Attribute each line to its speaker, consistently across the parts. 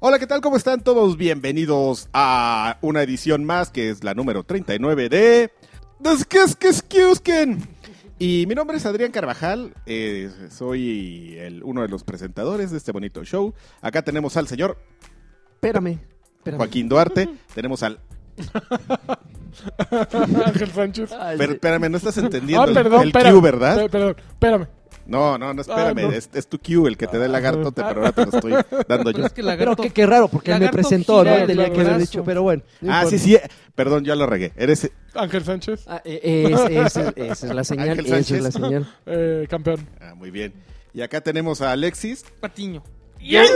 Speaker 1: Hola, ¿qué tal? ¿Cómo están todos? Bienvenidos a una edición más, que es la número 39 de... ¡Desquesquesquiusquen! Y mi nombre es Adrián Carvajal, eh, soy el- uno de los presentadores de este bonito show. Acá tenemos al señor
Speaker 2: Espérame. espérame.
Speaker 1: Joaquín Duarte, tenemos al...
Speaker 3: Ángel Sánchez.
Speaker 2: Ay,
Speaker 1: Pero,
Speaker 2: sí.
Speaker 1: espérame, no estás entendiendo
Speaker 3: Ah,
Speaker 1: el-
Speaker 3: perdón,
Speaker 1: el
Speaker 3: espérame,
Speaker 1: Q, ¿verdad?
Speaker 3: per- Perdón, espérame.
Speaker 1: No, no, no, espérame,
Speaker 3: Ah, no. Ah,
Speaker 1: Es, es tu cue el que te da el lagartote, pero ahora te lo estoy dando yo.
Speaker 4: Pero es que
Speaker 2: Pero
Speaker 4: lagarto,
Speaker 2: qué, qué raro, porque él me
Speaker 4: Lagarto
Speaker 2: presentó,
Speaker 4: gira
Speaker 2: ¿no?
Speaker 3: el
Speaker 2: Tenía que haber
Speaker 3: brazo.
Speaker 2: dicho, pero bueno. no
Speaker 1: Ah, sí,
Speaker 2: importa.
Speaker 1: sí, eh, perdón, yo lo regué. Eres
Speaker 3: Ángel Sánchez,
Speaker 2: Ah, eh, eh, es- es- Esa es, la señal,
Speaker 1: Ángel
Speaker 2: esa es
Speaker 1: Sánchez.
Speaker 2: la señal.
Speaker 3: eh, campeón.
Speaker 1: Ah, muy bien. Y acá tenemos a Alexis.
Speaker 4: Patiño.
Speaker 1: Hubieras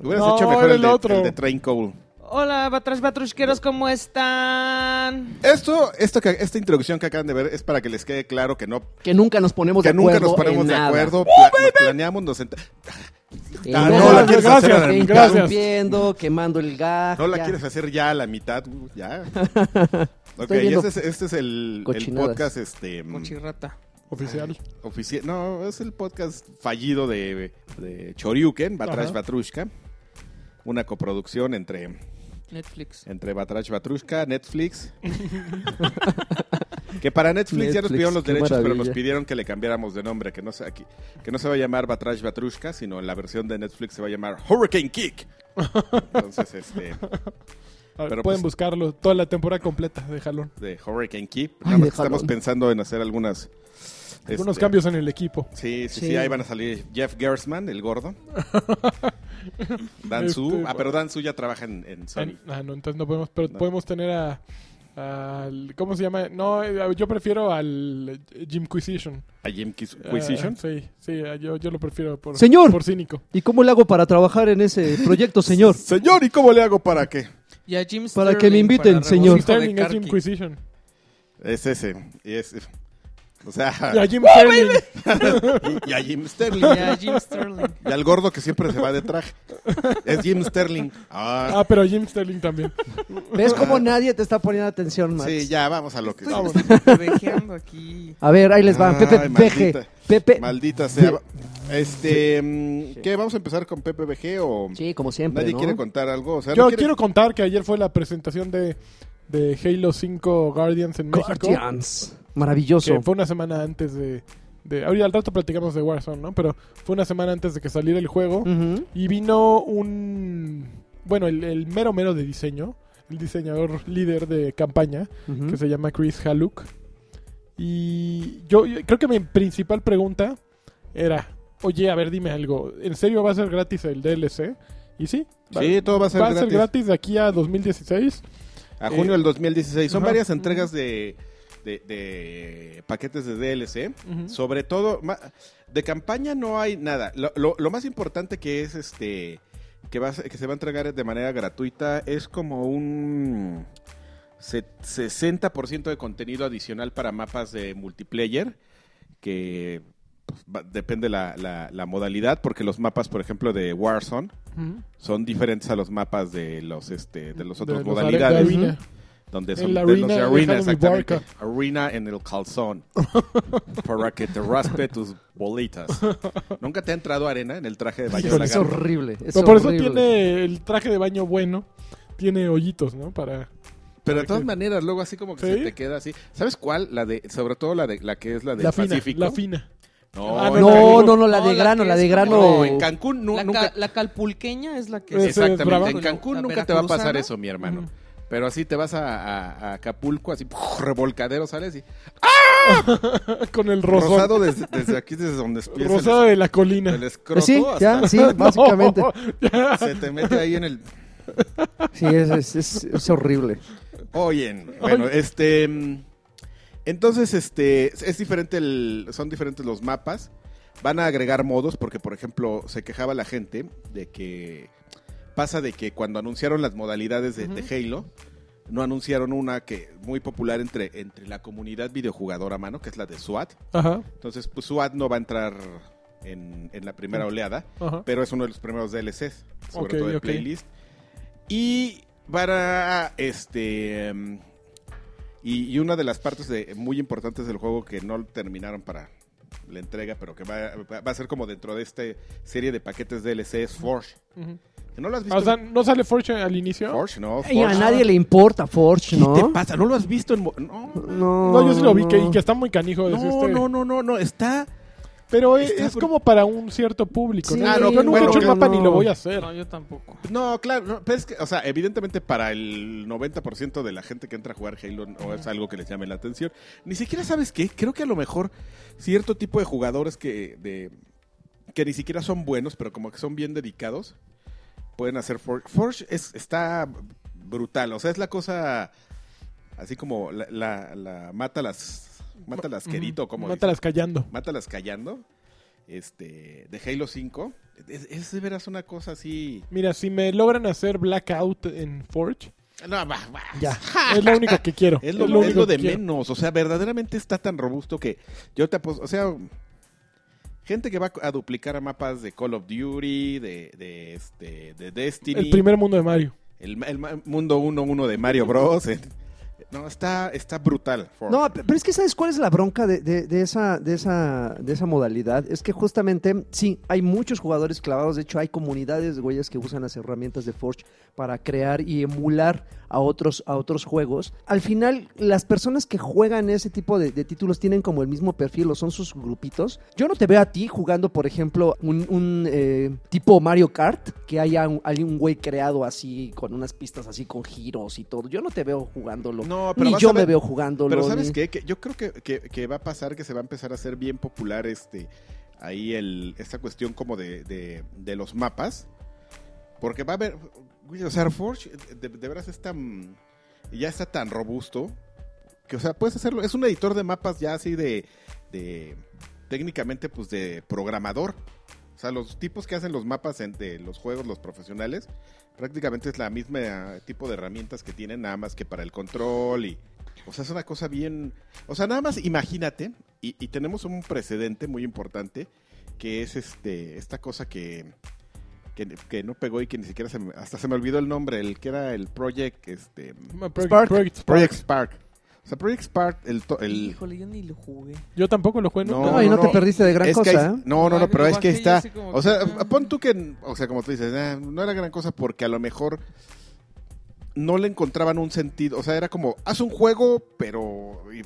Speaker 3: No,
Speaker 1: hecho mejor
Speaker 3: era
Speaker 1: el,
Speaker 3: el
Speaker 1: de,
Speaker 3: otro.
Speaker 1: el de Train Cole.
Speaker 4: Hola, batras batrusqueros, ¿cómo están?
Speaker 1: Esto, esto que, esta introducción que acaban de ver es para que les quede claro que no,
Speaker 2: Que nunca nos ponemos
Speaker 1: que
Speaker 2: de acuerdo.
Speaker 1: nunca nos ponemos
Speaker 2: en
Speaker 1: de
Speaker 2: nada.
Speaker 1: acuerdo, pla- nos planeamos, nos senta-
Speaker 2: En
Speaker 1: Ah,
Speaker 2: nada.
Speaker 1: no la quieres hacer
Speaker 3: gracias,
Speaker 1: a la
Speaker 3: gracias.
Speaker 1: mitad.
Speaker 2: Interrumpiendo, quemando el gas.
Speaker 1: No la
Speaker 2: Ah, ya.
Speaker 1: quieres hacer ya a la mitad, uh, ya. Ok,
Speaker 2: Estoy
Speaker 1: y
Speaker 2: viendo
Speaker 1: este es, este es el, el
Speaker 2: cochinadas.
Speaker 1: podcast este mm,
Speaker 4: Mochirrata.
Speaker 3: Oficial.
Speaker 1: oficial. No, es el podcast fallido de, de Choryuken, Batrash
Speaker 3: Ajá.
Speaker 1: Batrushka. Una coproducción entre,
Speaker 4: Netflix.
Speaker 1: entre Batrash Batrushka, Netflix. que para Netflix, ya nos
Speaker 2: Netflix,
Speaker 1: pidieron los
Speaker 2: qué
Speaker 1: derechos, pero nos
Speaker 2: maravilla.
Speaker 1: pidieron que le cambiáramos de nombre, que no se, aquí, que no se va a llamar Batrash Batrushka, sino en la versión de Netflix se va a llamar Hurricane Kick. Entonces, este,
Speaker 3: A ver,
Speaker 1: Pero
Speaker 3: pueden
Speaker 1: pues-
Speaker 3: buscarlo toda la temporada completa de Jalón.
Speaker 1: de Hurricane Kick.
Speaker 2: Ay,
Speaker 1: Nada más que
Speaker 2: déjalo.
Speaker 1: estamos pensando en hacer algunas...
Speaker 3: Algunos
Speaker 1: este,
Speaker 3: cambios en el equipo.
Speaker 1: Sí, sí, sí,
Speaker 2: Sí.
Speaker 1: ahí van a salir Jeff Gersman, el gordo. Dan Su.
Speaker 3: Este,
Speaker 1: ah, pero Dan Su ya trabaja en, en Sony.
Speaker 3: Ah, ah, no, entonces no podemos, pero
Speaker 1: No.
Speaker 3: podemos tener a, al- ¿Cómo se llama? No, eh, yo prefiero al Jimquisition.
Speaker 1: A Jim Quis-
Speaker 3: Ah,
Speaker 1: Quisition.
Speaker 3: sí, sí, ah, yo, yo lo prefiero por,
Speaker 2: Señor.
Speaker 3: por cínico.
Speaker 2: ¿Y cómo le hago para trabajar en ese proyecto, señor?
Speaker 1: Señor, ¿y cómo le hago para qué?
Speaker 4: Y a Jim
Speaker 2: Para
Speaker 4: Sterling,
Speaker 2: que me inviten,
Speaker 4: para
Speaker 2: señor.
Speaker 4: Rebusco de
Speaker 3: Sterling es
Speaker 4: Karki.
Speaker 3: Jimquisition.
Speaker 1: Es ese. y es- o sea,
Speaker 3: Ya, Jim Sterling.
Speaker 1: y a Jim Sterling.
Speaker 4: Y a Jim Sterling.
Speaker 1: Y al gordo que siempre se va de traje. Es Jim Sterling. Ah,
Speaker 3: Ah, pero Jim Sterling también.
Speaker 2: ¿Ves cómo nadie te está poniendo atención, Max?
Speaker 1: sí, ya, vamos a lo que.
Speaker 4: Estoy bebejeando aquí.
Speaker 2: A ver, ahí les va.
Speaker 1: Ay,
Speaker 2: Pepe Veje.
Speaker 1: maldita.
Speaker 2: Pepe.
Speaker 1: Maldita sea. Este. mm, ¿Qué? ¿Vamos a empezar con Pepe BG o.?
Speaker 2: Sí, como siempre.
Speaker 1: Nadie
Speaker 2: ¿no?
Speaker 1: quiere contar algo. O sea,
Speaker 3: Yo
Speaker 1: ¿no quiere-
Speaker 3: quiero contar que ayer fue la presentación de, de Halo 5 Guardians en México.
Speaker 2: Guardians. Maravilloso.
Speaker 3: Que fue una semana antes de, de... Ahorita al rato platicamos de Warzone, ¿no? Pero fue una semana antes de que saliera el juego.
Speaker 2: Ujú.
Speaker 3: Y vino un... Bueno, el, el mero mero de diseño. El diseñador líder de campaña,
Speaker 2: Ujú.
Speaker 3: que se llama Chris Haluk. Y yo, yo creo que mi principal pregunta era... Oye, a ver, dime algo. ¿En serio va a ser gratis el DLC? Y sí. va-
Speaker 1: Sí, todo va a ser
Speaker 3: va a
Speaker 1: gratis.
Speaker 3: ser gratis de aquí a 2016.
Speaker 1: A junio
Speaker 3: Eh,
Speaker 1: del 2016. Son
Speaker 3: ajá.
Speaker 1: varias entregas de, de- de paquetes de DLC. Sobre todo, ma- de campaña no hay nada. Lo, lo- lo más importante que es este que, va a ser- que se va a entregar de manera gratuita es como un se- 60% de contenido adicional para mapas de multiplayer que pues, va- depende la, la- la modalidad porque los mapas por ejemplo de Warzone son diferentes a los mapas de los este de los otros
Speaker 3: De los
Speaker 1: modalidades
Speaker 3: are- de arena.
Speaker 1: donde
Speaker 3: En
Speaker 1: son
Speaker 3: la
Speaker 1: de los
Speaker 3: arena,
Speaker 1: de arena,
Speaker 3: déjalo en mi
Speaker 1: exactamente.
Speaker 3: barca.
Speaker 1: Arena en el calzón. para que te raspe tus bolitas. ¿Nunca te ha entrado arena en el traje de baño
Speaker 2: Híjole, es
Speaker 1: lagarto?
Speaker 2: horrible. es
Speaker 3: Pero por eso
Speaker 2: horrible.
Speaker 3: tiene el traje de baño bueno. Tiene hoyitos, ¿no? Para...
Speaker 1: Pero de todas maneras, luego así como que
Speaker 3: ¿Sí?
Speaker 1: se te queda así. ¿Sabes cuál? La de, sobre todo la de la que es la del
Speaker 3: La fina,
Speaker 1: Pacífico.
Speaker 3: la fina.
Speaker 1: No,
Speaker 3: Ah,
Speaker 2: No, no, no, la de
Speaker 4: No, la
Speaker 2: grano,
Speaker 4: que
Speaker 2: la de
Speaker 4: es
Speaker 2: grano.
Speaker 4: como-
Speaker 1: no, en Cancún nu-
Speaker 4: la,
Speaker 1: nunca.
Speaker 4: ca- la calpulqueña es la que
Speaker 3: Esa es brava.
Speaker 1: Exactamente, en Cancún
Speaker 4: La
Speaker 1: nunca te va a pasar
Speaker 4: veracruzana.
Speaker 1: eso, mi hermano.
Speaker 3: Ujú.
Speaker 1: Pero así te vas a, a- a Acapulco, así ¡puf! revolcadero sales y
Speaker 3: Con el rosón. Rosado,
Speaker 1: rosado desde, desde aquí, desde donde empieza el-
Speaker 3: de la colina.
Speaker 1: el escroto
Speaker 2: Eh, sí,
Speaker 1: hasta-
Speaker 2: ya, sí, básicamente.
Speaker 1: se te mete ahí en el
Speaker 2: Sí, es, es, es- es horrible.
Speaker 1: Oye, bueno, este mm, entonces este es- es diferente el son diferentes los mapas. Van a agregar modos porque por ejemplo, se quejaba la gente de que pasa de que cuando anunciaron las modalidades de, de Halo no anunciaron una que muy popular entre entre la comunidad videojugadora mano, que es la de SWAT.
Speaker 3: Ajá,
Speaker 1: Entonces, pues SWAT no va a entrar en, en la primera oleada
Speaker 3: ajá.
Speaker 1: pero es uno de los primeros DLCs, sobre
Speaker 3: Ok,
Speaker 1: todo de
Speaker 3: ok.
Speaker 1: playlist. Y para este em, y, y una de las partes de- muy importantes del juego que no terminaron para la entrega, pero que va, va- va a ser como dentro de esta serie de paquetes DLC es Forge.
Speaker 3: Ujú.
Speaker 1: ¿No lo has visto?
Speaker 3: O sea, Ah, ¿no sale Fortune al inicio?
Speaker 1: Forge, no.
Speaker 2: Y a
Speaker 1: Forge.
Speaker 2: nadie le importa Forge, ¿no?
Speaker 1: ¿Qué te pasa? ¿No lo has visto en... mo- No,
Speaker 2: No,
Speaker 3: No, yo sí lo vi, que, y
Speaker 2: no.
Speaker 3: que está muy canijo. es
Speaker 1: no,
Speaker 3: este.
Speaker 1: no, no, no, no, está...
Speaker 3: Pero es,
Speaker 1: Está
Speaker 3: es
Speaker 1: br-
Speaker 3: como para un cierto público.
Speaker 2: Sí,
Speaker 3: ¿no?
Speaker 1: Ah, no,
Speaker 3: yo nunca he
Speaker 1: bueno,
Speaker 3: hecho un
Speaker 1: que-
Speaker 3: mapa ni
Speaker 2: no.
Speaker 3: lo voy a hacer.
Speaker 4: No, yo tampoco.
Speaker 1: No, claro, no, pero es que, o sea, evidentemente para el 90% de la gente que entra a jugar Halo no es algo que les llame la atención. Ni siquiera sabes qué, creo que a lo mejor cierto tipo de jugadores que de que ni siquiera son buenos, pero como que son bien dedicados, pueden hacer Forge. Forge es, está brutal, o sea, es la cosa así como la, la, la mata las mata las querito, como
Speaker 3: Mátalas callando.
Speaker 1: Mátalas callando. Este, de Halo 5, es, es de veras una cosa así.
Speaker 3: Mira, si me logran hacer Blackout en Forge,
Speaker 1: No, va, va.
Speaker 3: ya. es lo único que quiero.
Speaker 1: Es lo, es
Speaker 3: único
Speaker 1: lo de
Speaker 3: que quiero.
Speaker 1: menos. O sea, verdaderamente está tan robusto que yo te apuesto. O sea, gente que va a duplicar a mapas de Call of Duty, de, de, este, de Destiny,
Speaker 3: El primer mundo de Mario.
Speaker 1: el ma- el ma- mundo 1-1 de Mario Bros. eh. No, está, está brutal. Forge.
Speaker 2: No, pe- pero es que ¿sabes cuál es la bronca de, de- de esa, de, esa, de esa modalidad? Es que justamente, sí, hay muchos jugadores clavados. De hecho, hay comunidades de güeyes que usan las herramientas de Forge para crear y emular a otros, a otros juegos. Al final, las personas que juegan ese tipo de, de títulos tienen como el mismo perfil o son sus grupitos. Yo no te veo a ti jugando, por ejemplo, un, un, eh, tipo Mario Kart, que haya un, hay un güey creado así, con unas pistas así, con giros y todo. Yo no te veo jugándolo.
Speaker 1: No, pero
Speaker 2: Ni
Speaker 1: vas
Speaker 2: yo
Speaker 1: a ver-
Speaker 2: me veo jugándolo.
Speaker 1: Pero ¿sabes
Speaker 2: ni-
Speaker 1: qué? Que yo creo que, que- que va a pasar que se va a empezar a hacer bien popular este ahí el esta cuestión como de, de- de los mapas. Porque va a haber... güey, O sea, Forge de, de veras es tan... Ya está tan robusto. Que, o sea, puedes hacerlo. Es un editor de mapas ya así de... de técnicamente, pues de programador. O sea, los tipos que hacen los mapas en- de los juegos, los profesionales, prácticamente es la misma eh, tipo de herramientas que tienen, nada más que para el control y... O sea, es una cosa bien... O sea, nada más imagínate, y, y tenemos un precedente muy importante, que es este esta cosa que, que, que no pegó y que ni siquiera se me- hasta se me olvidó el nombre, el que era el Project... Este,
Speaker 3: Project-
Speaker 2: Spark.
Speaker 3: Project Spark.
Speaker 1: Project Spark. O sea, Project Spark, el... to- el
Speaker 4: Híjole, yo ni lo jugué.
Speaker 3: Yo tampoco lo juego.
Speaker 1: No,
Speaker 2: No, y no, te perdiste de gran
Speaker 1: es que
Speaker 2: cosa.
Speaker 1: ahí-
Speaker 2: ¿eh?
Speaker 1: no, no,
Speaker 4: Ay,
Speaker 1: no, pero
Speaker 4: lo
Speaker 1: es que ahí
Speaker 4: bajé y
Speaker 1: está.
Speaker 4: así como
Speaker 1: O sea,
Speaker 4: que, ah.
Speaker 1: pon tú que, o sea, como tú dices, ah, no era gran cosa porque a lo mejor no le encontraban un sentido. O sea, era como, haz un juego, pero y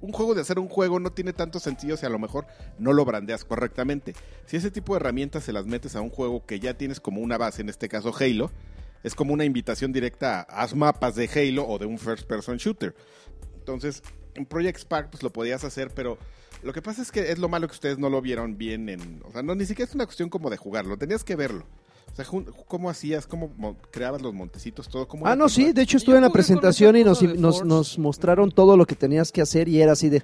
Speaker 1: un juego de hacer un juego no tiene tanto sentido si a lo mejor no lo brandeas correctamente. Si ese tipo de herramientas se las metes a un juego que ya tienes como una base, en este caso Halo, es como una invitación directa a haz mapas de Halo o de un first person shooter. Entonces, en Project Spark pues lo podías hacer, pero lo que pasa es que es lo malo que ustedes no lo vieron bien en, o sea, no ni siquiera es una cuestión como de jugarlo, tenías que verlo. O sea, jun- cómo hacías, cómo mo- creabas los montecitos, todo cómo
Speaker 2: Ah,
Speaker 1: era
Speaker 2: no,
Speaker 1: tu-
Speaker 2: sí, de hecho
Speaker 4: Yo
Speaker 2: estuve en la
Speaker 4: jugué con
Speaker 2: presentación
Speaker 4: esa
Speaker 2: y nos,
Speaker 4: cosa de
Speaker 2: nos,
Speaker 4: Forge.
Speaker 2: nos mostraron todo lo que tenías que hacer y era así de...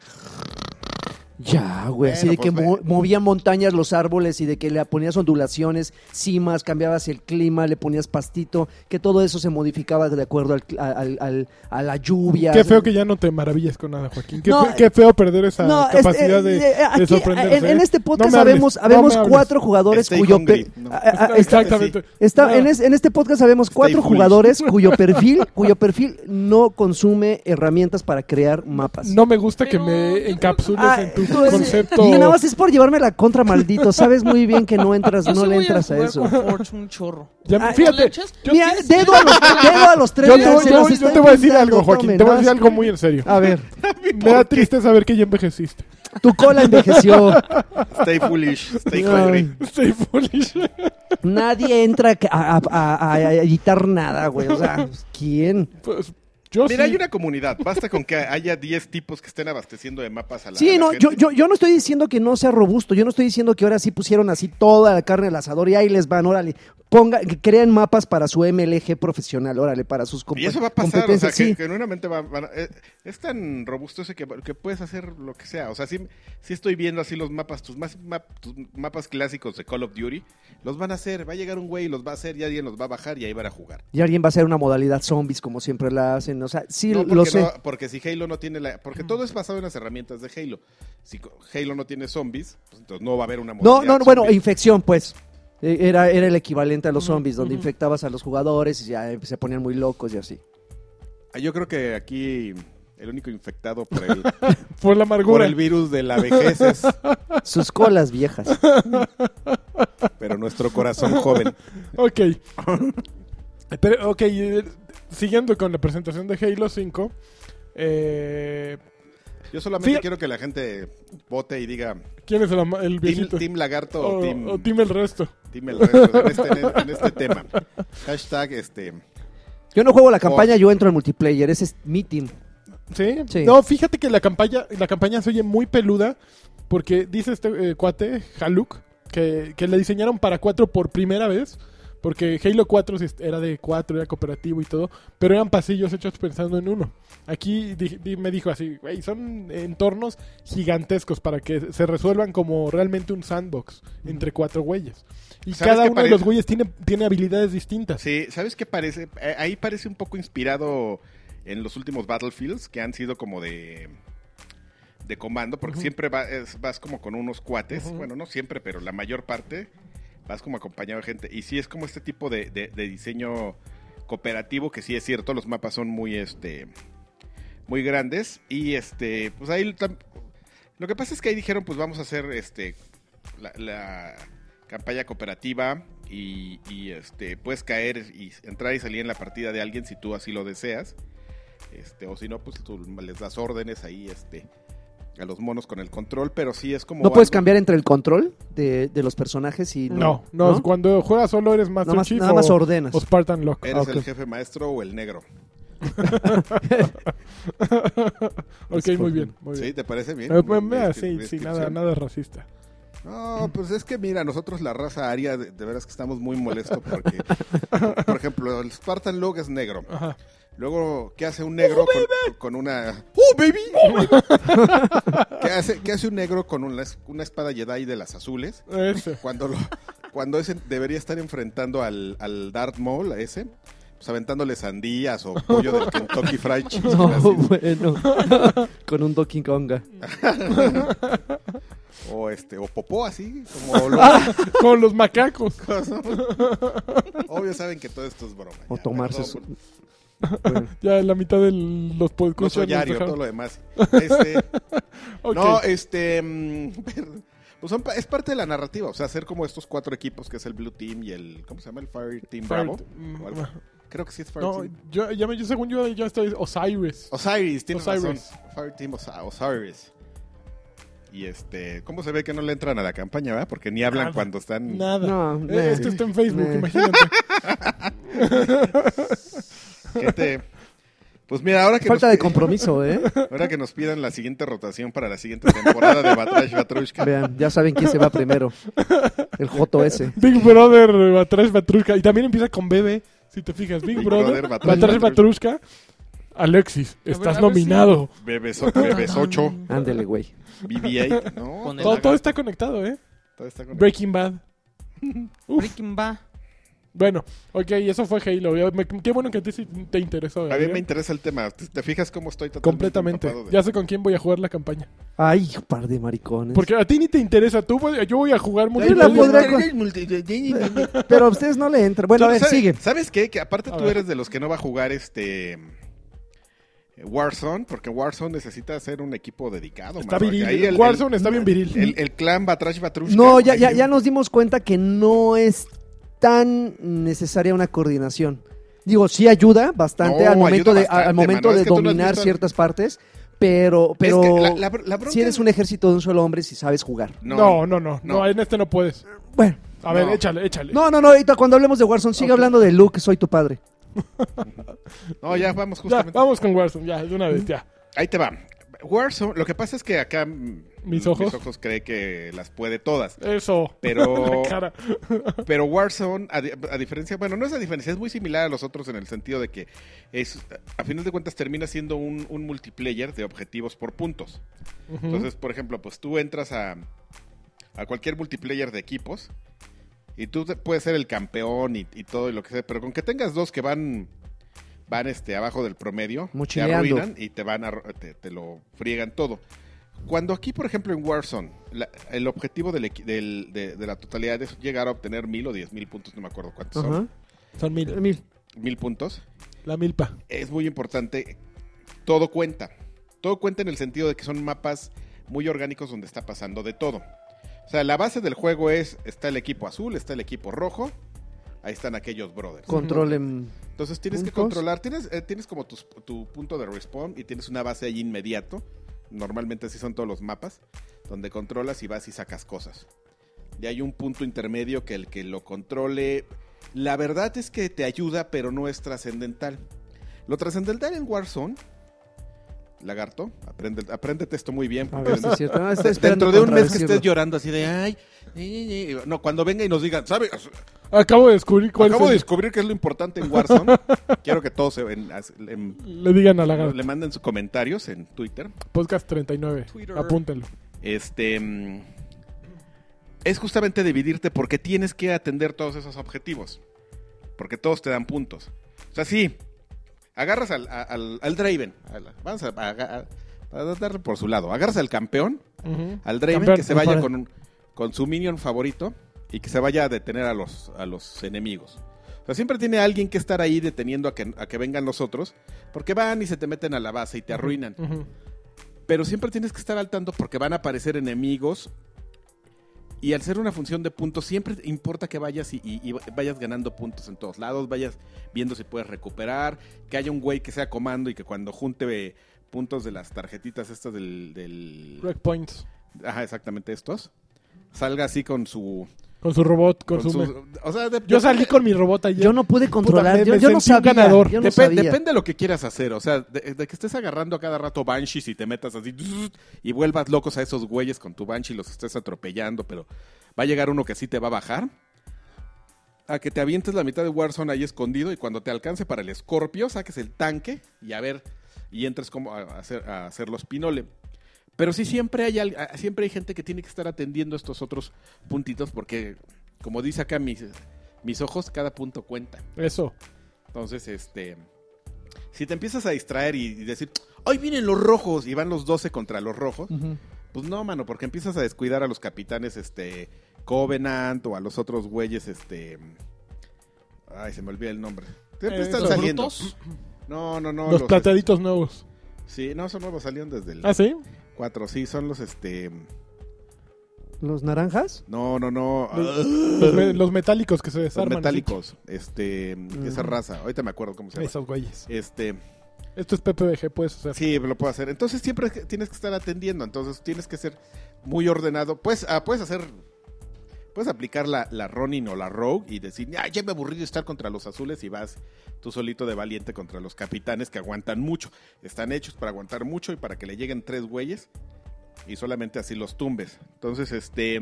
Speaker 2: Ya, güey, así
Speaker 1: Bueno,
Speaker 2: de que
Speaker 1: pues,
Speaker 2: mo-
Speaker 1: ve.
Speaker 2: movía montañas los árboles y de que le ponías ondulaciones, cimas, cambiabas el clima, le ponías pastito, que todo eso se modificaba de acuerdo al, al- al- a la lluvia.
Speaker 3: Qué feo que ya no te maravillas con nada, Joaquín. Qué,
Speaker 2: No,
Speaker 3: fe- qué feo perder esa
Speaker 2: No, es-
Speaker 3: capacidad
Speaker 2: eh,
Speaker 3: de,
Speaker 2: eh, aquí,
Speaker 3: de sorprenderse.
Speaker 2: en,
Speaker 3: ¿eh?
Speaker 2: en este podcast
Speaker 3: No me hables,
Speaker 2: sabemos,
Speaker 3: no
Speaker 2: habemos
Speaker 3: me hables.
Speaker 2: cuatro jugadores
Speaker 1: Stay
Speaker 2: cuyo...
Speaker 1: hungry,
Speaker 2: pe-
Speaker 1: no.
Speaker 2: a- a- a- está-
Speaker 3: Exactamente.
Speaker 2: Está,
Speaker 3: No,
Speaker 2: en, es- en este podcast sabemos cuatro
Speaker 1: foolish.
Speaker 2: jugadores cuyo perfil, cuyo perfil no consume herramientas para crear mapas.
Speaker 3: no me gusta que
Speaker 4: Pero yo creo
Speaker 3: me
Speaker 4: que-
Speaker 3: encapsules
Speaker 2: Ah,
Speaker 3: en tu
Speaker 2: tú es-
Speaker 3: concepto.
Speaker 2: Y nada más es por llevarme la contra, maldito. Sabes muy bien que no entras,
Speaker 4: Yo
Speaker 2: Pues no
Speaker 4: sí
Speaker 2: le
Speaker 4: voy
Speaker 2: entras a,
Speaker 4: jugar
Speaker 2: eso.
Speaker 4: con Forge un chorro.
Speaker 3: Ya-
Speaker 2: Ah,
Speaker 4: ¿Le
Speaker 3: fíjate,
Speaker 4: echas?
Speaker 3: yo-
Speaker 2: Mira,
Speaker 4: ¿Quieres-
Speaker 2: dedo a, los, dedo a los tres.
Speaker 3: Yo, te
Speaker 2: ya
Speaker 3: voy,
Speaker 2: se
Speaker 3: yo-
Speaker 2: los
Speaker 3: yo
Speaker 2: están
Speaker 3: te voy a decir
Speaker 2: pintando,
Speaker 3: algo, Joaquín.
Speaker 2: tomen,
Speaker 3: Te voy a
Speaker 2: vas.
Speaker 3: decir algo muy en serio.
Speaker 2: A ver,
Speaker 3: Me da triste saber que ya envejeciste.
Speaker 2: tu cola envejeció.
Speaker 1: Stay foolish, stay
Speaker 2: Ay.
Speaker 1: hungry.
Speaker 3: Estoy foolish.
Speaker 2: Nadie entra a, a- a- a- a editar nada, güey. O sea, ¿quién?
Speaker 3: Pues, yo
Speaker 1: Mira,
Speaker 3: sí.
Speaker 1: hay una comunidad. Basta con que haya 10 tipos que estén abasteciendo de mapas a la a
Speaker 2: Sí,
Speaker 1: la
Speaker 2: no,
Speaker 1: gente.
Speaker 2: yo, yo, yo no estoy diciendo que no sea robusto, yo no estoy diciendo que ahora sí pusieron así toda la carne al asador y ahí les van, órale, ponga, que creen mapas para su MLG profesional, órale, para sus compe-
Speaker 1: Y eso va a pasar, o sea,
Speaker 2: competencias,
Speaker 1: que
Speaker 2: sí.
Speaker 1: genuinamente va, van a- eh, es tan robusto ese que, que puedes hacer lo que sea. O sea, sí, sí estoy viendo así los mapas, tus, más, map- tus mapas clásicos de Call of Duty, los van a hacer, va a llegar un güey y los va a hacer y alguien los va a bajar y ahí van a jugar.
Speaker 2: Y alguien va a hacer una modalidad zombies como siempre la hacen, o sea, sí,
Speaker 1: No, porque,
Speaker 2: lo sé.
Speaker 1: no, porque si Halo no tiene la... Porque todo es basado en las herramientas de Halo. Si co- Halo no tiene zombies, pues entonces no va a haber una
Speaker 2: No,
Speaker 1: modalidad
Speaker 2: no, no, bueno,
Speaker 1: zombie.
Speaker 2: infección, pues. Eh, Era, era el equivalente a los
Speaker 4: Ujú,
Speaker 2: zombies, donde
Speaker 4: ujú.
Speaker 2: infectabas a los jugadores y ya eh, se ponían muy locos y así.
Speaker 1: Ah, Yo creo que aquí el único infectado por el,
Speaker 3: Por la
Speaker 1: por
Speaker 3: amargura.
Speaker 1: el virus de la vejez es...
Speaker 2: Sus colas viejas.
Speaker 1: Pero no nuestro corazón joven.
Speaker 3: Ok. Pero, ok, eh, siguiendo con la presentación de Halo 5. Eh,
Speaker 1: Yo solamente
Speaker 3: Sí.
Speaker 1: quiero que la gente vote y diga
Speaker 3: ¿Quién es el, ama-
Speaker 1: Team,
Speaker 3: el viejito?
Speaker 1: team Lagarto
Speaker 3: o,
Speaker 1: o Team,
Speaker 3: o Team el resto.
Speaker 1: team el resto en este, en este tema. Hashtag este.
Speaker 2: Yo no juego la campaña, yo entro al multiplayer. Ese es mi team.
Speaker 3: ¿Sí?
Speaker 2: Sí.
Speaker 3: No, fíjate que la campaña, la campaña se oye muy peluda porque dice este eh, cuate, Haluk, que, que la diseñaron para 4 por primera vez. Porque Halo 4 sí era de 4, era cooperativo y todo, pero eran pasillos hechos pensando en uno. Aquí di- di- me dijo así, güey, son entornos gigantescos para que se resuelvan como realmente un sandbox entre cuatro güeyes. Y
Speaker 1: ¿Sabes
Speaker 3: cada
Speaker 1: qué
Speaker 3: uno de los
Speaker 1: parece?
Speaker 3: güeyes tiene, tiene habilidades distintas.
Speaker 1: Sí, ¿sabes qué parece? Eh, Ahí parece un poco inspirado en los últimos Battlefields que han sido como de de comando, porque siempre va- es- vas como con unos cuates,
Speaker 3: Ujú.
Speaker 1: bueno, no siempre, pero la mayor parte vas como acompañado de gente. Y sí es como este tipo de, de- de diseño cooperativo, que sí es cierto, los mapas son muy este muy grandes y este pues ahí tam- lo que pasa es que ahí dijeron pues vamos a hacer este la, la campaña cooperativa y, y, este puedes caer y entrar y salir en la partida de alguien si tú así lo deseas este o si no pues tú les das órdenes ahí este a los monos con el control pero sí es como
Speaker 2: ¿No puedes
Speaker 1: algo-
Speaker 2: cambiar entre el control de, de los personajes y
Speaker 3: No, no,
Speaker 2: ¿No?
Speaker 3: cuando juegas solo eres Master
Speaker 2: Nada más,
Speaker 3: Chief
Speaker 2: nada
Speaker 3: o-
Speaker 2: más ordenas.
Speaker 3: o Spartan Lock.
Speaker 1: eres
Speaker 2: Ah, ok.
Speaker 1: el jefe maestro o el negro
Speaker 3: ok, muy bien. Muy bien.
Speaker 1: sí te parece bien
Speaker 3: Eh, pues, mira,
Speaker 1: Descri-
Speaker 3: sí, sí, nada,
Speaker 1: descripción.
Speaker 3: nada racista.
Speaker 1: No, pues es que mira, nosotros la raza aria, de, de veras que estamos muy molestos porque, por, por ejemplo, el Spartan Log es negro.
Speaker 3: Ajá.
Speaker 1: Luego, ¿qué hace un negro con, con una...
Speaker 3: ¡Oh, baby!
Speaker 1: ¿qué hace, qué hace un negro con una, es- una espada Jedi de las azules?
Speaker 3: Ese.
Speaker 1: Cuando lo, cuando ese debería estar enfrentando al, al Darth Maul, a ese, pues aventándole sandías o pollo del Kentucky Fried Chicken.
Speaker 2: No,
Speaker 1: así.
Speaker 2: bueno. Con un Donkey Konga.
Speaker 1: o, este, o popó así, como lo-
Speaker 2: Ah.
Speaker 3: Con los macacos.
Speaker 1: Obvio saben que todo esto es broma.
Speaker 2: O
Speaker 1: ya,
Speaker 2: tomarse
Speaker 1: perdón
Speaker 2: su...
Speaker 1: por-
Speaker 2: Bueno.
Speaker 3: Ya la mitad de los
Speaker 1: No
Speaker 3: podcasts.
Speaker 1: soy ario, todo lo demás. Este, No, este. mm, Pues son pa- es parte de la narrativa, o sea, hacer como estos cuatro equipos que es el Blue Team y el. ¿Cómo se llama? El Fire Team Bravo. o algo. Creo que sí es Fire
Speaker 3: No, eh,
Speaker 1: Team.
Speaker 3: yo, ya me- yo según yo, yo estoy Osiris.
Speaker 1: Osiris, tienes
Speaker 3: Osiris.
Speaker 1: razón. Fire Team Osa- Osiris. Y este. ¿Cómo se ve que no le entran a la campaña, verdad? Porque ni hablan
Speaker 3: Nada.
Speaker 1: cuando están.
Speaker 3: Nada.
Speaker 2: No,
Speaker 3: Eh,
Speaker 2: nah.
Speaker 3: esto está en Facebook,
Speaker 2: Nah.
Speaker 3: imagínate.
Speaker 1: Gente. Pues mira, ahora que,
Speaker 2: Falta de
Speaker 1: nos,
Speaker 2: compromiso, ¿eh?
Speaker 1: ahora que nos pidan la siguiente rotación para la siguiente temporada de Batrash Batrushka.
Speaker 2: Vean, ya saben quién se va primero. El JS.
Speaker 3: Big Brother, eh, Batrash Batrushka. Y también empieza con bebé, si te fijas. Big,
Speaker 1: Big
Speaker 3: Brother,
Speaker 1: Brother, Batrash
Speaker 3: Batrash Batrushka. Alexis,
Speaker 4: ver,
Speaker 3: estás
Speaker 4: a ver si-
Speaker 3: nominado.
Speaker 1: Bebes, bebes 8,
Speaker 2: Ándele, güey.
Speaker 1: BB-8. No,
Speaker 4: Con el-
Speaker 3: Todo,
Speaker 1: todo,
Speaker 3: todo está conectado, ¿eh?
Speaker 1: todo está con-
Speaker 3: Breaking Bad. Uf.
Speaker 4: Breaking Bad.
Speaker 3: Bueno, ok, eso fue Halo. Ya me- Qué bueno que a ti sí te interesó.
Speaker 1: A mí
Speaker 3: Gabriel.
Speaker 1: me interesa el tema. ¿Te, te fijas cómo estoy totalmente
Speaker 3: Completamente.
Speaker 1: empapado de-
Speaker 3: Ya sé con quién voy a jugar la campaña.
Speaker 2: Ay, hijo, par de maricones.
Speaker 3: Porque a ti ni te interesa. Tú, voy- yo voy a jugar
Speaker 2: Yo la podrá-
Speaker 3: multiplayer.
Speaker 2: Pero a ustedes no le entran. Bueno, a
Speaker 1: Tú,
Speaker 2: ver,
Speaker 1: ¿sabes-
Speaker 2: sigue.
Speaker 1: ¿Sabes qué? Que aparte
Speaker 3: A
Speaker 1: tú
Speaker 3: ver.
Speaker 1: eres de los que no va a jugar este eh, Warzone, porque Warzone necesita ser un equipo dedicado.
Speaker 3: Está
Speaker 1: mano, que
Speaker 3: viril.
Speaker 1: ahí el,
Speaker 3: Warzone está bien viril.
Speaker 1: el- el- el clan Batrash Batrushka.
Speaker 2: No, ya, ya,
Speaker 1: ahí-
Speaker 2: ya nos dimos cuenta que no es tan necesaria una coordinación. Digo, sí ayuda bastante
Speaker 1: No,
Speaker 2: al momento
Speaker 1: ayuda
Speaker 2: de,
Speaker 1: bastante,
Speaker 2: al momento
Speaker 1: mano. Es
Speaker 2: de
Speaker 1: que tú no has
Speaker 2: dominar
Speaker 1: visto-
Speaker 2: ciertas partes, pero,
Speaker 1: Es
Speaker 2: pero
Speaker 1: que la- la br- la bronca
Speaker 2: si eres
Speaker 1: es-
Speaker 2: un ejército de un solo hombre, si sabes jugar.
Speaker 1: No,
Speaker 3: No, no, no, no.
Speaker 1: No.
Speaker 3: En este no puedes.
Speaker 2: Bueno,
Speaker 3: A ver,
Speaker 1: No.
Speaker 3: échale, échale.
Speaker 2: no, no, no, ahorita cuando hablemos de Warzone, sigue
Speaker 3: Ok.
Speaker 2: hablando de Luke, soy tu padre.
Speaker 1: no, ya vamos
Speaker 3: ya,
Speaker 1: justamente.
Speaker 3: vamos con Warzone. Ya, de una vez, ya.
Speaker 1: Ahí te va. Warzone, lo que pasa es que acá mm,
Speaker 3: Mis ojos.
Speaker 1: mis ojos cree que las puede todas.
Speaker 3: Eso.
Speaker 1: Pero-
Speaker 3: La cara.
Speaker 1: Pero Warzone, a, di- a diferencia, bueno, no es a diferencia, es muy similar a los otros en el sentido de que es, a final de cuentas termina siendo un, un multiplayer de objetivos por puntos.
Speaker 3: Ujú.
Speaker 1: Entonces, por ejemplo, pues tú entras a, a cualquier multiplayer de equipos y tú te- puedes ser el campeón y, y todo y lo que sea, pero con que tengas dos que van van este abajo del promedio, te
Speaker 2: Mochileando.
Speaker 1: arruinan y te van a, arru- te, te lo friegan todo. Cuando aquí, por ejemplo, en Warzone, la- el objetivo del, equi- del- de, de la totalidad es llegar a obtener mil o diez mil puntos, no me acuerdo cuántos
Speaker 2: Ajá.
Speaker 1: son,
Speaker 3: Son mil.
Speaker 2: Mil.
Speaker 1: mil puntos
Speaker 3: La milpa.
Speaker 1: es muy importante. Todo cuenta. Todo cuenta en el sentido de que son mapas muy orgánicos donde está pasando de todo. O sea, la base del juego es, está el equipo azul, está el equipo rojo, ahí están aquellos brothers.
Speaker 2: Controlen.
Speaker 1: Entonces tienes que
Speaker 2: puntos.
Speaker 1: controlar, tienes, eh, tienes como tus- tu punto de respawn y tienes una base allí inmediato. Normalmente así son todos los mapas, donde controlas y vas y sacas cosas. Y hay un punto intermedio que el que lo controle, la verdad es que te ayuda, pero no es trascendental. Lo trascendental en Warzone, lagarto, aprende, apréndete esto muy bien.
Speaker 2: A
Speaker 1: porque
Speaker 2: ver si es cierto. Ah, está esperando
Speaker 1: Dentro de un mes que
Speaker 2: contradecirlo.
Speaker 1: estés llorando así de, ay, eh, eh, eh". no, cuando venga y nos digan, ¿sabes?
Speaker 3: Acabo de descubrir cuál
Speaker 1: Acabo de
Speaker 3: es.
Speaker 1: descubrir que es lo importante en Warzone. Quiero que todos se ven- as- em,
Speaker 3: el- Le digan a la garra.
Speaker 1: le manden sus comentarios en Twitter.
Speaker 3: Podcast 39.
Speaker 4: Twitter.
Speaker 3: Apúntalo.
Speaker 1: Este mm, es justamente dividirte porque tienes que atender todos esos objetivos. Porque todos te dan puntos. O sea, sí, agarras al, a- al- al Draven. al- vamos a, a- a- a darle por su lado. Agarras al campeón,
Speaker 3: Ujú.
Speaker 1: al Draven,
Speaker 3: Campeón,
Speaker 1: que se
Speaker 3: me
Speaker 1: vaya
Speaker 3: parece.
Speaker 1: con, un- con su minion favorito y que se vaya a detener a los, a los enemigos. O sea, siempre tiene alguien que estar ahí deteniendo a que, a que vengan los otros, porque van y se te meten a la base y te arruinan.
Speaker 3: Ujú.
Speaker 1: Pero siempre tienes que estar al tanto porque van a aparecer enemigos. Y al ser una función de puntos, siempre importa que vayas y, y- y vayas ganando puntos en todos lados, vayas viendo si puedes recuperar, que haya un güey que sea comando y que cuando junte eh, puntos de las tarjetitas estas del... del...
Speaker 3: Break points.
Speaker 1: Ajá, exactamente estos. Salga así con su...
Speaker 3: Con su robot, con,
Speaker 1: con
Speaker 3: su...
Speaker 1: su- o sea, de-
Speaker 3: Yo salí con mi robot ayer.
Speaker 2: Yo no pude controlar.
Speaker 3: me-
Speaker 2: yo,
Speaker 3: me
Speaker 2: yo no
Speaker 3: sentí un
Speaker 2: sabía.
Speaker 3: ganador.
Speaker 2: Yo no
Speaker 1: Depe-
Speaker 2: sabía.
Speaker 1: Depende de lo que quieras hacer. O sea, de, de que estés agarrando a cada rato banshees y te metas así zzz, y vuelvas locos a esos güeyes con tu banshee y los estés atropellando, pero va a llegar uno que sí te va a bajar. A que te avientes la mitad de Warzone ahí escondido y cuando te alcance para el Scorpio saques el tanque y a ver, y entres como a a hacer, a hacer los pinole. Pero sí siempre hay, al- a- siempre hay gente que tiene que estar atendiendo estos otros puntitos porque, como dice acá mis, mis ojos, cada punto cuenta.
Speaker 3: Eso.
Speaker 1: Entonces, este. Si te empiezas a distraer y, y decir, hoy vienen los rojos y van los 12 contra los rojos,
Speaker 2: Ujú.
Speaker 1: pues no, mano, porque empiezas a descuidar a los capitanes, este, Covenant o a los otros güeyes, este. Ay, se me olvida el nombre. Siempre
Speaker 3: Eh,
Speaker 1: están
Speaker 3: ¿los
Speaker 1: saliendo.
Speaker 4: brutos?
Speaker 1: No, no, no.
Speaker 3: Los
Speaker 1: los,
Speaker 3: plateaditos nuevos.
Speaker 1: este, Sí, no, son nuevos, salieron desde el
Speaker 3: ¿Ah, sí?
Speaker 1: 4. Sí, son los, este.
Speaker 2: ¿Los naranjas?
Speaker 1: No, no, no.
Speaker 3: Los-
Speaker 1: ah,
Speaker 3: Los, me- los metálicos que se
Speaker 1: Los
Speaker 3: desarman.
Speaker 1: metálicos, este, esa
Speaker 3: Mm.
Speaker 2: Ujú.
Speaker 1: raza. Ahorita me acuerdo cómo se
Speaker 3: así.
Speaker 1: llama.
Speaker 3: Esos güeyes.
Speaker 1: Este,
Speaker 3: Esto es PPBG, puedes hacer.
Speaker 1: Sí, lo puedo hacer. Entonces siempre es que tienes que estar atendiendo, entonces tienes que ser muy ordenado. Pues ah, puedes hacer, puedes aplicar la, la Ronin o la Rogue y decir, "Ay, ya me aburrí de estar contra los azules y vas tú solito de valiente contra los capitanes que aguantan mucho. Están hechos para aguantar mucho y para que le lleguen tres güeyes y solamente así los tumbes. Entonces, este...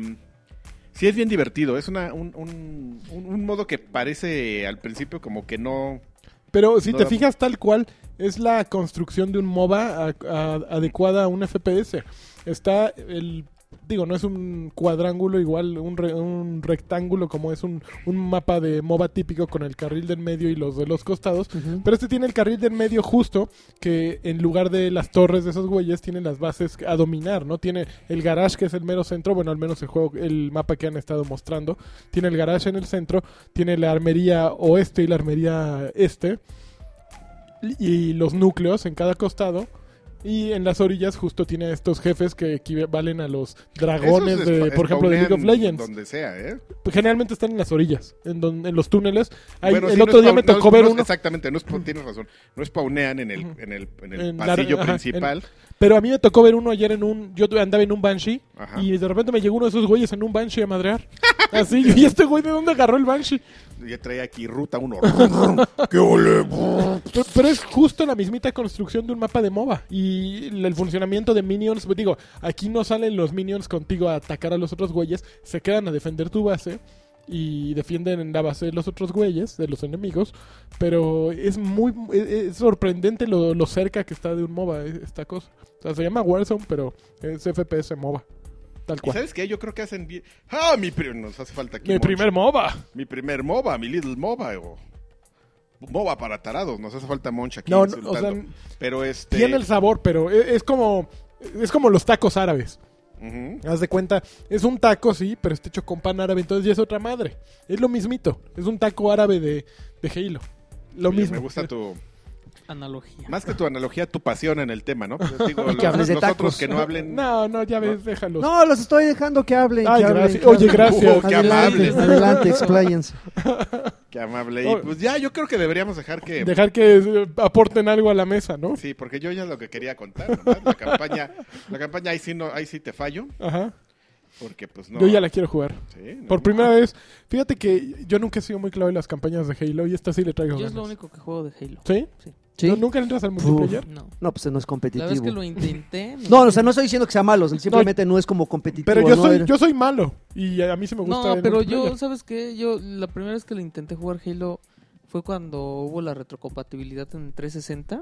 Speaker 1: Sí es bien divertido, es una, un, un- un- un modo que parece al principio como que no...
Speaker 3: Pero si
Speaker 1: No
Speaker 3: te
Speaker 1: la-
Speaker 3: fijas tal cual, es la construcción de un MOBA a- a- adecuada a un FPS. Está el... Digo, no es un cuadrángulo igual, un, re- un rectángulo como es un, un mapa de MOBA típico con el carril del medio y los de los costados.
Speaker 2: Ujú.
Speaker 3: Pero este tiene el carril del medio justo, que en lugar de las torres de esos güeyes, tiene las bases a dominar, ¿no? Tiene el garage, que es el mero centro, bueno, al menos el juego, el mapa que han estado mostrando. Tiene el garage en el centro, tiene la armería oeste y la armería este, y los núcleos en cada costado. Y en las orillas justo tiene a estos jefes que equivalen a los dragones,
Speaker 1: Esos
Speaker 3: de,
Speaker 1: spa-
Speaker 3: por ejemplo, de League of
Speaker 1: spawnean
Speaker 3: Legends. Pues,
Speaker 1: Donde sea, ¿eh?
Speaker 3: Generalmente están en las orillas, en, don- en los túneles. Ahí-
Speaker 1: Bueno,
Speaker 3: el
Speaker 1: sí, no
Speaker 3: otro
Speaker 1: es
Speaker 3: día
Speaker 1: pau-
Speaker 3: me
Speaker 1: no es-
Speaker 3: tocó ver
Speaker 1: no es-
Speaker 3: uno.
Speaker 1: Exactamente, no es, pau- tienes razón. No spawnean en el,
Speaker 3: Ujú.
Speaker 1: en el, en el
Speaker 3: En la-
Speaker 1: pasillo
Speaker 3: ajá,
Speaker 1: principal.
Speaker 3: Pero a mí me tocó ver uno ayer en un. Yo andaba en un Banshee.
Speaker 1: Ajá.
Speaker 3: Y de repente me llegó uno de esos güeyes en un Banshee a madrear. Así. ¿Y este güey de dónde agarró el Banshee?
Speaker 1: Ya trae aquí ruta 1. ¡Qué ole!
Speaker 3: Pero, pero es justo la mismita construcción de un mapa de MOBA. Y el funcionamiento de minions. pues, Digo, aquí no salen los minions contigo a atacar a los otros güeyes. Se quedan a defender tu base. Y defienden en la base de los otros güeyes, de los enemigos. Pero es muy. Es, es sorprendente lo, lo cerca que está de un MOBA eh, esta cosa. O sea, se llama Warzone, pero es FPS MOBA. Tal
Speaker 1: ¿Y
Speaker 3: cual.
Speaker 1: sabes qué? Yo creo que hacen bien. ¡Ah! Mi pri- Nos hace falta aquí.
Speaker 3: Mi
Speaker 1: Monch.
Speaker 3: primer MOBA.
Speaker 1: Mi primer MOBA, mi Little MOBA. o- MOBA para tarados. Nos hace falta Monch aquí.
Speaker 3: No, no,
Speaker 1: insultando.
Speaker 3: o sea,
Speaker 1: Pero este.
Speaker 3: tiene el sabor, pero e- es como es como los tacos árabes.
Speaker 1: Ujú.
Speaker 3: Haz de cuenta, es un taco, sí, pero está hecho con pan árabe, entonces ya es otra madre. Es lo mismito, es un taco árabe de, de Halo. Lo
Speaker 1: Oye,
Speaker 3: mismo.
Speaker 1: Me gusta tu.
Speaker 4: Analogía.
Speaker 1: Más que tu analogía, tu pasión en el tema, ¿no? Pues, digo,
Speaker 2: que hables de
Speaker 1: nosotros
Speaker 2: tacos.
Speaker 1: que no hablen.
Speaker 3: No, no, ya ves, déjalos.
Speaker 2: No, los estoy dejando que hablen.
Speaker 3: Ay,
Speaker 2: que hablen,
Speaker 3: gracias.
Speaker 2: que
Speaker 3: Oye,
Speaker 2: hablen.
Speaker 3: gracias.
Speaker 1: Ujú, qué
Speaker 2: adelante,
Speaker 1: amables.
Speaker 2: adelante, expláyense.
Speaker 1: Qué amable. Y pues ya, yo creo que deberíamos dejar que.
Speaker 3: Dejar que eh, aporten algo a la mesa, ¿no?
Speaker 1: Sí, porque yo ya lo que quería contar, nomás, La campaña, la campaña ahí sí no, ahí sí te fallo,
Speaker 3: Ajá.
Speaker 1: porque pues no.
Speaker 3: Yo ya la quiero jugar.
Speaker 1: Sí, no.
Speaker 3: Por primera vez, fíjate que yo nunca he sido muy clave en las campañas de Halo y esta sí le traigo
Speaker 4: Yo es
Speaker 3: ganas.
Speaker 4: lo único que juego de Halo.
Speaker 3: ¿Sí?
Speaker 2: ¿Sí?
Speaker 3: ¿No- ¿Nunca entras al multiplayer?
Speaker 4: No.
Speaker 2: No, pues no es
Speaker 4: La vez que
Speaker 2: competitivo.
Speaker 4: lo intenté.
Speaker 2: No, o sea, no estoy diciendo que sea malo, simplemente no, es como competitivo.
Speaker 3: Pero yo
Speaker 2: ¿no?
Speaker 3: soy,
Speaker 2: Era-
Speaker 3: yo soy malo y a mí se me gusta.
Speaker 4: No,
Speaker 3: el
Speaker 4: pero
Speaker 3: multiplayer.
Speaker 4: yo, ¿sabes qué? Yo, la primera vez que le intenté jugar Halo fue cuando hubo la retrocompatibilidad en 360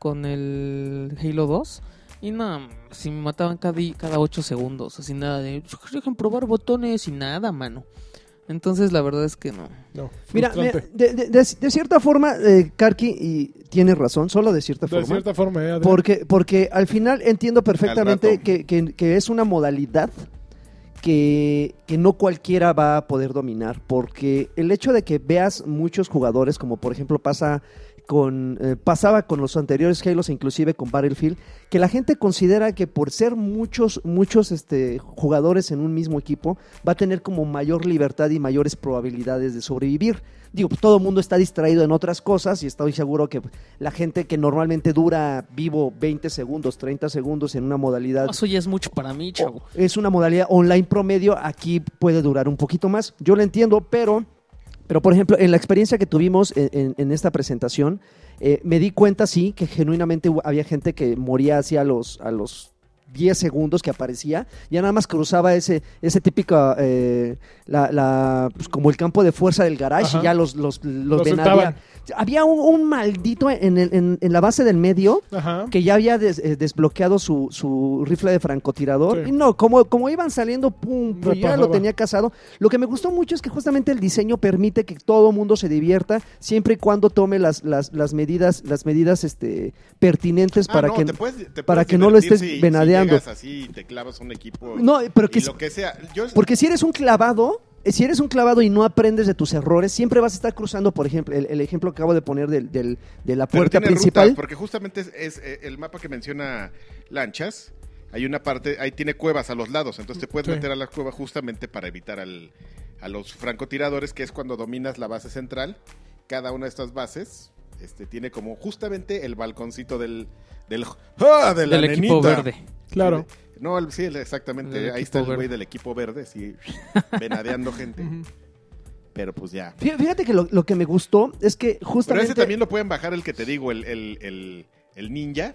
Speaker 4: con el Halo 2. Y nada, si me mataban cada, cada 8 segundos, así nada de. Dejen probar botones y nada, mano. Entonces, la verdad es que no.
Speaker 3: No,
Speaker 2: Mira, mira,
Speaker 3: frustrante.
Speaker 2: de, de- de- de cierta forma, eh, Karki, y tiene razón, solo de cierta
Speaker 3: de
Speaker 2: forma.
Speaker 3: cierta forma, eh, Adrián.
Speaker 2: Porque, porque al final entiendo
Speaker 1: Al
Speaker 2: perfectamente
Speaker 1: rato.
Speaker 2: que, que- que es una modalidad que, que no cualquiera va a poder dominar. Porque el hecho de que veas muchos jugadores, como por ejemplo pasa con eh, pasaba con los anteriores Halos, inclusive con Battlefield, que la gente considera que por ser muchos, muchos este, jugadores en un mismo equipo, va a tener como mayor libertad y mayores probabilidades de sobrevivir. Digo, pues, todo el mundo está distraído en otras cosas y estoy seguro que la gente que normalmente dura vivo 20 segundos, 30 segundos en una modalidad
Speaker 4: Eso ya es mucho para mí, chavo.
Speaker 2: es una modalidad online promedio, aquí puede durar un poquito más. Yo lo entiendo, pero, pero por ejemplo, en la experiencia que tuvimos en, en- en esta presentación, eh, me di cuenta, sí, que genuinamente hu- había gente que moría hacia los, a los 10 segundos que aparecía, ya nada más cruzaba ese, ese típico, eh, la, la- pues, como el campo de fuerza del garage,
Speaker 3: Ajá.
Speaker 2: y ya los, los, los,
Speaker 3: Los
Speaker 2: venabía. Había un, un maldito en, el- en- en la base del medio
Speaker 3: Ajá.
Speaker 2: que ya había des- eh, desbloqueado su, su rifle de francotirador.
Speaker 3: Sí.
Speaker 2: Y no, como, como iban saliendo, pum, pues
Speaker 3: No
Speaker 2: yo ya lo
Speaker 3: pasaba.
Speaker 2: tenía casado. Lo que me gustó mucho es que justamente el diseño permite que todo mundo se divierta siempre y cuando tome las, las, las medidas, las medidas este, pertinentes
Speaker 1: Ah,
Speaker 2: para
Speaker 1: no,
Speaker 2: que.
Speaker 1: te puedes- te
Speaker 2: para
Speaker 1: puedes
Speaker 2: que no lo
Speaker 1: divertir
Speaker 2: estés
Speaker 1: si-
Speaker 2: venadeando.
Speaker 1: Si llegas así y te clavas un equipo. y-
Speaker 2: No, pero que.
Speaker 1: y lo que sea. Yo,
Speaker 2: Porque si eres un clavado, eh, si eres un clavado y no aprendes de tus errores, siempre vas a estar cruzando, por ejemplo, el, el ejemplo que acabo de poner del, del- de la
Speaker 1: pero
Speaker 2: puerta
Speaker 1: tiene rutas,
Speaker 2: principal.
Speaker 1: porque justamente es, es, eh, el mapa que menciona Lanchas. Hay una parte, ahí tiene cuevas a los lados, entonces te puedes
Speaker 3: Sí.
Speaker 1: meter a la cueva justamente para evitar al, a los francotiradores, que es cuando dominas la base central. Cada una de estas bases este, tiene como justamente el balconcito del... Del, ¡Ah, de la
Speaker 4: Del equipo
Speaker 1: nenita!
Speaker 4: verde.
Speaker 3: Claro.
Speaker 1: No, el- sí, el- exactamente.
Speaker 4: Del
Speaker 1: Ahí está el
Speaker 4: equipo
Speaker 1: güey
Speaker 4: verde.
Speaker 1: del equipo verde, sí, venadeando gente.
Speaker 3: Ujú.
Speaker 1: Pero pues ya.
Speaker 2: Fí- Fíjate que lo, lo que me gustó es que
Speaker 1: Pero
Speaker 2: justamente.
Speaker 1: ese también lo pueden bajar el que te digo, el, el, el, el ninja,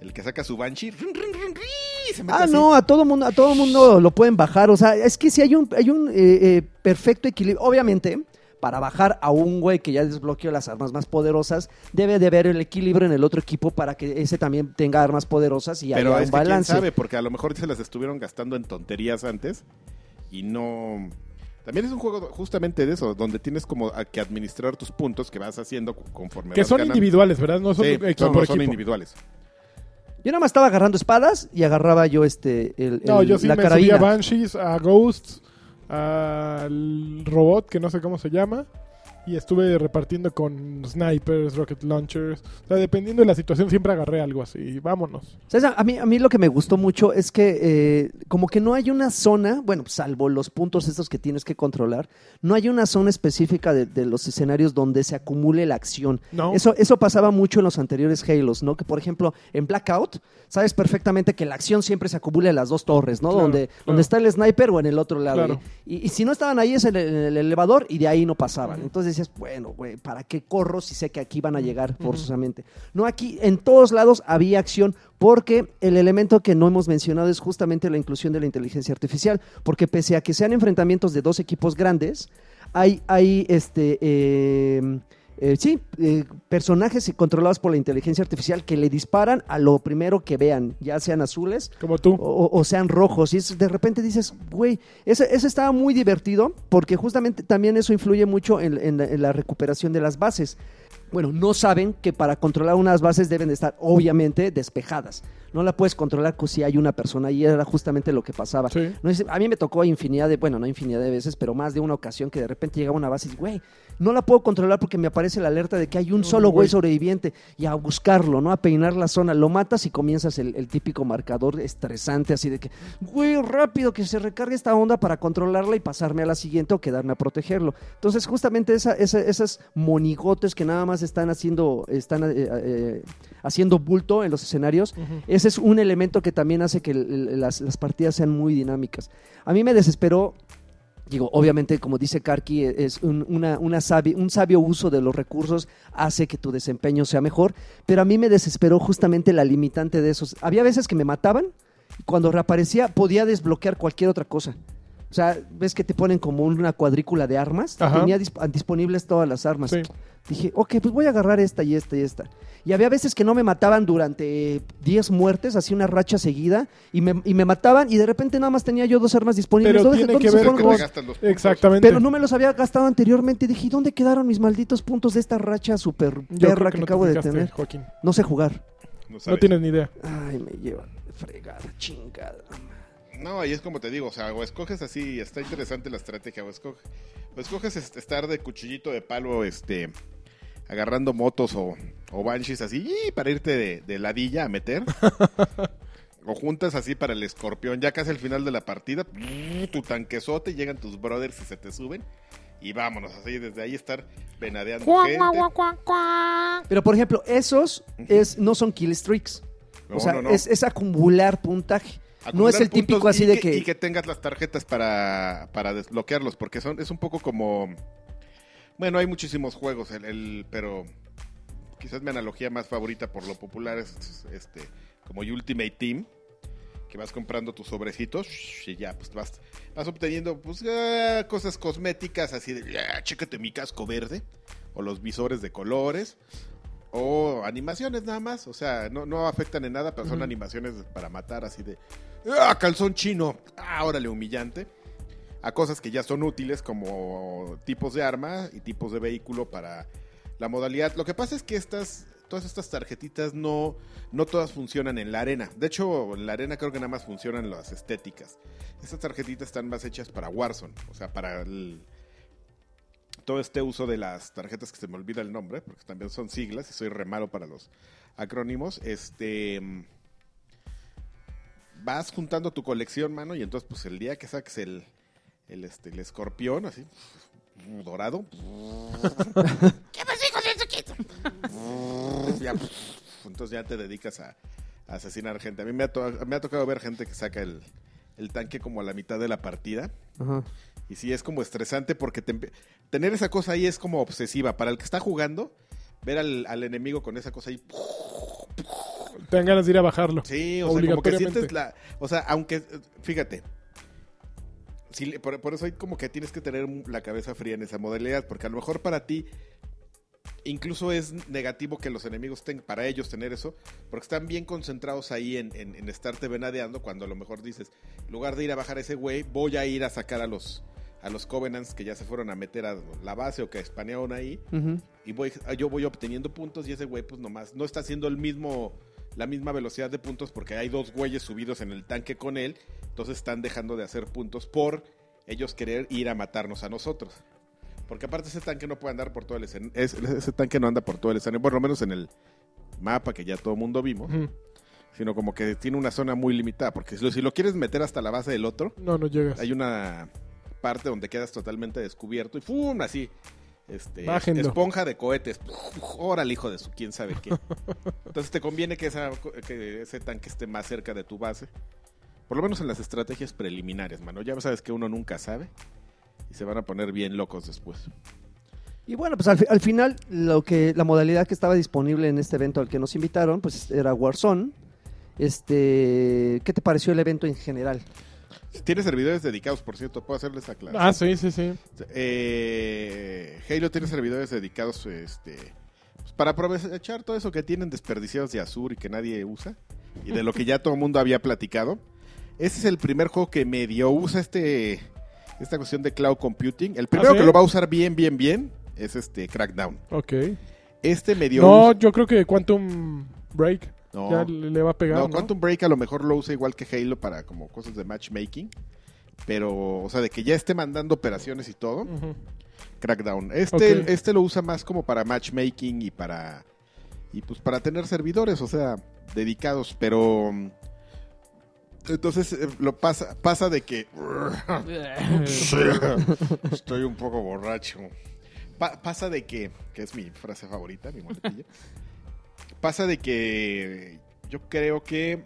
Speaker 1: el que saca su banshee. rin, rin, rin, rin, y se mete
Speaker 2: Ah,
Speaker 1: así.
Speaker 2: no, a todo mundo, a todo mundo lo pueden bajar. O sea, es que si hay un, hay un eh, eh, perfecto equilibrio. Obviamente, para bajar a un güey que ya desbloqueó las armas más poderosas, debe de haber el equilibrio en el otro equipo para que ese también tenga armas poderosas y
Speaker 1: Pero
Speaker 2: haya
Speaker 1: es
Speaker 2: un
Speaker 1: que quién
Speaker 2: balance.
Speaker 1: sabe, porque a lo mejor se las estuvieron gastando en tonterías antes y no... También es un juego justamente de eso, donde tienes como a- que administrar tus puntos que vas haciendo conforme
Speaker 3: Que
Speaker 1: vas
Speaker 3: son
Speaker 1: ganando.
Speaker 3: individuales, ¿verdad? No son
Speaker 1: Sí,
Speaker 3: equipo
Speaker 1: son-
Speaker 3: por
Speaker 1: son
Speaker 3: equipo.
Speaker 1: individuales.
Speaker 2: Yo nada más estaba agarrando espadas y agarraba yo este el,
Speaker 3: No,
Speaker 2: el-
Speaker 3: yo sí
Speaker 2: la
Speaker 3: me subí
Speaker 2: carabina.
Speaker 3: a Banshees, a Ghosts, al robot que no sé cómo se llama. Y estuve repartiendo con snipers, rocket launchers. O sea, dependiendo de la situación, siempre agarré algo así. y Vámonos.
Speaker 2: ¿Sabes? A, a mí, a mí lo que me gustó mucho es que eh, como que no hay una zona, bueno, salvo los puntos estos que tienes que controlar, no hay una zona específica de, de los escenarios donde se acumule la acción.
Speaker 3: No.
Speaker 2: Eso, eso pasaba mucho en los anteriores Halos, ¿no? Que por ejemplo, en Blackout, sabes perfectamente que la acción siempre se acumula en las dos torres, ¿no?
Speaker 3: Claro,
Speaker 2: donde,
Speaker 3: claro.
Speaker 2: donde está el sniper o en el otro lado. ¿eh?
Speaker 3: Claro.
Speaker 2: Y, y si no estaban ahí es en el, en el elevador y de ahí no pasaban. Entonces decías, bueno, güey, ¿para qué corro si sé que aquí van a llegar forzosamente? No, aquí en todos lados había acción porque el elemento que no hemos mencionado es justamente la inclusión de la inteligencia artificial, porque pese a que sean enfrentamientos de dos equipos grandes, hay, hay este... eh, eh, sí, eh, personajes controlados por la inteligencia artificial que le disparan a lo primero que vean, ya sean azules
Speaker 3: Como tú.
Speaker 2: o, o sean rojos. Y es- de repente dices, güey, eso, eso estaba muy divertido porque justamente también eso influye mucho en, en la, en la recuperación de las bases. Bueno, no saben que para controlar unas bases deben de estar obviamente despejadas. No la puedes controlar co- si hay una persona y era justamente lo que pasaba.
Speaker 3: Sí.
Speaker 2: No sé, a mí me tocó infinidad de, bueno, no infinidad de veces, pero más de una ocasión que de repente llegaba una base y, güey, no la puedo controlar porque me aparece la alerta de de que hay un solo güey sobreviviente y a buscarlo, ¿no? A peinar la zona. Lo matas y comienzas el, el típico marcador estresante, así de que, güey, rápido, que se recargue esta onda para controlarla y pasarme a la siguiente o quedarme a protegerlo. Entonces, justamente esa, esa- esas monigotes que nada más están haciendo, están eh, eh, haciendo bulto en los escenarios, ese es un elemento que también hace que el- el- las, las partidas sean muy dinámicas. A mí me desesperó Digo, obviamente, como dice Karki, e, es un, una- una sabi- un sabio uso de los recursos hace que tu desempeño sea mejor, pero a mí me desesperó justamente la limitante de esos. Había veces que me mataban y cuando reaparecía podía desbloquear cualquier otra cosa. O sea, ves que te ponen como una cuadrícula de armas.
Speaker 3: Ajá.
Speaker 2: Tenía dis- disponibles todas las armas.
Speaker 3: Sí.
Speaker 2: Dije, ok, pues voy a agarrar esta y esta y esta. Y había veces que no me mataban durante 10 muertes, así una racha seguida, y me, y me mataban y de repente nada más tenía yo dos armas disponibles.
Speaker 3: Pero
Speaker 2: ¿Dónde-
Speaker 3: tiene
Speaker 2: dónde
Speaker 3: que
Speaker 2: se
Speaker 3: ver
Speaker 2: fueron
Speaker 3: con-
Speaker 2: los-
Speaker 1: gastas los puntos.
Speaker 3: Exactamente.
Speaker 2: pero no me los había gastado anteriormente. Dije, ¿y dónde quedaron mis malditos puntos de esta racha super
Speaker 3: Yo creo
Speaker 2: perra que,
Speaker 3: no te
Speaker 2: acabo de
Speaker 3: fijaste,
Speaker 2: tener?
Speaker 3: Joaquín.
Speaker 2: No sé jugar.
Speaker 1: No,
Speaker 3: No
Speaker 1: sabes.
Speaker 3: tienes ni idea.
Speaker 2: Ay, me llevan de fregada, chingada.
Speaker 1: No, y es como te digo, o sea, o escoges así, está interesante la estrategia, o escoges, o escoges est- estar de cuchillito de palo, este, agarrando motos o, o banshees así, y para irte de, de ladilla a meter. o juntas así para el escorpión, ya casi al final de la partida, tu tanquezote, llegan tus brothers y se te suben. Y vámonos, así desde ahí estar venadeando gente.
Speaker 2: Pero por ejemplo, esos es, no son kill streaks.
Speaker 1: No,
Speaker 2: o sea,
Speaker 1: no, no.
Speaker 2: Es, es acumular puntaje. no
Speaker 1: Acumular
Speaker 2: es el
Speaker 1: puntos
Speaker 2: típico así
Speaker 1: y
Speaker 2: de que.
Speaker 1: Y que tengas las tarjetas para, para desbloquearlos, porque son es un poco como... Bueno, hay muchísimos juegos, el, el- pero quizás mi analogía más favorita por lo popular es este como Ultimate Team, que vas comprando tus sobrecitos y ya, pues vas, vas obteniendo pues, ah, cosas cosméticas así de, ah, chécate mi casco verde, o los visores de colores, o animaciones nada más, o sea, no, no afectan en nada, pero son animaciones para matar así de, ah, calzón chino, ah, órale, humillante, a cosas que ya son útiles como tipos de arma y tipos de vehículo para la modalidad. Lo que pasa es que estas, todas estas tarjetitas no, no todas funcionan en la arena. De hecho, en la arena creo que nada más funcionan las estéticas. Estas tarjetitas están más hechas para Warzone, o sea, para el- todo este uso de las tarjetas que se me olvida el nombre, porque también son siglas y soy re malo para los acrónimos. Este. mm, Vas juntando tu colección, mano, y entonces, pues el día que saques el, el, este, el escorpión, así, dorado, ya, entonces ya te dedicas a, a asesinar gente. A mí me ha, to- me ha tocado ver gente que saca el, el tanque como a la mitad de la partida.
Speaker 2: Ajá.
Speaker 1: Y sí, es como estresante porque te empie- tener esa cosa ahí es como obsesiva. Para el que está jugando, ver al, al enemigo con esa cosa ahí.
Speaker 3: Te dan ganas de ir a bajarlo.
Speaker 1: Sí, o sea, como que
Speaker 3: Obligatoriamente.
Speaker 1: sientes la. O sea, aunque. Fíjate. Sí, le- por, por eso hay como que tienes que tener la cabeza fría en esa modalidad, porque a lo mejor para ti incluso es negativo que los enemigos tengan, para ellos tener eso, porque están bien concentrados ahí en, en- en estarte venadeando cuando a lo mejor dices, en lugar de ir a bajar a ese güey, voy a ir a sacar a los, a los Covenants que ya se fueron a meter a la base o que espanearon ahí,
Speaker 2: Ujú.
Speaker 1: y voy, ah, yo voy obteniendo puntos y ese güey pues nomás no está haciendo el mismo la misma velocidad de puntos porque hay dos güeyes subidos en el tanque con él, entonces están dejando de hacer puntos por ellos querer ir a matarnos a nosotros. Porque aparte ese tanque no puede andar por todo el escenario, ese tanque no anda por todo el escenario, por lo menos en el mapa que ya todo el mundo vimos,
Speaker 3: Ujú.
Speaker 1: sino como que tiene una zona muy limitada, porque si lo, si lo quieres meter hasta la base del otro,
Speaker 3: No, no llegas.
Speaker 1: hay una parte donde quedas totalmente descubierto y ¡fum! así. Este,
Speaker 3: Bájenlo.
Speaker 1: esponja de cohetes. Órale, hijo de su, quién sabe qué. Entonces te conviene que, esa, co- que ese tanque esté más cerca de tu base. Por lo menos en las estrategias preliminares, mano. Ya sabes que uno nunca sabe. Y se van a poner bien locos después.
Speaker 2: Y bueno, pues al, fi- al final lo que la modalidad que estaba disponible en este evento al que nos invitaron, pues era Warzone. Este, ¿qué te pareció el evento en general?
Speaker 1: Tiene servidores dedicados, por cierto. Puedo hacerles aclarar.
Speaker 3: Ah, sí, sí, sí.
Speaker 1: Eh, Halo tiene servidores dedicados este, pues, para aprovechar todo eso que tienen desperdiciados de Azure y que nadie usa y de lo que ya todo el mundo había platicado. Ese es el primer juego que medio usa este esta cuestión de cloud computing. El primero
Speaker 3: ¿Ah, sí?
Speaker 1: que lo va a usar bien, bien, bien es este Crackdown.
Speaker 3: Ok.
Speaker 1: Este medio
Speaker 3: No,
Speaker 1: usa-
Speaker 3: yo creo que Quantum Break
Speaker 1: No.
Speaker 3: ya le le va a pegar.
Speaker 1: no,
Speaker 3: ¿no?
Speaker 1: Quantum Break a lo mejor lo usa igual que Halo para como cosas de matchmaking, pero o sea de que ya esté mandando operaciones y todo.
Speaker 3: Ujú.
Speaker 1: Crackdown. Este,
Speaker 3: Ok.
Speaker 1: este lo usa más como para matchmaking y para. Y pues para tener servidores, o sea, dedicados, pero. mm, Entonces eh, lo pasa, pasa de que. Sí, Estoy un poco borracho. Pa- pasa de que, que es mi frase favorita, mi muletilla. Pasa de que yo creo que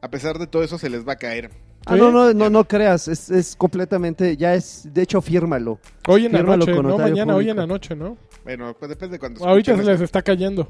Speaker 1: a pesar de todo eso se les va a caer.
Speaker 2: Ah, no, no, no, no creas, es, es completamente, ya es, de hecho, fírmalo.
Speaker 3: Hoy en la
Speaker 2: Fírmalo
Speaker 3: noche,
Speaker 2: con
Speaker 3: no
Speaker 2: notario
Speaker 3: mañana, hoy en la
Speaker 2: público.
Speaker 3: noche, ¿no?
Speaker 1: Bueno, pues depende de cuando
Speaker 3: Ahorita se
Speaker 1: escuchen
Speaker 3: les
Speaker 1: esto.
Speaker 3: está cayendo.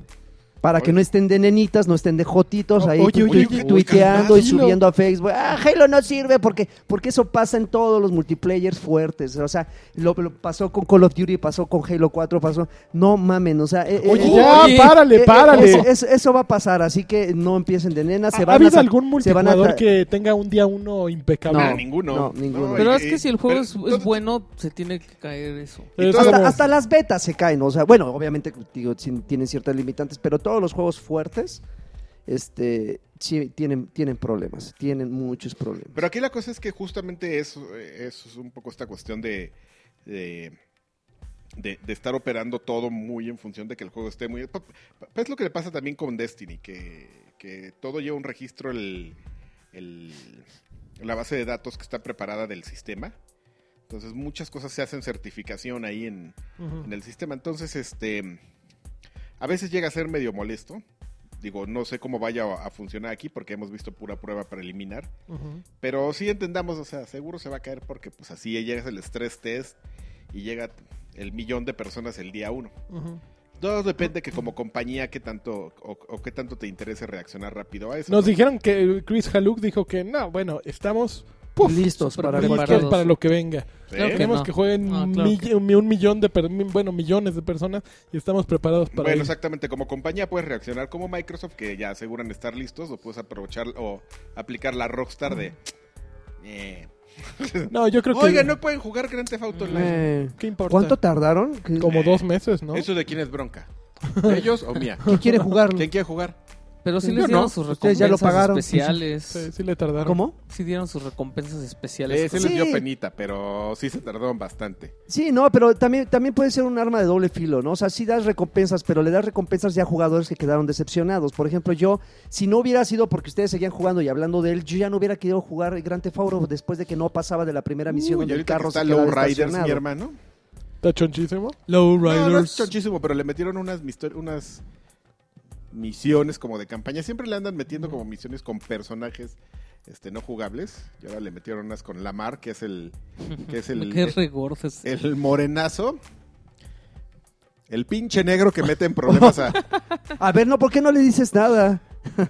Speaker 2: Para que
Speaker 1: Oye.
Speaker 2: no estén de nenitas, no estén de jotitos
Speaker 3: No,
Speaker 2: ahí
Speaker 3: oye,
Speaker 2: tu-
Speaker 3: oye,
Speaker 2: tu-
Speaker 3: oye,
Speaker 2: tuiteando y
Speaker 3: Halo.
Speaker 2: subiendo a Facebook. Ah, Halo no sirve porque, porque eso pasa en todos los multiplayers fuertes. O sea, lo, lo pasó con Call of Duty, pasó con Halo 4, pasó. No mamen, o sea. eh, eh,
Speaker 3: Oye,
Speaker 2: eh,
Speaker 3: ya,
Speaker 4: oye,
Speaker 3: párale,
Speaker 2: eh, eh,
Speaker 3: párale.
Speaker 2: Eso, eso- eso va a pasar, así que no empiecen de nena. Ah, Se
Speaker 3: ¿Ha
Speaker 2: van a
Speaker 3: habido
Speaker 2: sa-
Speaker 3: algún
Speaker 2: se van a
Speaker 3: multijugador
Speaker 2: sa-
Speaker 3: que tenga un día uno impecable?
Speaker 1: Ah,
Speaker 2: No,
Speaker 1: ninguno.
Speaker 2: no, ninguno.
Speaker 1: No,
Speaker 4: Pero
Speaker 1: y-
Speaker 4: es que si el juego
Speaker 1: pero
Speaker 4: es, es
Speaker 1: todo-
Speaker 4: bueno, se tiene que caer eso.
Speaker 3: Es como-
Speaker 2: Hasta, hasta las betas se caen, o sea, bueno, obviamente digo, sí tienen ciertas limitantes, pero todos los juegos fuertes este, sí tienen, tienen problemas, tienen muchos problemas.
Speaker 1: Pero aquí la cosa es que justamente es, es un poco esta cuestión de, de, de- de estar operando todo muy en función de que el juego esté muy... pa- pa- Es lo que le pasa también con Destiny, que, que todo lleva un registro, el, el- la base de datos que está preparada del sistema. Entonces muchas cosas se hacen certificación ahí en,
Speaker 3: Ujú.
Speaker 1: en el sistema. Entonces, este, a veces llega a ser medio molesto. Digo, no sé cómo vaya a a funcionar aquí porque hemos visto pura prueba preliminar.
Speaker 3: Ujú.
Speaker 1: Pero sí entendamos, o sea, seguro se va a caer porque pues así llegas el estrés test y llega el millón de personas el día uno.
Speaker 3: Ujú.
Speaker 1: Todo depende que como compañía qué tanto o, o qué tanto te interese reaccionar rápido a eso.
Speaker 3: Nos
Speaker 1: ¿no?
Speaker 3: dijeron que Chris Haluk dijo que no, bueno, estamos
Speaker 2: Listos
Speaker 4: súper
Speaker 2: para
Speaker 4: preparados.
Speaker 2: cualquier-
Speaker 3: listos para lo que venga.
Speaker 1: ¿Sí?
Speaker 4: Claro
Speaker 3: Queremos
Speaker 4: no.
Speaker 3: que jueguen
Speaker 4: No, Ah, claro
Speaker 3: mill-
Speaker 4: que
Speaker 3: un millón de per- mi- bueno, millones de personas y estamos preparados para
Speaker 1: Bueno,
Speaker 3: ello.
Speaker 1: exactamente, como compañía puedes reaccionar como Microsoft que ya aseguran estar listos o puedes aprovechar o aplicar la Rockstar de... Eh,
Speaker 3: No, yo creo que
Speaker 1: Oiga, no pueden jugar Grand Theft Auto Online.
Speaker 2: Eh,
Speaker 3: ¿qué importa?
Speaker 2: ¿Cuánto tardaron? ¿Qué-
Speaker 3: Como dos meses, ¿no?
Speaker 1: ¿Eso de quién es bronca? ¿De ellos o mía?
Speaker 2: ¿Quién quiere jugarlo?
Speaker 1: ¿Quién quiere jugar?
Speaker 4: Pero
Speaker 1: Yo
Speaker 4: sí les dieron
Speaker 1: no.
Speaker 4: sus
Speaker 2: Ustedes ya lo
Speaker 4: recompensas
Speaker 2: pagaron.
Speaker 4: especiales. Sí,
Speaker 3: Sí, sí le tardaron.
Speaker 2: ¿Cómo?
Speaker 4: dieron sus recompensas especiales.
Speaker 1: Eh, sí
Speaker 2: Sí.
Speaker 1: les dio penita, pero sí se tardaron bastante.
Speaker 2: Sí, no, pero también, también puede ser un arma de doble filo, ¿no? O sea, sí das recompensas, pero le das recompensas ya a jugadores que quedaron decepcionados. Por ejemplo, yo, si no hubiera sido porque ustedes seguían jugando y hablando de él, yo ya no hubiera querido jugar Grand Theft Auto después de que no pasaba de la primera misión
Speaker 1: Uy,
Speaker 2: donde el
Speaker 1: ahorita que
Speaker 2: carro
Speaker 1: está
Speaker 2: se quedaba
Speaker 1: Low Riders, mi
Speaker 2: estacionado.
Speaker 1: hermano.
Speaker 3: ¿Está chonchísimo?
Speaker 1: No, no es chonchísimo, pero le metieron unas, misto- unas misiones como de campaña. Siempre le andan metiendo como misiones con personajes este, no jugables. Y ahora le metieron unas con Lamar, que es el, que es el,
Speaker 4: Qué rigor. es-
Speaker 1: el morenazo. El pinche negro que mete en problemas a...
Speaker 2: A ver, no, ¿por qué no le dices nada?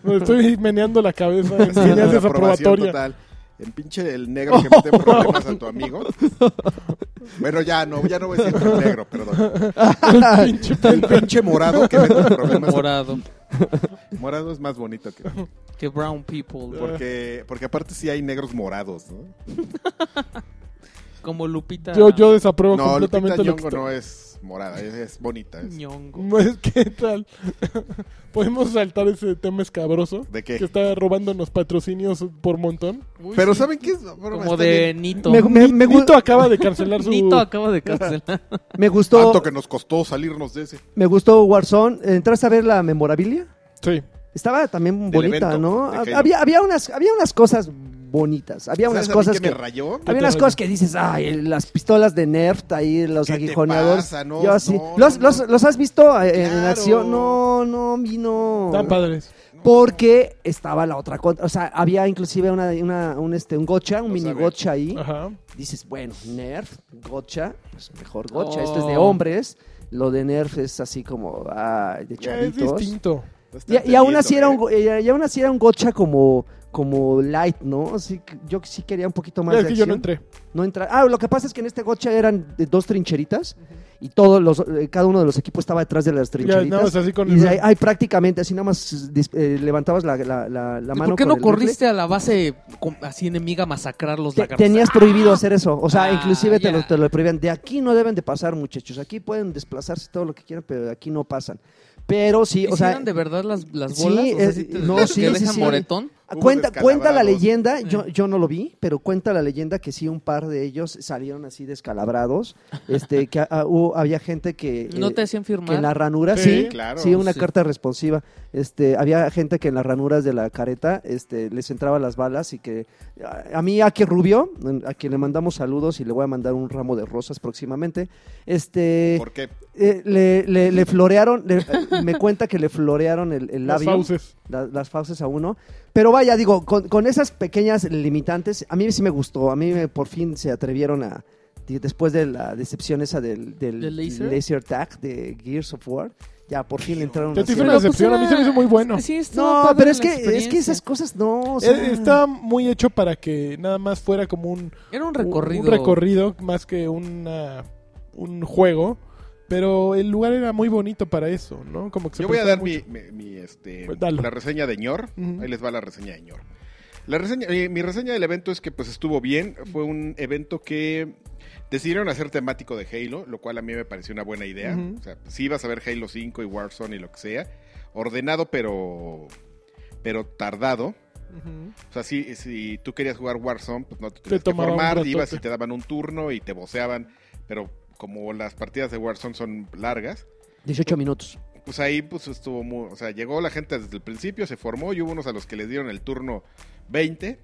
Speaker 3: Me estoy meneando la cabeza eh. en
Speaker 1: Sí,
Speaker 3: señal
Speaker 1: la aprobación
Speaker 3: desaprobatoria.
Speaker 1: total. El pinche el negro que mete en problemas a tu amigo. Bueno, ya no, ya no voy a decir el negro, perdón.
Speaker 3: El pinche-
Speaker 1: El pinche morado que mete en problemas. a-
Speaker 4: Morado.
Speaker 1: Morado es más bonito que...
Speaker 4: Que brown people.
Speaker 1: Porque, porque aparte sí hay negros morados, ¿no?
Speaker 4: Como Lupita.
Speaker 3: Yo, yo desapruebo
Speaker 1: No, Lupita
Speaker 3: completamente lo que
Speaker 1: Nyong'o no
Speaker 3: está-
Speaker 1: es morada, es, es bonita. es-
Speaker 4: Ñongo.
Speaker 3: No es que tal. Podemos saltar ese tema escabroso
Speaker 1: ¿De
Speaker 3: que
Speaker 1: qué?
Speaker 3: está robándonos patrocinios por montón.
Speaker 1: Pero ¿saben qué es? Bueno,
Speaker 4: Como
Speaker 1: está
Speaker 4: de
Speaker 1: bien.
Speaker 4: Nito.
Speaker 2: Me- me- me gu-
Speaker 3: Nito acaba de cancelar su
Speaker 4: Nito acaba de cancelar.
Speaker 2: Me gustó,
Speaker 1: Tanto que nos costó salirnos de ese.
Speaker 2: me gustó Warzone. ¿Entraste a ver la memorabilia?
Speaker 3: Sí.
Speaker 2: Estaba
Speaker 1: Del
Speaker 2: también bonita,
Speaker 1: evento
Speaker 2: ¿no?
Speaker 1: de Halo.
Speaker 2: Había, había, unas, había unas cosas bonitas, había unas
Speaker 1: ¿Sabes a mí
Speaker 2: cosas
Speaker 1: que,
Speaker 2: que...
Speaker 1: me rayó?
Speaker 2: Había unas cosas que dices, ay, las pistolas de Nerf, ahí los
Speaker 1: ¿Qué te
Speaker 2: aguijoneadores.
Speaker 1: pasa? No,
Speaker 2: Yo así.
Speaker 1: no,
Speaker 2: ¿Los,
Speaker 1: no,
Speaker 2: los-
Speaker 1: no.
Speaker 2: los has visto eh, en
Speaker 1: Claro.
Speaker 2: acción? No, no, mi no.
Speaker 3: Están padres.
Speaker 2: Porque estaba la otra contra. O sea, había inclusive una, una- un, este, un gotcha, un
Speaker 1: Lo
Speaker 2: mini
Speaker 1: sabe.
Speaker 2: gotcha ahí.
Speaker 3: Ajá.
Speaker 2: Dices, bueno, Nerf, gotcha, pues mejor gotcha.
Speaker 4: Oh.
Speaker 2: Esto es de hombres. Lo de Nerf es así como, ay, de
Speaker 3: Ya es
Speaker 2: chavitos.
Speaker 3: distinto.
Speaker 1: Está
Speaker 2: Y, y aún
Speaker 1: entendiendo,
Speaker 2: así era
Speaker 1: ¿eh?
Speaker 2: un, go- y, y aún así era un gotcha como, como light, ¿no? Así que yo sí quería un poquito más
Speaker 3: Ya es
Speaker 2: de
Speaker 3: que yo no
Speaker 2: acción.
Speaker 3: entré.
Speaker 2: No entra. Ah, lo que pasa es que en este gocha eran de dos trincheritas y todos los, eh, cada uno de los equipos estaba detrás de las
Speaker 3: Ya,
Speaker 2: trincheritas.
Speaker 3: nada más así con
Speaker 2: y
Speaker 3: el-
Speaker 2: de ahí, ahí prácticamente así nada más dis- eh, levantabas la, la, la, la
Speaker 4: ¿Y
Speaker 2: mano.
Speaker 4: ¿Por qué
Speaker 2: con
Speaker 4: no
Speaker 2: el rifle.
Speaker 4: corriste a la base con- así enemiga a masacrar los
Speaker 2: Te-
Speaker 4: lagartos?
Speaker 2: tenías prohibido hacer eso. O sea,
Speaker 4: Ah,
Speaker 2: inclusive te,
Speaker 4: ya.
Speaker 2: lo, te lo prohibían. De aquí no deben de pasar, muchachos. Aquí pueden desplazarse todo lo que quieran, pero de aquí no pasan. Pero sí,
Speaker 4: ¿Y
Speaker 2: o
Speaker 4: si
Speaker 2: sea,
Speaker 4: eran de verdad las, las
Speaker 2: sí,
Speaker 4: bolas? O sea,
Speaker 2: es-
Speaker 4: ¿sí te-
Speaker 2: no,
Speaker 4: te
Speaker 2: sí, sí,
Speaker 4: dejan
Speaker 2: sí.
Speaker 4: moretón?
Speaker 1: Hubo
Speaker 2: cuenta, cuenta la
Speaker 1: descalabrados.
Speaker 2: leyenda,
Speaker 4: Sí.
Speaker 2: yo, yo no lo vi, pero cuenta la leyenda que sí un par de ellos salieron así descalabrados, este, que ah, hubo- había gente que,
Speaker 4: no
Speaker 2: eh,
Speaker 4: te hacían
Speaker 2: que
Speaker 4: firmar.
Speaker 2: en la ranura,
Speaker 3: Sí,
Speaker 2: sí,
Speaker 1: claro.
Speaker 2: sí, una
Speaker 4: Sí.
Speaker 2: carta responsiva, este, había gente que en las ranuras de la careta, este, les entraba las balas y que, a, a mí, Ake Rubio, a quien le mandamos saludos y le voy a mandar un ramo de rosas próximamente, este...
Speaker 1: ¿Por qué?
Speaker 2: Eh, le, le- le florearon, le- eh, me cuenta que le florearon el, el
Speaker 3: Las
Speaker 2: labio,
Speaker 3: fauces.
Speaker 2: la- las fauces a uno. Pero vaya, digo, con, con esas pequeñas limitantes, a mí sí me gustó, a mí me- por fin se atrevieron a, di- después de la decepción esa del, del
Speaker 4: ¿Del laser?
Speaker 2: tag de Gears of War, ya por fin le entraron
Speaker 3: Yo
Speaker 2: a
Speaker 3: te hice
Speaker 2: hacer-
Speaker 3: una decepción, a mí se me hizo muy bueno.
Speaker 4: Sí, estaba
Speaker 2: pues, No,
Speaker 4: padre
Speaker 2: pero es
Speaker 4: la
Speaker 2: que, es que esas
Speaker 4: experiencia.
Speaker 2: cosas no... o
Speaker 3: Eh,
Speaker 2: sea,
Speaker 3: Está muy hecho para que nada más fuera como un
Speaker 4: Era un recorrido.
Speaker 3: Un recorrido más que una, un juego. Pero el lugar era muy bonito para eso, ¿no? Como que se
Speaker 1: Yo voy a
Speaker 3: prestaba
Speaker 1: dar mi,
Speaker 3: mucho.
Speaker 1: mi- mi, este,
Speaker 3: Pues dalo.
Speaker 1: la reseña de ñor.
Speaker 3: Ujú.
Speaker 1: Ahí les va la reseña de ñor. La reseña, eh, mi reseña del evento es que pues estuvo bien. Fue un evento que decidieron hacer temático de Halo, lo cual a mí me pareció una buena idea.
Speaker 3: Ujú.
Speaker 1: O sea, sí vas a ver Halo 5 y Warzone y lo que sea. Ordenado, pero, pero tardado.
Speaker 3: Ujú.
Speaker 1: O sea, si, si tú querías jugar Warzone, pues no te
Speaker 3: Te
Speaker 1: tenías que
Speaker 3: tomaba un
Speaker 1: formar,
Speaker 3: ratote.
Speaker 1: ibas y te daban un turno y te voceaban. Pero como las partidas de Warzone son largas,
Speaker 2: 18 minutos.
Speaker 1: pues ahí pues estuvo muy, o sea, llegó la gente desde el principio, se formó y hubo unos a los que les dieron el turno 20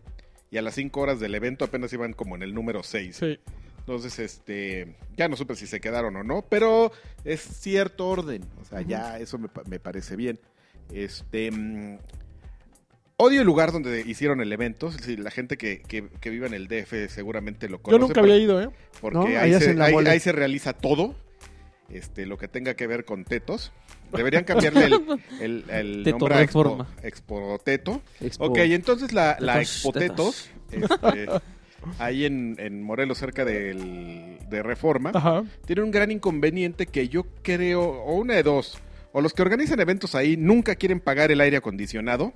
Speaker 1: y a las 5 horas del evento apenas iban como en el número 6.
Speaker 3: Sí.
Speaker 1: Entonces, este, ya no supe si se quedaron o no, pero es cierto orden, o sea, ya eso me, pa- me parece bien. Este, mm, odio el lugar donde hicieron el evento, si la gente que, que, que viva en el DF seguramente lo
Speaker 3: Yo
Speaker 1: conoce.
Speaker 3: nunca
Speaker 1: por-
Speaker 3: había ido, ¿eh?
Speaker 1: porque
Speaker 2: ¿No? Ahí
Speaker 1: ahí, se,
Speaker 2: hacen la
Speaker 1: ahí-
Speaker 2: mole.
Speaker 1: ahí se realiza todo, este, lo que tenga que ver con tetos. Deberían cambiarle el, el- el
Speaker 4: Teto
Speaker 1: nombre a Expo,
Speaker 4: Reforma.
Speaker 1: Expo Teto.
Speaker 2: Expo.
Speaker 1: Ok, entonces la, la
Speaker 4: Tetos,
Speaker 1: Expo Tetos, este, ahí en, en Morelos, cerca del- de Reforma,
Speaker 3: Ajá.
Speaker 1: tiene un gran inconveniente que yo creo, o una de dos, o los que organizan eventos ahí nunca quieren pagar el aire acondicionado,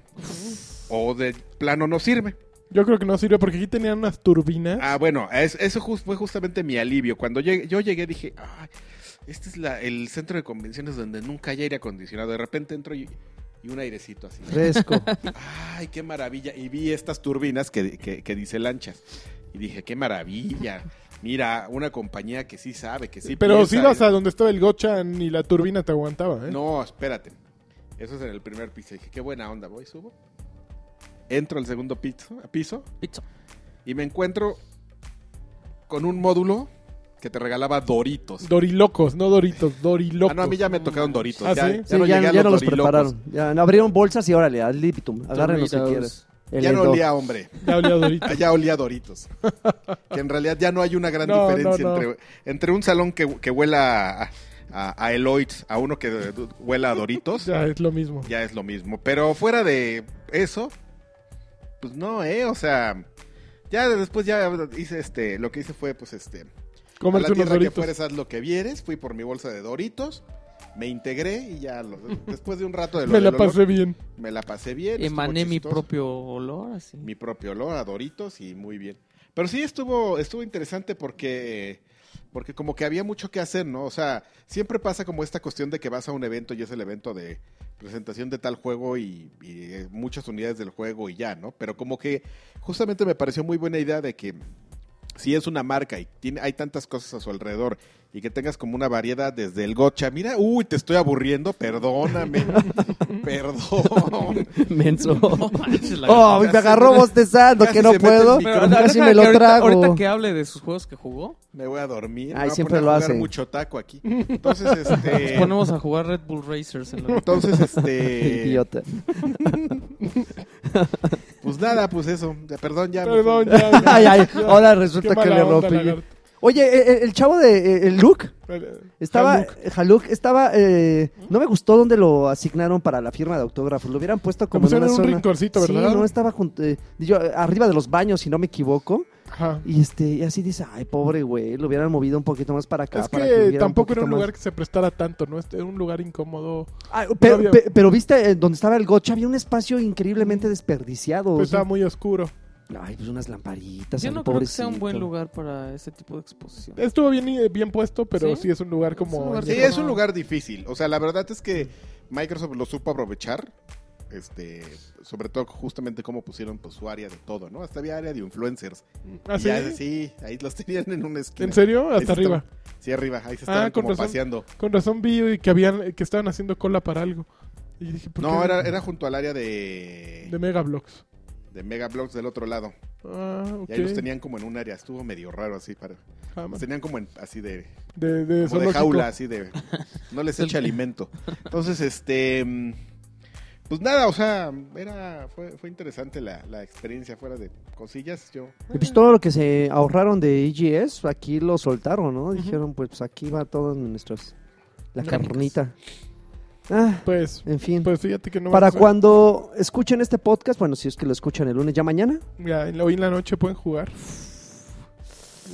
Speaker 1: o de plano no sirve.
Speaker 3: Yo creo que no sirve porque aquí tenían unas turbinas.
Speaker 1: Ah, bueno, es- eso jus- fue justamente mi alivio. Cuando llegué- yo llegué dije, "Ay, este es la- el centro de convenciones donde nunca hay aire acondicionado. De repente entro y, y un airecito así.
Speaker 2: Fresco.
Speaker 1: Ay, qué maravilla. Y vi estas turbinas que, que- que dice lanchas. Y dije, qué maravilla. Mira, una compañía que sí sabe, que sí
Speaker 3: pero
Speaker 1: piensa
Speaker 3: si ibas
Speaker 1: en-
Speaker 3: a donde estaba el Gochan y la turbina te aguantaba, ¿eh?
Speaker 1: No, espérate. Eso es en el primer piso. Dije, qué buena onda, voy, subo. Entro al segundo piso, piso
Speaker 4: Pizza.
Speaker 1: y me encuentro con un módulo que te regalaba Doritos.
Speaker 3: Dorilocos, no Doritos, Dorilocos.
Speaker 1: Ah, no, a mí ya me tocaron Doritos.
Speaker 3: Ah,
Speaker 1: ya,
Speaker 3: ¿sí?
Speaker 1: ya
Speaker 2: Sí,
Speaker 1: no
Speaker 2: ya,
Speaker 1: llegué a
Speaker 2: ya no
Speaker 1: los
Speaker 2: los
Speaker 1: Dorilocos.
Speaker 2: prepararon. Ya, no, abrieron bolsas y órale, al libitum. Agarren los que
Speaker 4: Doritos.
Speaker 2: quieran. El
Speaker 1: Ya no
Speaker 2: Edo.
Speaker 1: olía hombre.
Speaker 3: Ya olía a Doritos.
Speaker 1: Ah, Ya olía Doritos. que en realidad ya no hay una gran
Speaker 3: No,
Speaker 1: diferencia
Speaker 3: no, no.
Speaker 1: Entre, entre un salón que, que huela a, a, a Eloids a uno que huela a Doritos.
Speaker 3: ya es lo mismo.
Speaker 1: ya es lo mismo. Pero fuera de eso, pues no, ¿eh? O sea, ya después ya hice este, lo que hice fue pues este, a la
Speaker 3: Comerse unos
Speaker 1: tierra que
Speaker 3: Doritos.
Speaker 1: fueres haz lo que vieres, fui por mi bolsa de Doritos, me integré y ya lo- después de un rato de lo
Speaker 3: Me la
Speaker 1: del olor,
Speaker 3: pasé bien.
Speaker 1: me la pasé bien. estuvo
Speaker 4: Emané mi
Speaker 1: chistoso,
Speaker 4: propio olor, así.
Speaker 1: mi propio olor a Doritos y muy bien. Pero sí estuvo estuvo interesante porque porque como que había mucho que hacer, ¿no? O sea, siempre pasa como esta cuestión de que vas a un evento y es el evento de presentación de tal juego y, y eh, muchas unidades del juego y ya, ¿no? Pero como que justamente me pareció muy buena idea de que si es una marca y tiene, hay tantas cosas a su alrededor y que tengas como una variedad desde el gocha, mira, uy, te estoy aburriendo, perdóname, perdón.
Speaker 2: Menso.
Speaker 4: manches, la
Speaker 2: Oh,
Speaker 1: casi-
Speaker 2: me agarró bostezando
Speaker 1: casi
Speaker 2: que no
Speaker 1: se mete el
Speaker 2: puedo.
Speaker 1: micro-
Speaker 4: Pero ahora-
Speaker 2: Casi
Speaker 4: ahora
Speaker 2: me
Speaker 4: que
Speaker 2: lo
Speaker 4: ahorita-
Speaker 2: trago.
Speaker 4: Ahorita que hable de sus juegos que jugó,
Speaker 1: Me voy a dormir.
Speaker 2: Ay,
Speaker 1: me voy a
Speaker 2: siempre
Speaker 1: poner
Speaker 2: lo
Speaker 1: a jugar
Speaker 2: hacen.
Speaker 1: mucho taco aquí. Entonces,
Speaker 4: nos
Speaker 1: este.
Speaker 4: ponemos a jugar Red Bull Racers en la
Speaker 1: Entonces, este.
Speaker 2: Idiota.
Speaker 1: Pues nada, pues eso. Ya, Perdón, ya. me
Speaker 3: Perdón,
Speaker 1: fui.
Speaker 3: ya. ya.
Speaker 2: Ay, ay, ahora
Speaker 3: Qué
Speaker 2: resulta que
Speaker 3: mala
Speaker 2: le
Speaker 3: onda,
Speaker 2: rompe.
Speaker 3: lagarto.
Speaker 2: Oye, eh, eh, el chavo de eh, el Luke estaba
Speaker 3: Jaluk.
Speaker 2: Haluk estaba eh, no me gustó dónde lo asignaron para la firma de autógrafos. Lo hubieran puesto
Speaker 3: Lo
Speaker 2: como en
Speaker 3: pusieron
Speaker 2: una
Speaker 3: en un
Speaker 2: zona.
Speaker 3: rinconcito,
Speaker 2: sí,
Speaker 3: ¿verdad?
Speaker 2: no estaba junto, eh, yo, eh, arriba de los baños, si no me equivoco.
Speaker 3: Ajá.
Speaker 2: Y este, y así dice, ay, pobre güey, lo hubieran movido un poquito más para acá.
Speaker 1: Ah,
Speaker 3: Es
Speaker 2: para
Speaker 3: que,
Speaker 2: hubiera
Speaker 3: tampoco era
Speaker 2: poquito
Speaker 3: un
Speaker 2: más-
Speaker 3: lugar que se prestara tanto, ¿no? Este, Era un lugar incómodo.
Speaker 1: Pues
Speaker 2: Ah, pero,
Speaker 3: había-
Speaker 2: pe- pero viste, eh, donde estaba el gocha había un espacio increíblemente desperdiciado. o
Speaker 3: Pues
Speaker 2: sea,
Speaker 3: estaba muy oscuro.
Speaker 2: Ay, pues unas lamparitas.
Speaker 4: Yo
Speaker 2: al
Speaker 4: no creo que sea un
Speaker 2: pobrecito.
Speaker 4: buen lugar para este tipo de exposición.
Speaker 3: Estuvo bien, eh, bien puesto, pero
Speaker 4: ¿Sí?
Speaker 3: sí, es un lugar como.
Speaker 4: Es un lugar
Speaker 1: Sí, es un lugar difícil. O sea, la verdad es que Microsoft lo supo aprovechar. este, sobre todo justamente cómo pusieron pues, su área de todo, ¿no? Hasta había área de influencers.
Speaker 3: ¿Ah,
Speaker 1: Y
Speaker 3: sí?
Speaker 1: ya, sí, ahí los tenían en una esquina.
Speaker 3: ¿En serio?
Speaker 1: Ahí
Speaker 3: Hasta
Speaker 1: se estaban-
Speaker 3: arriba. Ah,
Speaker 1: Sí, arriba, ahí se estaban
Speaker 3: con
Speaker 1: como
Speaker 3: razón.
Speaker 1: paseando.
Speaker 3: Con razón vi que habían que estaban haciendo cola para algo. Y dije, ¿por
Speaker 1: No,
Speaker 3: qué?
Speaker 1: era, era junto al área de,
Speaker 3: de
Speaker 1: de...
Speaker 3: Megablocks.
Speaker 1: Megablocks del otro lado.
Speaker 3: Ah, ok.
Speaker 1: Y ahí los tenían como en un área, estuvo medio raro así para...
Speaker 3: Ah, man.
Speaker 1: Los tenían como en, así de,
Speaker 3: de, de
Speaker 1: como de
Speaker 3: zoológico.
Speaker 1: jaula, así de... No les echa alimento. Entonces, este... mm, Pues nada, o sea, era, fue, fue interesante la, la experiencia fuera de cosillas. Yo,
Speaker 2: Y pues todo lo que se ahorraron de EGS, aquí lo soltaron, ¿no? Dijeron, pues, pues aquí va todo en nuestras... La
Speaker 4: Gráficas.
Speaker 2: carnita. Ah,
Speaker 3: Pues,
Speaker 2: en fin.
Speaker 3: pues fíjate que no
Speaker 2: Para
Speaker 3: vamos a-
Speaker 2: cuando escuchen este podcast, bueno, si es que lo escuchan el lunes, ya mañana.
Speaker 3: Ya, en la- hoy en la noche pueden jugar.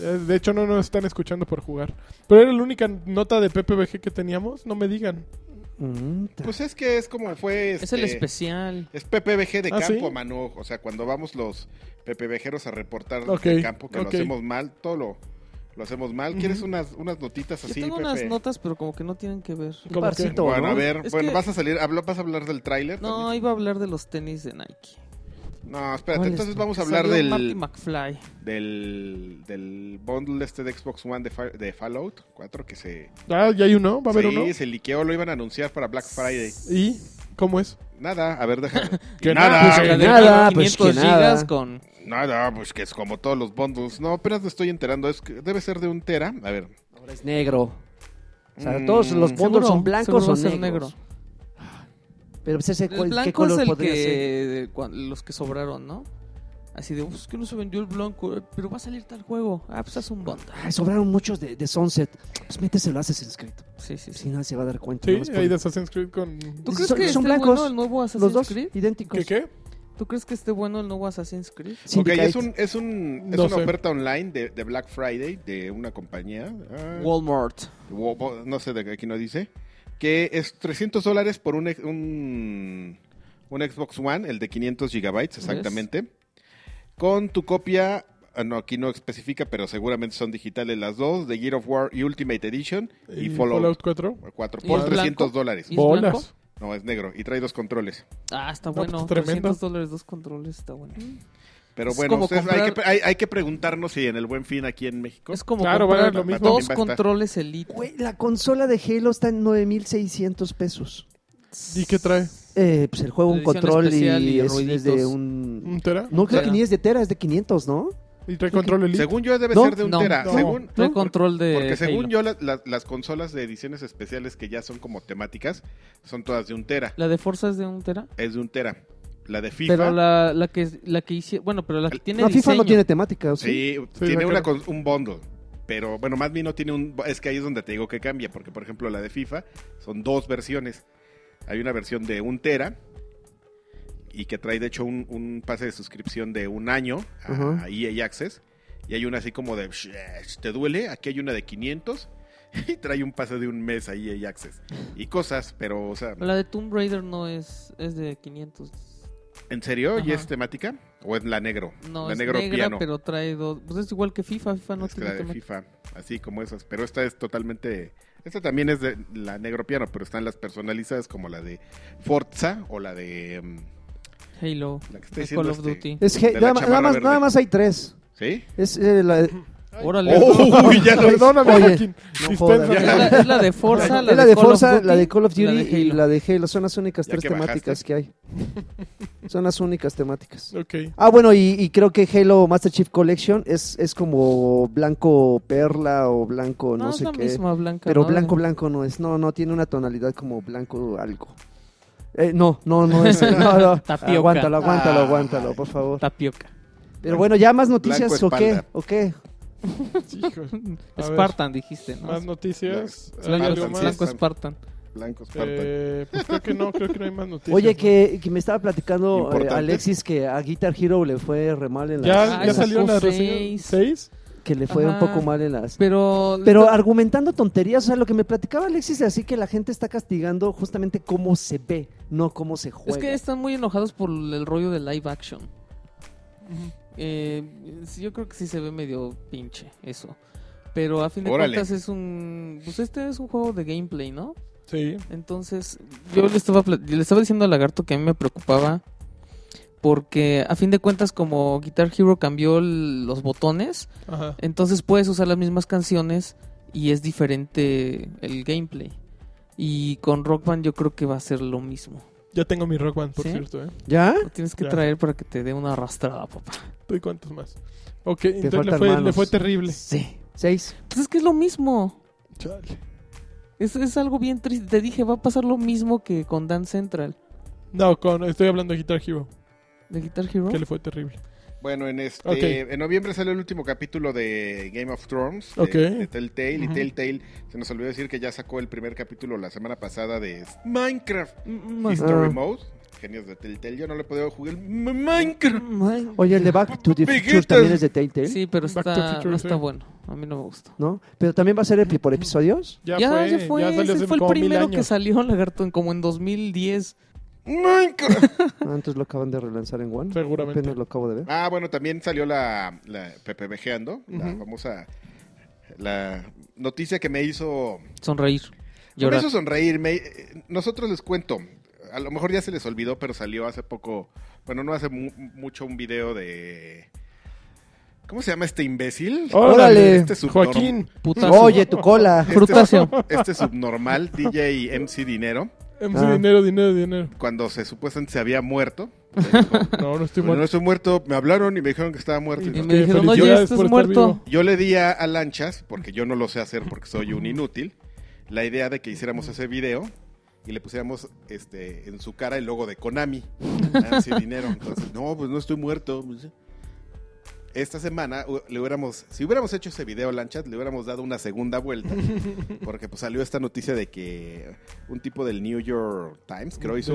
Speaker 3: Eh, De hecho, no nos están escuchando por jugar. Pero era la única nota de PPBG que teníamos. No me digan.
Speaker 2: Mm, ta-
Speaker 1: pues es que es como fue...
Speaker 4: Es el
Speaker 1: este,
Speaker 4: especial.
Speaker 1: Es PPBG de
Speaker 3: Ah,
Speaker 1: campo,
Speaker 3: ¿sí?
Speaker 1: Manu. O sea, cuando vamos los PPBGeros a reportar
Speaker 3: Ok,
Speaker 1: de campo, que
Speaker 3: ok.
Speaker 1: lo hacemos mal, todo lo, lo hacemos mal. ¿Quieres unas, unas notitas
Speaker 4: Yo
Speaker 1: así,
Speaker 4: tengo unas
Speaker 1: pues Pepe?
Speaker 4: notas, pero como que no tienen que ver.
Speaker 3: ¿Cómo
Speaker 2: parcito,
Speaker 1: Bueno,
Speaker 2: ¿no?
Speaker 1: a ver,
Speaker 4: Es
Speaker 1: bueno,
Speaker 4: que-
Speaker 1: vas a salir, habla- vas a hablar del tráiler.
Speaker 4: No,
Speaker 1: también?
Speaker 4: iba a hablar de los tenis de Nike.
Speaker 1: no, espérate,
Speaker 2: ¿Cuál es?
Speaker 1: entonces vamos a hablar
Speaker 4: Salió
Speaker 1: del,
Speaker 4: Marty McFly.
Speaker 1: del del bundle este de Xbox One de, Fa- de Fallout 4 que se
Speaker 3: Ah, ya hay uno. Va a haber
Speaker 1: sí,
Speaker 3: uno.
Speaker 1: se liqueó, lo iban a anunciar para Black Friday.
Speaker 3: ¿Y cómo es?
Speaker 1: Nada, a ver, déjame.
Speaker 3: Que
Speaker 1: nada,
Speaker 2: pues, que
Speaker 1: nada,
Speaker 2: nada, pues, que nada.
Speaker 4: gigas con...
Speaker 1: nada, pues que es como todos los bundles. No, apenas me estoy enterando, es que debe ser de un tera, a ver.
Speaker 2: Ahora es negro. O sea,
Speaker 1: Mm,
Speaker 2: todos los
Speaker 4: Seguro,
Speaker 2: fondos son
Speaker 4: seguro
Speaker 2: blancos
Speaker 4: va
Speaker 2: o
Speaker 4: a ser
Speaker 2: negros. Pero pues ese,
Speaker 4: El
Speaker 2: cuál, ¿qué
Speaker 4: blanco es
Speaker 2: color
Speaker 4: el
Speaker 2: podría ser?
Speaker 4: que... cuan- Los que sobraron, ¿no? Así de, "Uf, es que no se vendió el blanco, eh, pero va a salir tal juego. Ah, pues haz un bond.
Speaker 2: Ay, sobraron muchos de, de Sunset. Pues méteselo, haces inscrito.
Speaker 4: Sí, sí,
Speaker 2: Si
Speaker 4: sí.
Speaker 2: nadie se va a dar cuenta.
Speaker 3: Sí,
Speaker 2: nada más
Speaker 3: hay
Speaker 2: por-
Speaker 3: de Assassin's Creed con...
Speaker 4: ¿Tú crees
Speaker 2: Son- son
Speaker 4: que esté
Speaker 2: blancos,
Speaker 4: bueno el nuevo
Speaker 2: Los
Speaker 4: Assassin's
Speaker 2: dos
Speaker 4: Creed?
Speaker 2: idénticos.
Speaker 3: ¿Qué qué?
Speaker 4: ¿Tú crees que esté bueno el nuevo Assassin's Creed?
Speaker 1: Ok,
Speaker 2: Syndicate.
Speaker 1: es, un, es, un, es
Speaker 3: No
Speaker 1: una
Speaker 3: sé.
Speaker 1: oferta online de, de Black Friday de una compañía. ah,
Speaker 4: Walmart.
Speaker 1: wo- wo- no sé de qué aquí no dice. Que es 300 dólares por un, ex- un, un Xbox One, el de 500 gigabytes exactamente. Con tu copia, ah, no, aquí no especifica, pero seguramente son digitales las dos, de Gear of War y Ultimate Edition y, Fallout
Speaker 3: 4?
Speaker 1: 4
Speaker 4: ¿Y
Speaker 1: por
Speaker 4: es
Speaker 1: 300
Speaker 4: blanco?
Speaker 1: dólares.
Speaker 4: ¿Y es blanco?
Speaker 3: Bolas.
Speaker 1: No, es negro y trae dos controles.
Speaker 4: Ah, está
Speaker 3: No,
Speaker 4: bueno.
Speaker 3: pues, tremendo. Mm.
Speaker 4: 300 dólares, dos controles, está bueno.
Speaker 1: Pero
Speaker 4: Es
Speaker 1: bueno,
Speaker 4: como
Speaker 1: ustedes- hay,
Speaker 4: comprar-
Speaker 1: que, pre- hay- hay que preguntarnos si en el Buen Fin aquí en México...
Speaker 4: Es como
Speaker 3: Claro,
Speaker 4: comprar
Speaker 3: vale lo mismo.
Speaker 4: dos
Speaker 1: Va a estar.
Speaker 4: controles Elite.
Speaker 2: Güey, la consola de Halo está en 9,600 pesos.
Speaker 3: ¿Y qué trae?
Speaker 2: Eh, pues el juego, un
Speaker 4: Edición
Speaker 2: control y,
Speaker 4: especial y
Speaker 2: es, es de
Speaker 4: ruiditos.
Speaker 2: un...
Speaker 3: ¿Un tera?
Speaker 2: No, creo que
Speaker 4: Tera.
Speaker 2: ni es de Tera, es de 500, ¿no?
Speaker 3: ¿Y trae control Elite?
Speaker 1: Según yo debe
Speaker 2: No,
Speaker 1: ser de un
Speaker 4: no,
Speaker 1: tera.
Speaker 3: no.
Speaker 1: según,
Speaker 4: Trae control de
Speaker 1: porque según
Speaker 4: Halo.
Speaker 1: yo la- la- las consolas de ediciones especiales que ya son como temáticas son todas de un tera.
Speaker 4: La de Forza es de un tera.
Speaker 1: Es de un tera. La de FIFA.
Speaker 4: Pero la, la que la que hice, bueno, pero la que tiene
Speaker 2: No, FIFA
Speaker 4: diseño.
Speaker 2: no tiene temática, ¿o Pues sí?
Speaker 1: Sí,
Speaker 3: Sí,
Speaker 1: tiene
Speaker 3: la
Speaker 1: una
Speaker 3: que-
Speaker 1: con- un bundle. Pero bueno, más bien no tiene un... Es que ahí es donde te digo que cambia. Porque por ejemplo la de FIFA son dos versiones. Hay una versión de un tera. Y que trae de hecho un, un pase de suscripción de un año a,
Speaker 2: Ajá.
Speaker 1: a EA Access. Y hay una así como de... "Shh, ¿Te duele? Aquí hay una de 500. Y trae un pase de un mes a EA Access. Y cosas, pero o sea...
Speaker 4: La de Tomb Raider no es es de 500.
Speaker 1: ¿En serio? ¿Y
Speaker 4: Ajá.
Speaker 1: es temática? ¿O es la negro?
Speaker 4: No
Speaker 1: la
Speaker 4: es
Speaker 1: negro
Speaker 4: negra,
Speaker 1: piano.
Speaker 4: pero trae dos. Pues es igual que FIFA, FIFA no
Speaker 1: es que
Speaker 4: tiene
Speaker 1: la de
Speaker 4: tema.
Speaker 1: FIFA, así como esas. Pero esta es totalmente. Esta también es de la negro piano, pero están las personalizadas como la de Forza o la de. mm,
Speaker 4: Halo,
Speaker 1: La que está
Speaker 4: de
Speaker 1: diciendo
Speaker 4: Call of
Speaker 1: este-
Speaker 4: Duty.
Speaker 2: Es
Speaker 1: De
Speaker 2: He-
Speaker 1: la
Speaker 2: nada, más-
Speaker 1: chamarra
Speaker 2: nada más,
Speaker 1: verde.
Speaker 2: nada más hay tres.
Speaker 1: ¿Sí?
Speaker 2: Es eh, la...
Speaker 4: Órale.
Speaker 1: ¡Oh! ya lo-
Speaker 3: Perdóname,
Speaker 2: Oye,
Speaker 3: Joaquín.
Speaker 2: no
Speaker 3: Dispénsame.
Speaker 4: Es la, es la de Forza, la,
Speaker 2: es la
Speaker 4: de
Speaker 2: de
Speaker 4: Call of
Speaker 2: Forza,
Speaker 4: Duty,
Speaker 2: la de Call of Duty y
Speaker 4: Halo.
Speaker 2: la de Halo. Son las únicas
Speaker 1: Ya
Speaker 2: tres
Speaker 1: que bajaste.
Speaker 2: temáticas que hay. Son las únicas temáticas.
Speaker 3: Ok.
Speaker 2: Ah, bueno, y, y creo que Halo Master Chief Collection es, es como blanco perla o blanco no,
Speaker 4: no, es
Speaker 2: sé
Speaker 4: la
Speaker 2: qué.
Speaker 4: misma blanca.
Speaker 2: Pero
Speaker 4: ¿no?
Speaker 2: blanco,
Speaker 4: De-
Speaker 2: blanco no es. No, no, tiene una tonalidad como blanco algo. Eh, no, no, no es. No, no.
Speaker 4: Tapioca.
Speaker 2: Aguántalo, aguántalo,
Speaker 1: Ah,
Speaker 2: aguántalo, por favor.
Speaker 4: tapioca.
Speaker 2: Pero bueno, ya más noticias
Speaker 1: Blanco
Speaker 2: o qué,
Speaker 1: espalda.
Speaker 2: o qué.
Speaker 3: Hijo. A ver,
Speaker 4: Spartan dijiste, ¿no?
Speaker 3: Más noticias.
Speaker 1: Blanco-
Speaker 4: Blanco,
Speaker 3: ¿Algo más?
Speaker 4: blanco Spartan.
Speaker 1: Blanco Spartan.
Speaker 3: Eh, pues creo que no, creo que no hay más noticias.
Speaker 2: Oye, que, que me estaba platicando eh,
Speaker 1: Importante.
Speaker 2: Alexis que a Guitar Hero le fue re mal en
Speaker 3: ¿Ya,
Speaker 2: las...
Speaker 4: Ah,
Speaker 3: ya
Speaker 2: en las-
Speaker 4: salió.
Speaker 3: salieron las
Speaker 4: sacó
Speaker 3: reseñas?
Speaker 4: seis.
Speaker 3: ¿Seis?
Speaker 2: Que le fue un
Speaker 4: Ajá.
Speaker 2: poco mal en las...
Speaker 4: Pero,
Speaker 2: Pero argumentando tonterías, o sea, lo que me platicaba Alexis, así que la gente está castigando justamente cómo se ve, no cómo se
Speaker 4: es
Speaker 2: juega.
Speaker 4: que están muy enojados por el rollo de live action. Eh, sí, yo creo que sí se ve medio pinche eso. Pero a fin de
Speaker 1: Órale.
Speaker 4: cuentas es un. Pues este es un juego de gameplay, ¿no?
Speaker 3: Sí.
Speaker 4: Entonces, yo le estaba, pla- le estaba diciendo a Lagarto que a mí me preocupaba porque a fin de cuentas como Guitar Hero cambió el- los botones,
Speaker 3: Ajá.
Speaker 4: entonces puedes usar las mismas canciones y es diferente el gameplay. Y con Rock Band yo creo que va a ser lo mismo.
Speaker 3: Ya tengo mi Rock Band, por
Speaker 4: ¿Sí?
Speaker 3: cierto, ¿eh?
Speaker 2: ¿Ya?
Speaker 4: Lo tienes que
Speaker 3: Ya.
Speaker 4: traer para que te dé una arrastrada, papá.
Speaker 3: ¿Tú y cuántos más? Ok, entonces le
Speaker 2: faltan
Speaker 3: fue, le
Speaker 2: manos.
Speaker 3: fue terrible.
Speaker 4: Sí.
Speaker 2: Seis.
Speaker 4: Pues es que es lo mismo.
Speaker 3: Chale.
Speaker 4: Es, es algo bien triste. Te dije, va a pasar lo mismo que con Dance Central
Speaker 3: No, con, estoy hablando de Guitar Hero,
Speaker 4: de Guitar Hero.
Speaker 3: que le fue terrible.
Speaker 1: Bueno, en este
Speaker 3: Ok.
Speaker 1: en noviembre sale el último capítulo de Game of Thrones de,
Speaker 3: Ok.
Speaker 1: de Telltale
Speaker 3: Ujú.
Speaker 1: y Telltale se nos olvidó decir que ya sacó el primer capítulo la semana pasada de Minecraft
Speaker 4: Mm, mm,
Speaker 1: History
Speaker 2: Ah.
Speaker 1: Mode, genios de Telltale. Yo no le he podido jugar el M- Minecraft.
Speaker 4: mm,
Speaker 2: Oye, el de Back to the Future
Speaker 1: Amiguitos.
Speaker 2: también es de Telltale,
Speaker 4: Sí, pero
Speaker 3: Back to
Speaker 4: está,
Speaker 3: Future,
Speaker 4: no
Speaker 3: sí.
Speaker 4: está bueno. A mí no me gustó.
Speaker 2: ¿no? Pero también va a ser epi- por episodios.
Speaker 3: Ya,
Speaker 4: Ya,
Speaker 3: fue,
Speaker 4: ya fue.
Speaker 3: ya salió
Speaker 4: ese
Speaker 3: hace
Speaker 4: fue el
Speaker 3: como mil
Speaker 4: primero
Speaker 3: años.
Speaker 4: que salió Lagarto en como en 2010.
Speaker 1: Minecraft.
Speaker 2: Ah, entonces lo acaban de relanzar en One.
Speaker 3: Seguramente.
Speaker 2: Apenas lo acabo de ver.
Speaker 1: Ah, bueno, también salió la, la PPVGeando, la
Speaker 3: Ujú.
Speaker 1: famosa la noticia que me hizo
Speaker 4: Sonreír.
Speaker 1: Por
Speaker 4: Llorar.
Speaker 1: eso sonreír. me- eh, nosotros les cuento. A lo mejor ya se les olvidó, pero salió hace poco. Bueno, no hace mu- mucho un video de. ¿Cómo se llama este imbécil?
Speaker 2: Órale.
Speaker 1: Este subnorm-
Speaker 3: Joaquín.
Speaker 4: Putazo.
Speaker 2: Oye, tu cola.
Speaker 1: Este-
Speaker 4: Frutasio.
Speaker 1: Este subnormal DJ MC Dinero,
Speaker 3: MC,
Speaker 2: Ah.
Speaker 3: em, Dinero, dinero, dinero.
Speaker 1: cuando se supuestamente se había muerto.
Speaker 3: No, no
Speaker 1: Bueno, no
Speaker 3: estoy muerto.
Speaker 1: estoy muerto, me hablaron y me dijeron que estaba muerto.
Speaker 3: Y
Speaker 4: Y
Speaker 3: Ok,
Speaker 4: me dijeron, oye,
Speaker 3: pues felicidades por
Speaker 4: estás
Speaker 3: estar
Speaker 4: muerto.
Speaker 3: vivo.
Speaker 1: Yo le di a, a Lanchas, porque yo no lo sé hacer porque soy un inútil, la idea de que hiciéramos ese video y le pusiéramos este, en su cara el logo de Konami. Nancy Dinero. Entonces, no, pues no estoy muerto. Esta semana u- le hubiéramos, si hubiéramos hecho ese video Lanchas, le hubiéramos dado una segunda vuelta. Porque pues salió esta noticia de que un tipo del New York Times, creo hizo,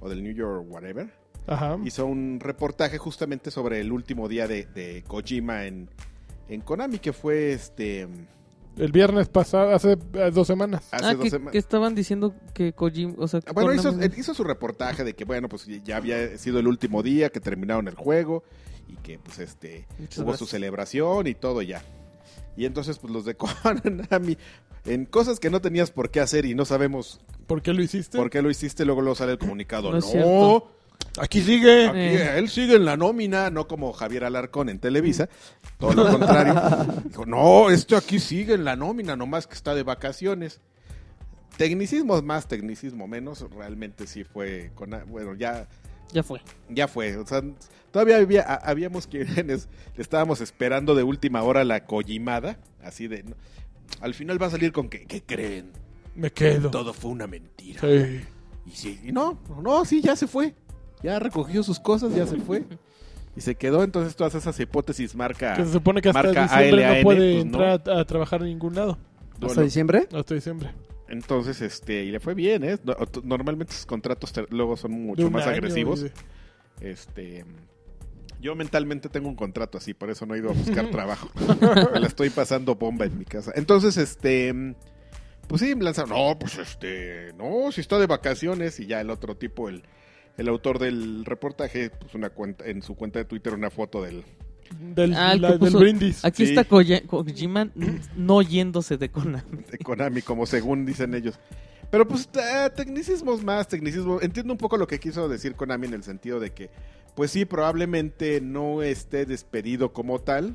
Speaker 1: o del New York whatever,
Speaker 3: Ajá.
Speaker 1: hizo un reportaje justamente sobre el último día de, de Kojima en, en Konami, que fue este
Speaker 3: El viernes pasado, hace eh, dos semanas.
Speaker 1: hace
Speaker 4: Ah,
Speaker 1: dos
Speaker 4: que, que
Speaker 1: semanas.
Speaker 4: estaban diciendo que Kojima, o sea, que
Speaker 1: Bueno, hizo,
Speaker 4: Konami-
Speaker 1: él hizo su reportaje de que, bueno, pues ya había sido el último día que terminaron el juego y que, pues, este,
Speaker 4: Muchas
Speaker 1: hubo su
Speaker 4: gracias.
Speaker 1: celebración y todo ya. Y entonces, pues, los de Konami, en cosas que no tenías por qué hacer y no sabemos
Speaker 3: ¿Por qué lo hiciste?
Speaker 1: por qué lo hiciste, luego lo sale el comunicado.
Speaker 4: No
Speaker 1: No,
Speaker 4: es cierto.
Speaker 3: Aquí sigue.
Speaker 1: Aquí,
Speaker 4: Eh.
Speaker 1: Él sigue en la nómina, no como Javier Alarcón en Televisa. Todo lo contrario. Dijo, no, esto aquí sigue en la nómina, nomás que está de vacaciones. Tecnicismos más, tecnicismo menos. Realmente sí fue con... Bueno, ya,
Speaker 4: Ya fue.
Speaker 1: ya fue. O sea, todavía había- a- habíamos quienes le estábamos esperando de última hora la collimada. Así de... no, Al final va a salir con que, ¿qué creen?
Speaker 3: Me quedo.
Speaker 1: Todo fue una mentira.
Speaker 3: Sí.
Speaker 1: Y sí, y no, no, sí, ya se fue. Ya recogió sus cosas, ya se fue. Y se quedó, entonces todas esas hipótesis marca
Speaker 3: Que se supone que hasta
Speaker 1: Ah. Marca
Speaker 3: diciembre no
Speaker 1: ALAN,
Speaker 3: puede
Speaker 1: pues, no.
Speaker 3: entrar a, a trabajar en ningún lado.
Speaker 1: duelo.
Speaker 2: ¿Hasta diciembre?
Speaker 3: Hasta diciembre.
Speaker 1: Entonces, este, y le fue bien, ¿eh? No- t- Normalmente sus contratos te- luego son
Speaker 3: De
Speaker 1: mucho
Speaker 3: un
Speaker 1: más
Speaker 3: año,
Speaker 1: agresivos.
Speaker 3: y de-
Speaker 1: Este, yo mentalmente tengo un contrato así, por eso no he ido a buscar trabajo. Me la estoy pasando bomba en mi casa. Entonces, este, pues sí, me lanzaron, no, pues este, no, si está de vacaciones y ya el otro tipo, el, el autor del reportaje, puso una cuenta, en su cuenta de Twitter una foto del...
Speaker 3: Del,
Speaker 4: Ah, el
Speaker 3: la-
Speaker 4: que
Speaker 3: del
Speaker 4: puso-
Speaker 3: brindis.
Speaker 4: Aquí
Speaker 1: Sí.
Speaker 4: está Koje- Kojima no yéndose de Konami.
Speaker 1: de este, Konami, como según dicen ellos. Pero pues eh, tecnicismos más, tecnicismos. Entiendo un poco lo que quiso decir Konami en el sentido de que, pues sí, probablemente no esté despedido como tal,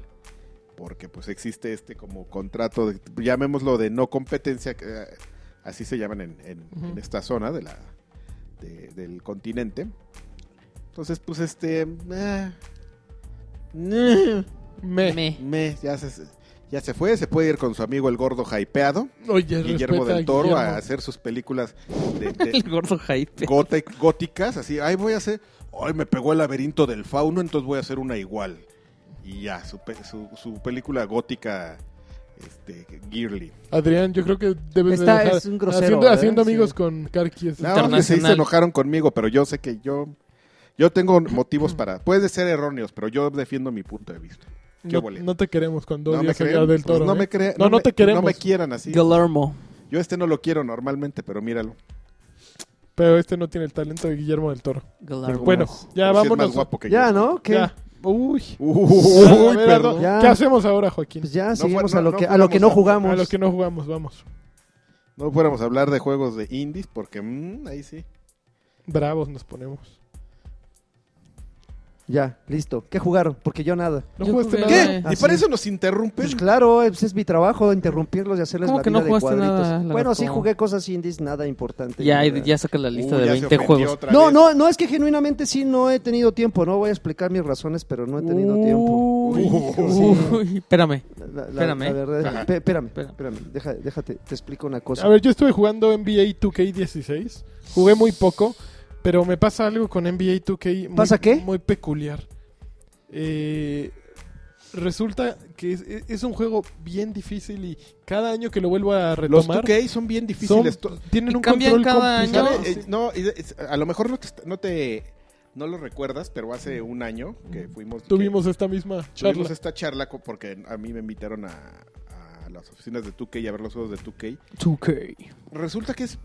Speaker 1: porque pues existe este como contrato, de, llamémoslo de no competencia, que, eh, así se llaman en, en-
Speaker 3: Ujú.
Speaker 1: en esta zona de la, de- del continente. Entonces, pues este... eh, eh,
Speaker 3: Me.
Speaker 4: Me.
Speaker 1: meh, ya, se, ya se fue, se puede ir con su amigo el gordo hypeado.
Speaker 3: Oye,
Speaker 1: Guillermo
Speaker 3: respeta a
Speaker 1: del Toro
Speaker 3: Guillermo.
Speaker 1: a hacer sus películas de, de
Speaker 4: El gordo hype.
Speaker 1: góte- góticas, así, ay voy a hacer, ay me pegó el laberinto del fauno, entonces voy a hacer una igual. Y ya, su, pe- su, su película gótica, este, Gearly.
Speaker 3: Adrián, yo creo que debes
Speaker 2: Está-
Speaker 3: de dejar-
Speaker 2: es un grosero,
Speaker 3: haciendo,
Speaker 2: ¿verdad?
Speaker 3: haciendo amigos
Speaker 2: Sí.
Speaker 3: con Karki. es-
Speaker 1: Nada más que sí se
Speaker 4: Internacional.
Speaker 1: enojaron conmigo, pero yo sé que yo, yo tengo motivos para, puede ser erróneos, pero yo defiendo mi punto de vista. qué
Speaker 3: no,
Speaker 1: boleto.
Speaker 3: no te queremos cuando
Speaker 1: No me
Speaker 3: odias a
Speaker 1: creen,
Speaker 3: Adrián del
Speaker 1: pues,
Speaker 3: Toro.
Speaker 1: no
Speaker 3: ¿eh?
Speaker 1: me crean,
Speaker 3: No, no
Speaker 1: me-
Speaker 3: te queremos.
Speaker 1: No me quieran así.
Speaker 4: Guillermo.
Speaker 1: Yo este no lo quiero normalmente, pero míralo.
Speaker 3: Pero este no tiene el talento de Guillermo del Toro.
Speaker 4: Guillermo.
Speaker 3: Bueno, ya
Speaker 1: Pero sí es
Speaker 3: vámonos.
Speaker 1: más guapo que
Speaker 2: Ya,
Speaker 1: yo.
Speaker 2: ¿no? ¿Qué?
Speaker 3: Ya. Uy.
Speaker 1: Uy,
Speaker 3: A ver,
Speaker 1: perdón.
Speaker 3: Ardo,
Speaker 2: Ya.
Speaker 3: ¿Qué hacemos ahora, Joaquín?
Speaker 2: Pues ya,
Speaker 1: No fue-
Speaker 2: seguimos
Speaker 1: no-
Speaker 2: a, lo
Speaker 1: no
Speaker 2: que, a lo que no
Speaker 1: jugamos
Speaker 2: jugamos.
Speaker 3: A los que no jugamos, vamos.
Speaker 1: No fuéramos a hablar de juegos de indies porque mm, ahí sí.
Speaker 3: Bravos nos ponemos.
Speaker 2: Ya, listo. ¿Qué jugaron? Porque yo nada.
Speaker 3: ¿No
Speaker 4: Yo
Speaker 3: jugaste
Speaker 4: jugué-
Speaker 3: nada?
Speaker 1: ¿Qué?
Speaker 2: Ah,
Speaker 1: ¿Y para
Speaker 2: sí.
Speaker 1: eso nos interrumpen?
Speaker 2: Pues claro, ese es mi trabajo, interrumpirlos y hacerles
Speaker 4: ¿Cómo
Speaker 2: la
Speaker 4: que
Speaker 2: vida
Speaker 4: no
Speaker 2: de
Speaker 4: jugaste
Speaker 2: cuadritos.
Speaker 4: nada,
Speaker 2: bueno, sí
Speaker 4: lagarto?
Speaker 2: jugué cosas indies, nada importante.
Speaker 4: Ya,
Speaker 2: Nada.
Speaker 4: ya saca la lista
Speaker 1: Uy,
Speaker 4: de
Speaker 1: ya se
Speaker 4: 20
Speaker 1: ofendió
Speaker 4: juegos.
Speaker 1: otra
Speaker 2: No,
Speaker 1: vez.
Speaker 2: no, no, es que genuinamente sí no he tenido tiempo. No voy a explicar mis razones, pero no he tenido
Speaker 4: Uh,
Speaker 2: tiempo.
Speaker 4: Uy,
Speaker 1: Uy.
Speaker 4: uy, espérame.
Speaker 2: La, la-
Speaker 4: Espérame.
Speaker 2: la verdad, pe- espérame,
Speaker 4: Espérame.
Speaker 2: espérame. Deja- déjate, te explico una cosa.
Speaker 3: A ver, yo estuve jugando NBA 2K16. Jugué muy poco, pero me pasa algo con NBA 2K muy,
Speaker 2: ¿Pasa qué?
Speaker 3: muy peculiar. Eh, resulta que es, e, es un juego bien difícil y cada año que lo vuelvo a
Speaker 1: Los
Speaker 3: retomar,
Speaker 1: 2K son bien
Speaker 3: son-
Speaker 1: difíciles. To-
Speaker 3: tienen
Speaker 4: Y
Speaker 3: un
Speaker 4: cambian
Speaker 3: control
Speaker 4: cada
Speaker 3: complicado.
Speaker 4: año.
Speaker 1: ¿Sabe?
Speaker 3: Sí.
Speaker 1: Eh, No, y- es- a lo mejor no te, está- no te no lo recuerdas, pero hace un año que fuimos que
Speaker 3: Tuvimos esta misma charla.
Speaker 1: tuvimos esta charla co- porque a mí me invitaron a, a las oficinas de 2K y a ver los juegos de 2K.
Speaker 4: 2K.
Speaker 1: Resulta que es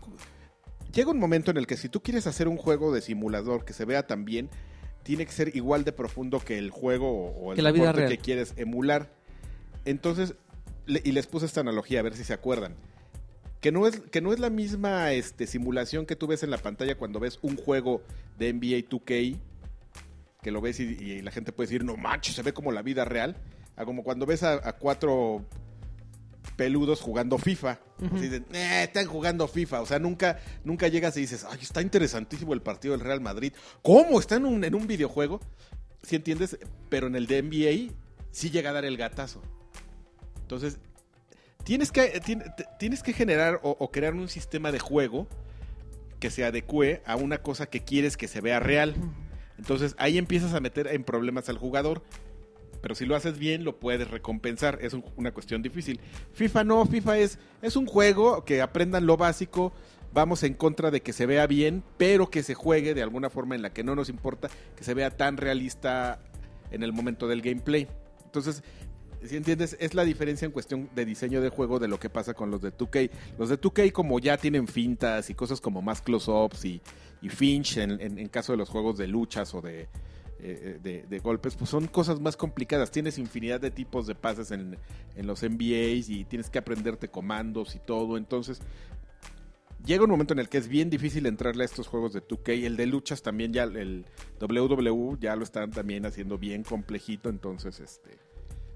Speaker 1: llega un momento en el que si tú quieres hacer un juego de simulador que se vea tan bien, tiene que ser igual de profundo que el juego o, o el
Speaker 4: Que la vida
Speaker 1: deporte
Speaker 4: real.
Speaker 1: que quieres emular. Entonces, le- y les puse esta analogía, a ver si se acuerdan. Que no es, que no es la misma este, simulación que tú ves en la pantalla cuando ves un juego de NBA 2K, que lo ves y, y la gente puede decir, no manches, se ve como la vida real, a como cuando ves a, a cuatro peludos jugando FIFA.
Speaker 3: Ujú.
Speaker 1: Así de, "Eh, están jugando FIFA. O sea, nunca, nunca llegas y dices, ay, está interesantísimo el partido del Real Madrid. ¿Cómo? ¿Está en un, en un videojuego? ¿Sí entiendes? Pero en el de NBA sí llega a dar el gatazo. Entonces, tienes que, eh, tien- te- tienes que generar o, o crear un sistema de juego que se adecue a una cosa que quieres que se vea real. Entonces, ahí empiezas a meter en problemas al jugador. Pero si lo haces bien, lo puedes recompensar. Es un- una cuestión difícil. FIFA no, FIFA es, es un juego que aprendan lo básico. Vamos en contra de que se vea bien, pero que se juegue de alguna forma en la que no nos importa que se vea tan realista en el momento del gameplay. Entonces, si entiendes, es la diferencia en cuestión de diseño de juego de lo que pasa con los de 2K. Los de 2K como ya tienen fintas y cosas como más close-ups y, y finch en, en- en caso de los juegos de luchas o de, eh, eh, de, de golpes, pues son cosas más complicadas. Tienes infinidad de tipos de pases en, en los NBAs y tienes que aprenderte comandos y todo. Entonces, llega un momento en el que es bien difícil entrarle a estos juegos de 2K. El de luchas también ya, el WW ya lo están también haciendo bien complejito. Entonces, este,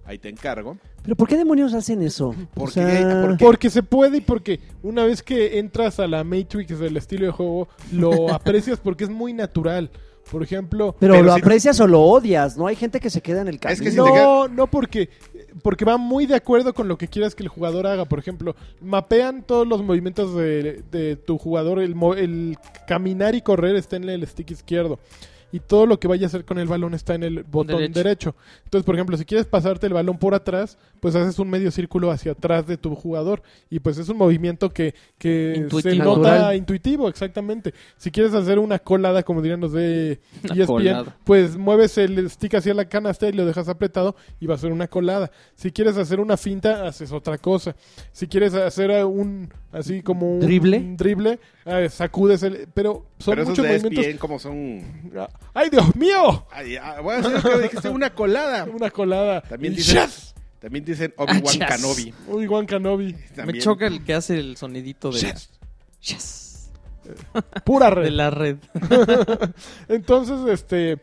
Speaker 1: ahí te encargo.
Speaker 2: Pero ¿por qué demonios hacen eso?
Speaker 1: ¿Por
Speaker 2: O sea,
Speaker 1: qué? ¿Por qué?
Speaker 3: Porque se puede y porque una vez que entras a la Matrix del estilo de juego, lo aprecias porque es muy natural. Por ejemplo,
Speaker 2: Pero,
Speaker 1: Pero
Speaker 2: lo
Speaker 1: si-
Speaker 2: aprecias o lo odias, ¿no? Hay gente que se queda en el camino.
Speaker 1: Es que si te queda-
Speaker 3: no, no porque porque va muy de acuerdo con lo que quieras que el jugador haga. Por ejemplo, mapean todos los movimientos de, de tu jugador, el, mo- el caminar y correr está en el stick izquierdo. Y todo lo que vaya a hacer con el balón está en el botón
Speaker 4: Derecho.
Speaker 3: derecho. Entonces, por ejemplo, si quieres pasarte el balón por atrás, pues haces un medio círculo hacia atrás de tu jugador. Y pues es un movimiento que, que se
Speaker 4: Intuitivo.
Speaker 3: nota
Speaker 2: Natural.
Speaker 3: intuitivo, exactamente. Si quieres hacer una colada, como dirían los de E
Speaker 4: Una
Speaker 3: ESPN,
Speaker 4: colada.
Speaker 3: pues mueves el stick hacia la canasta y lo dejas apretado y va a ser una colada. Si quieres hacer una finta, haces otra cosa. Si quieres hacer eh, un así como un
Speaker 2: ¿Drible?
Speaker 3: un drible, eh, sacudes el pero son
Speaker 1: Pero esos
Speaker 3: muchos
Speaker 1: de E
Speaker 3: movimientos.
Speaker 1: ESPN como son...
Speaker 3: ¡Ay, Dios mío!
Speaker 1: Ay, ah, bueno, sí, creo que dijiste una colada.
Speaker 3: Una colada.
Speaker 1: También
Speaker 3: El
Speaker 1: dicen,
Speaker 3: jazz.
Speaker 1: también dicen Obi-Wan
Speaker 4: Ah, chas.
Speaker 1: Kenobi.
Speaker 3: Obi-Wan Kenobi.
Speaker 4: Me
Speaker 1: También.
Speaker 4: choca el que hace el sonidito de,
Speaker 1: Yes.
Speaker 4: Yes.
Speaker 3: Pura
Speaker 4: de
Speaker 3: red.
Speaker 4: la red.
Speaker 3: Entonces, este.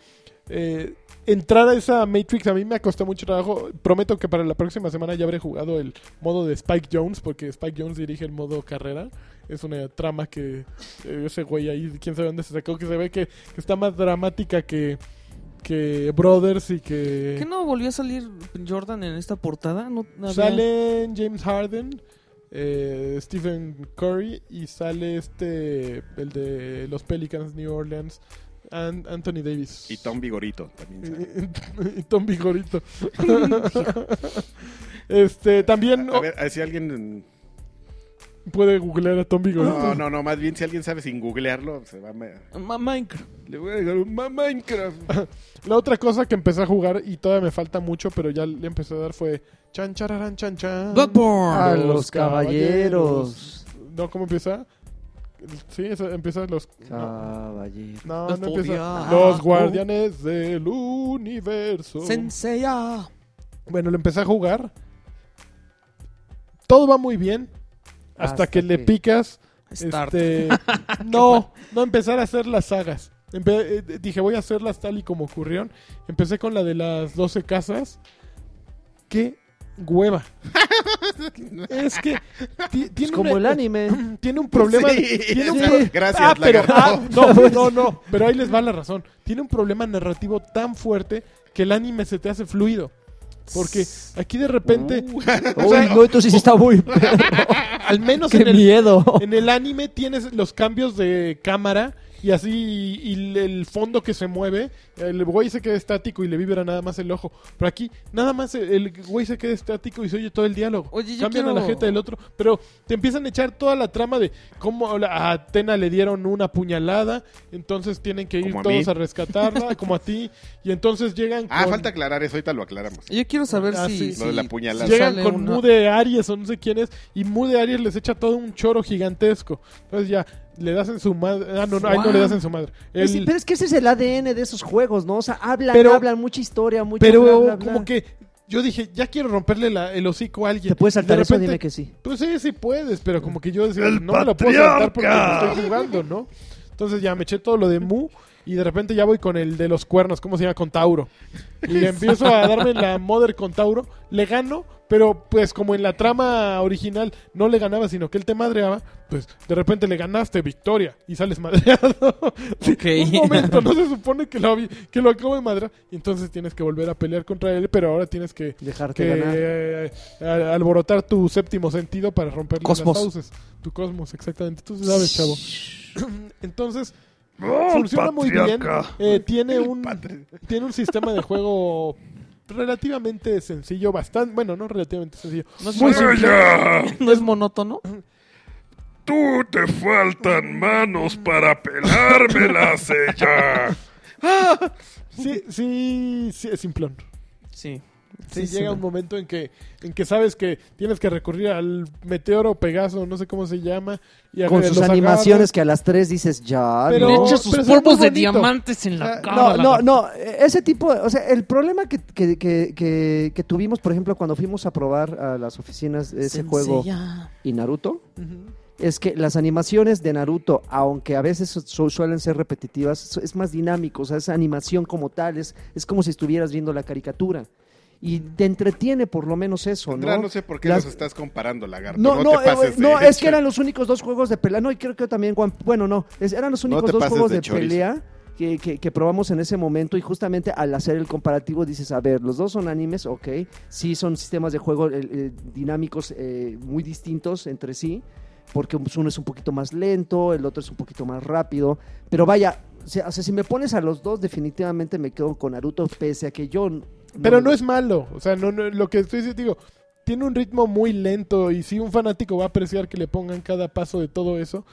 Speaker 3: eh, entrar a esa Matrix a mí me costó mucho trabajo. Prometo que para la próxima semana ya habré jugado el modo de Spike Jones, porque Spike Jones dirige el modo carrera. Es una trama que eh, ese güey ahí, quién sabe dónde se sacó, que se ve que, que está más dramática que, que Brothers y que.
Speaker 4: ¿Qué no volvió a salir Jordan en esta portada? No, no había-
Speaker 3: Salen James Harden, eh, Stephen Curry y sale este, el de los Pelicans, New Orleans, An- Anthony Davis.
Speaker 1: Y Tom Vigorito también. sale.
Speaker 3: y Tom Vigorito. este, también
Speaker 1: A ver, si alguien...
Speaker 3: oh, puede googlear a Tom Vigorito.
Speaker 1: No, no, no, más bien si alguien sabe sin googlearlo, se va a... me-
Speaker 4: Ma- Minecraft.
Speaker 1: Le voy a agregar un ma- Minecraft.
Speaker 3: La otra cosa que empecé a jugar y todavía me falta mucho, pero ya le empecé a dar fue chan chararán chan chan.
Speaker 4: Bloodborne.
Speaker 2: A
Speaker 3: Ah, Los
Speaker 2: los caballeros.
Speaker 3: No, ¿cómo empieza? Sí, eso, empieza los no.
Speaker 2: Caballeros.
Speaker 3: No,
Speaker 4: Los
Speaker 3: no empieza.
Speaker 1: Ah,
Speaker 4: guardianes.
Speaker 1: oh.
Speaker 3: Los guardianes del universo.
Speaker 4: Senseiya.
Speaker 3: Bueno, lo empecé a jugar. Todo va muy bien. hasta, que, le picas.
Speaker 4: Start.
Speaker 3: este, no, no empezar a hacer las sagas. Empe- eh, dije, voy a hacerlas tal y como ocurrieron. Empecé con la de las 12 casas. ¡Qué hueva! es que. ti- tiene
Speaker 2: Es como
Speaker 3: una-
Speaker 2: el anime.
Speaker 3: Tiene un problema.
Speaker 1: Sí,
Speaker 3: tiene un
Speaker 1: sí.
Speaker 3: pro-
Speaker 1: Gracias,
Speaker 3: Ah, pero-
Speaker 1: lagarto.
Speaker 3: ah, no, no, no. Pero ahí les va la razón. Tiene un problema narrativo tan fuerte que el anime se te hace fluido. Porque aquí de repente,
Speaker 2: Uy, no, entonces sí está muy...
Speaker 3: al menos
Speaker 2: ¡Qué
Speaker 3: en el,
Speaker 2: miedo!
Speaker 3: en el anime tienes los cambios de cámara y así y, el- el fondo que se mueve, el güey se queda estático y le vibra nada más el ojo. Pero aquí nada más el, el güey se queda estático y se oye todo el diálogo.
Speaker 4: Oye, yo
Speaker 3: Cambian a la
Speaker 4: quiero-
Speaker 3: jeta del otro, pero te empiezan a echar toda la trama de cómo la- a Atena le dieron una puñalada, entonces tienen que ir
Speaker 1: Como a
Speaker 3: todos
Speaker 1: mí.
Speaker 3: a rescatarla, como a ti, y entonces llegan
Speaker 1: Ah,
Speaker 3: con-
Speaker 1: falta aclarar eso, ahorita lo aclaramos.
Speaker 4: Yo quiero saber
Speaker 3: Ah,
Speaker 4: si,
Speaker 3: sí.
Speaker 4: si-
Speaker 1: Lo de la puñalada.
Speaker 4: si
Speaker 3: Llegan
Speaker 4: sale
Speaker 3: con
Speaker 4: una-
Speaker 3: Mude Aries o no sé quién es, y Mude Aries les echa todo un choro gigantesco. Entonces ya, le das en su madre. Ah, no, no, ahí no
Speaker 4: Wow.
Speaker 3: le das en su madre. El-
Speaker 2: Sí, pero es que ese es el ADN de esos juegos, ¿no? O sea, hablan,
Speaker 3: Pero-
Speaker 2: hablan, mucha historia, mucho
Speaker 3: pero
Speaker 2: bla, bla, bla.
Speaker 3: como que yo dije, ya quiero romperle la- el hocico a alguien.
Speaker 2: ¿Te puedes saltar
Speaker 3: De
Speaker 2: eso?
Speaker 3: repente,
Speaker 2: Dime que sí.
Speaker 3: Pues sí, sí puedes, pero como que yo decía, no me lo puedo saltar porque lo estoy jugando, ¿no? Entonces ya me eché todo lo de Mu y de repente ya voy con el de los cuernos, ¿cómo se llama? Con Tauro. Y empiezo a darme la mother con Tauro, le gano, pero pues como en la trama original no le ganaba, sino que él te madreaba, pues de repente le ganaste victoria y sales madreado. Un momento, no se supone que lo, había- que lo acabo de madrear, y entonces tienes que volver a pelear contra él, pero ahora tienes que
Speaker 2: Dejarte
Speaker 3: que
Speaker 2: ganar.
Speaker 3: eh, al- alborotar tu séptimo sentido para romper
Speaker 4: Cosmos.
Speaker 3: las fauces. Tu cosmos, exactamente. Tú sabes, chavo. Entonces, ¡Oh!
Speaker 1: Oh,
Speaker 3: funciona muy bien. Eh, tiene, un, tiene un sistema de juego relativamente sencillo, bastante... Bueno, no relativamente sencillo.
Speaker 4: No es,
Speaker 3: Muy
Speaker 4: mono-
Speaker 3: simple.
Speaker 4: no es monótono.
Speaker 5: Tú te faltan manos para pelármelas ella.
Speaker 3: Sí, sí, sí, es simplón.
Speaker 4: Sí.
Speaker 3: Sí, llega un momento en que, en que sabes que tienes que recurrir al meteoro Pegaso, no sé cómo se llama. Y a-
Speaker 2: Con
Speaker 3: los
Speaker 2: sus
Speaker 3: agarras.
Speaker 2: animaciones que a las tres dices, ya,
Speaker 3: Pero-
Speaker 4: Le
Speaker 2: no.
Speaker 4: echa sus
Speaker 3: pero es
Speaker 4: polvos
Speaker 3: muy
Speaker 4: de
Speaker 3: bonito.
Speaker 4: diamantes en
Speaker 3: Ah,
Speaker 4: la cara.
Speaker 2: No,
Speaker 4: la
Speaker 2: no,
Speaker 4: verdad.
Speaker 2: no. Ese tipo, o sea, el problema que, que, que, que, que tuvimos, por ejemplo, cuando fuimos a probar a las oficinas ese
Speaker 4: Sensei,
Speaker 2: juego
Speaker 4: ya.
Speaker 2: y Naruto,
Speaker 3: Ujú.
Speaker 2: es que las animaciones de Naruto, aunque a veces su- suelen ser repetitivas, su- es más dinámico, o sea, esa animación como tal, es, es como si estuvieras viendo la caricatura. Y te entretiene por lo menos eso,
Speaker 1: Andrea,
Speaker 2: ¿no?
Speaker 1: no sé por qué
Speaker 2: Las-
Speaker 1: los estás comparando, lagarto.
Speaker 2: No,
Speaker 1: No,
Speaker 2: no,
Speaker 1: te
Speaker 2: eh,
Speaker 1: pases
Speaker 2: no,
Speaker 1: de-
Speaker 2: es que eran los únicos dos juegos de pelea. No, y creo que también, Juan- bueno, no, es- eran los únicos
Speaker 1: te
Speaker 2: dos
Speaker 1: pases
Speaker 2: juegos
Speaker 1: de
Speaker 2: de,
Speaker 1: chorizo.
Speaker 2: pelea que, que- que probamos en ese momento. Y justamente al hacer el comparativo dices, a ver, los dos son animes, ok, sí son sistemas de juego eh, eh, dinámicos eh, muy distintos entre sí, porque pues, uno es un poquito más lento, el otro es un poquito más rápido. Pero vaya, o sea, o sea, si me pones a los dos, definitivamente me quedo con Naruto, pese a que yo... n-
Speaker 3: Pero no es malo. O sea, no, no- lo que estoy diciendo, digo, tiene un ritmo muy lento y sí un fanático va a apreciar que le pongan cada paso de todo eso.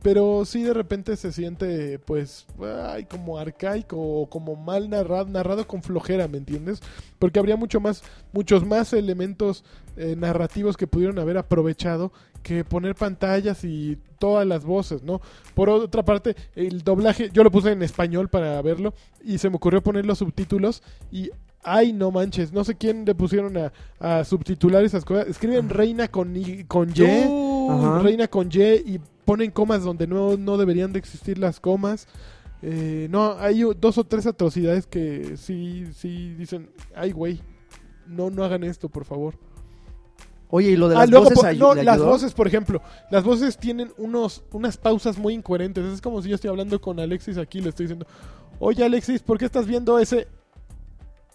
Speaker 3: Pero sí de repente se siente, pues, ay, como arcaico o como mal narrado, narrado con flojera, ¿me entiendes? Porque habría mucho más, muchos más elementos eh, narrativos que pudieron haber aprovechado que poner pantallas y todas las voces, ¿no? Por otra parte, el doblaje, yo lo puse en español para verlo y se me ocurrió poner los subtítulos y Ay, no manches, no sé quién le pusieron a, a subtitular esas cosas. Escriben reina con, y, con Y,
Speaker 4: ¿Eh?
Speaker 2: Ajá.
Speaker 3: reina con Y, y ponen comas donde no, no deberían de existir las comas. Eh, no, hay u- dos o tres atrocidades que sí, sí dicen, ay, güey, no, no hagan esto, por favor.
Speaker 2: Oye, y lo de
Speaker 3: Ah,
Speaker 2: las
Speaker 3: luego,
Speaker 2: voces
Speaker 3: po-
Speaker 2: ayu-
Speaker 3: no,
Speaker 2: ¿le
Speaker 3: las
Speaker 2: ayudó?
Speaker 3: voces, por ejemplo, las voces tienen unos, unas pausas muy incoherentes. Es como si yo estoy hablando con Alexis aquí, le estoy diciendo, oye Alexis, ¿por qué estás viendo ese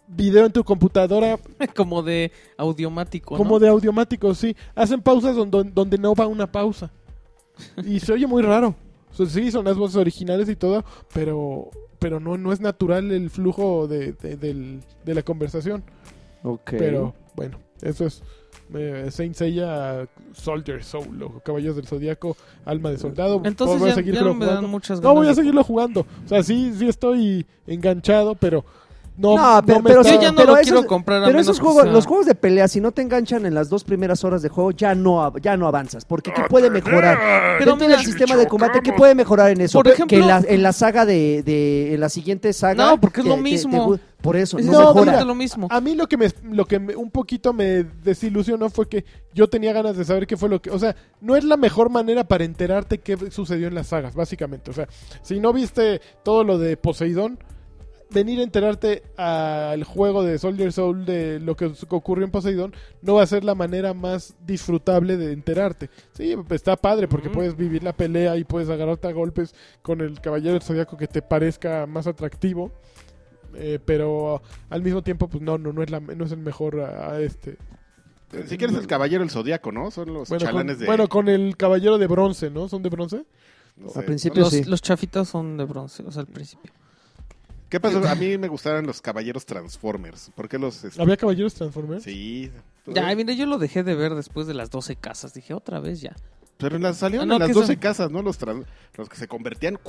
Speaker 3: video en tu computadora
Speaker 4: Como de audiomático.
Speaker 3: como
Speaker 4: ¿no?
Speaker 3: de audiomático? Sí, hacen pausas don- don- donde no va una pausa. Y se oye muy raro. O sea, sí, son las voces originales y todo, pero, pero no, no es natural el flujo de, de- del- de la conversación.
Speaker 2: Ok.
Speaker 3: Pero bueno, eso es eh, Saint Seiya Soldier Soul, o Caballeros del Zodíaco, Alma de Soldado. Pues
Speaker 4: Entonces
Speaker 3: Voy a
Speaker 4: ya, ya
Speaker 3: seguirlo
Speaker 4: no me dan
Speaker 3: jugando.
Speaker 4: muchas
Speaker 3: No,
Speaker 4: ganas.
Speaker 3: voy a
Speaker 4: de-
Speaker 3: seguirlo jugando. O sea, sí, sí estoy enganchado, pero no,
Speaker 2: No,
Speaker 3: no
Speaker 2: pero,
Speaker 3: me
Speaker 2: pero
Speaker 3: está-
Speaker 4: Yo ya no
Speaker 2: pero
Speaker 4: lo
Speaker 2: esos-
Speaker 4: quiero comprar a
Speaker 2: pero
Speaker 4: menos
Speaker 2: esos
Speaker 4: que
Speaker 2: juegos,
Speaker 4: sea-
Speaker 2: los juegos de pelea, si no te enganchan en las dos primeras horas de juego, ya no, av- ya no avanzas, porque ¿qué puede mejorar?
Speaker 5: Pero
Speaker 2: Pero mira,
Speaker 4: mira,
Speaker 2: el sistema de combate, ¿qué
Speaker 5: chocamos.
Speaker 2: puede mejorar en eso?
Speaker 4: Por
Speaker 2: Que- que
Speaker 4: ejemplo-
Speaker 2: en la, en la saga de, de- en la siguiente saga.
Speaker 4: No, porque es lo
Speaker 2: te- te-
Speaker 4: mismo.
Speaker 2: te gu- por eso,
Speaker 4: Es
Speaker 2: no,
Speaker 3: No, Ah,
Speaker 2: mejora.
Speaker 4: exactamente lo mismo.
Speaker 3: A mí lo que me, lo que me- un poquito me desilusionó fue que yo tenía ganas de saber qué fue lo que, o sea, no es la mejor manera para enterarte qué sucedió en las sagas, básicamente. O sea, si no viste todo lo de Poseidón, venir a enterarte al juego de Soldier Soul de lo que os- ocurrió en Poseidón no va a ser la manera más disfrutable de enterarte. Sí, está padre porque
Speaker 4: Ujú.
Speaker 3: puedes vivir la pelea y puedes agarrarte a golpes con el caballero del zodiaco que te parezca más atractivo. eh, pero al mismo tiempo, pues no, no, no es, la, no es el mejor a, a este.
Speaker 1: Si quieres el caballero, el zodiaco, ¿no? Son los
Speaker 3: Bueno
Speaker 1: chalanes
Speaker 3: con,
Speaker 1: de.
Speaker 3: bueno, con el caballero de bronce, ¿no? ¿Son de bronce?
Speaker 1: no sé.
Speaker 2: Al principio
Speaker 4: Los,
Speaker 2: sí.
Speaker 4: los chafitas son de bronce, o sea, al principio.
Speaker 1: ¿Qué pasó? A mí me gustaron los caballeros Transformers. ¿Por qué los.? este,
Speaker 3: ¿Había caballeros Transformers?
Speaker 1: Sí.
Speaker 4: Ya, mira, yo lo dejé de ver después de las 12 casas. Dije, otra vez ya.
Speaker 1: Pero en las, salieron
Speaker 4: Ah, no,
Speaker 1: en las
Speaker 4: que
Speaker 1: 12
Speaker 4: son-
Speaker 1: casas, ¿no? Los, trans- los que se convertían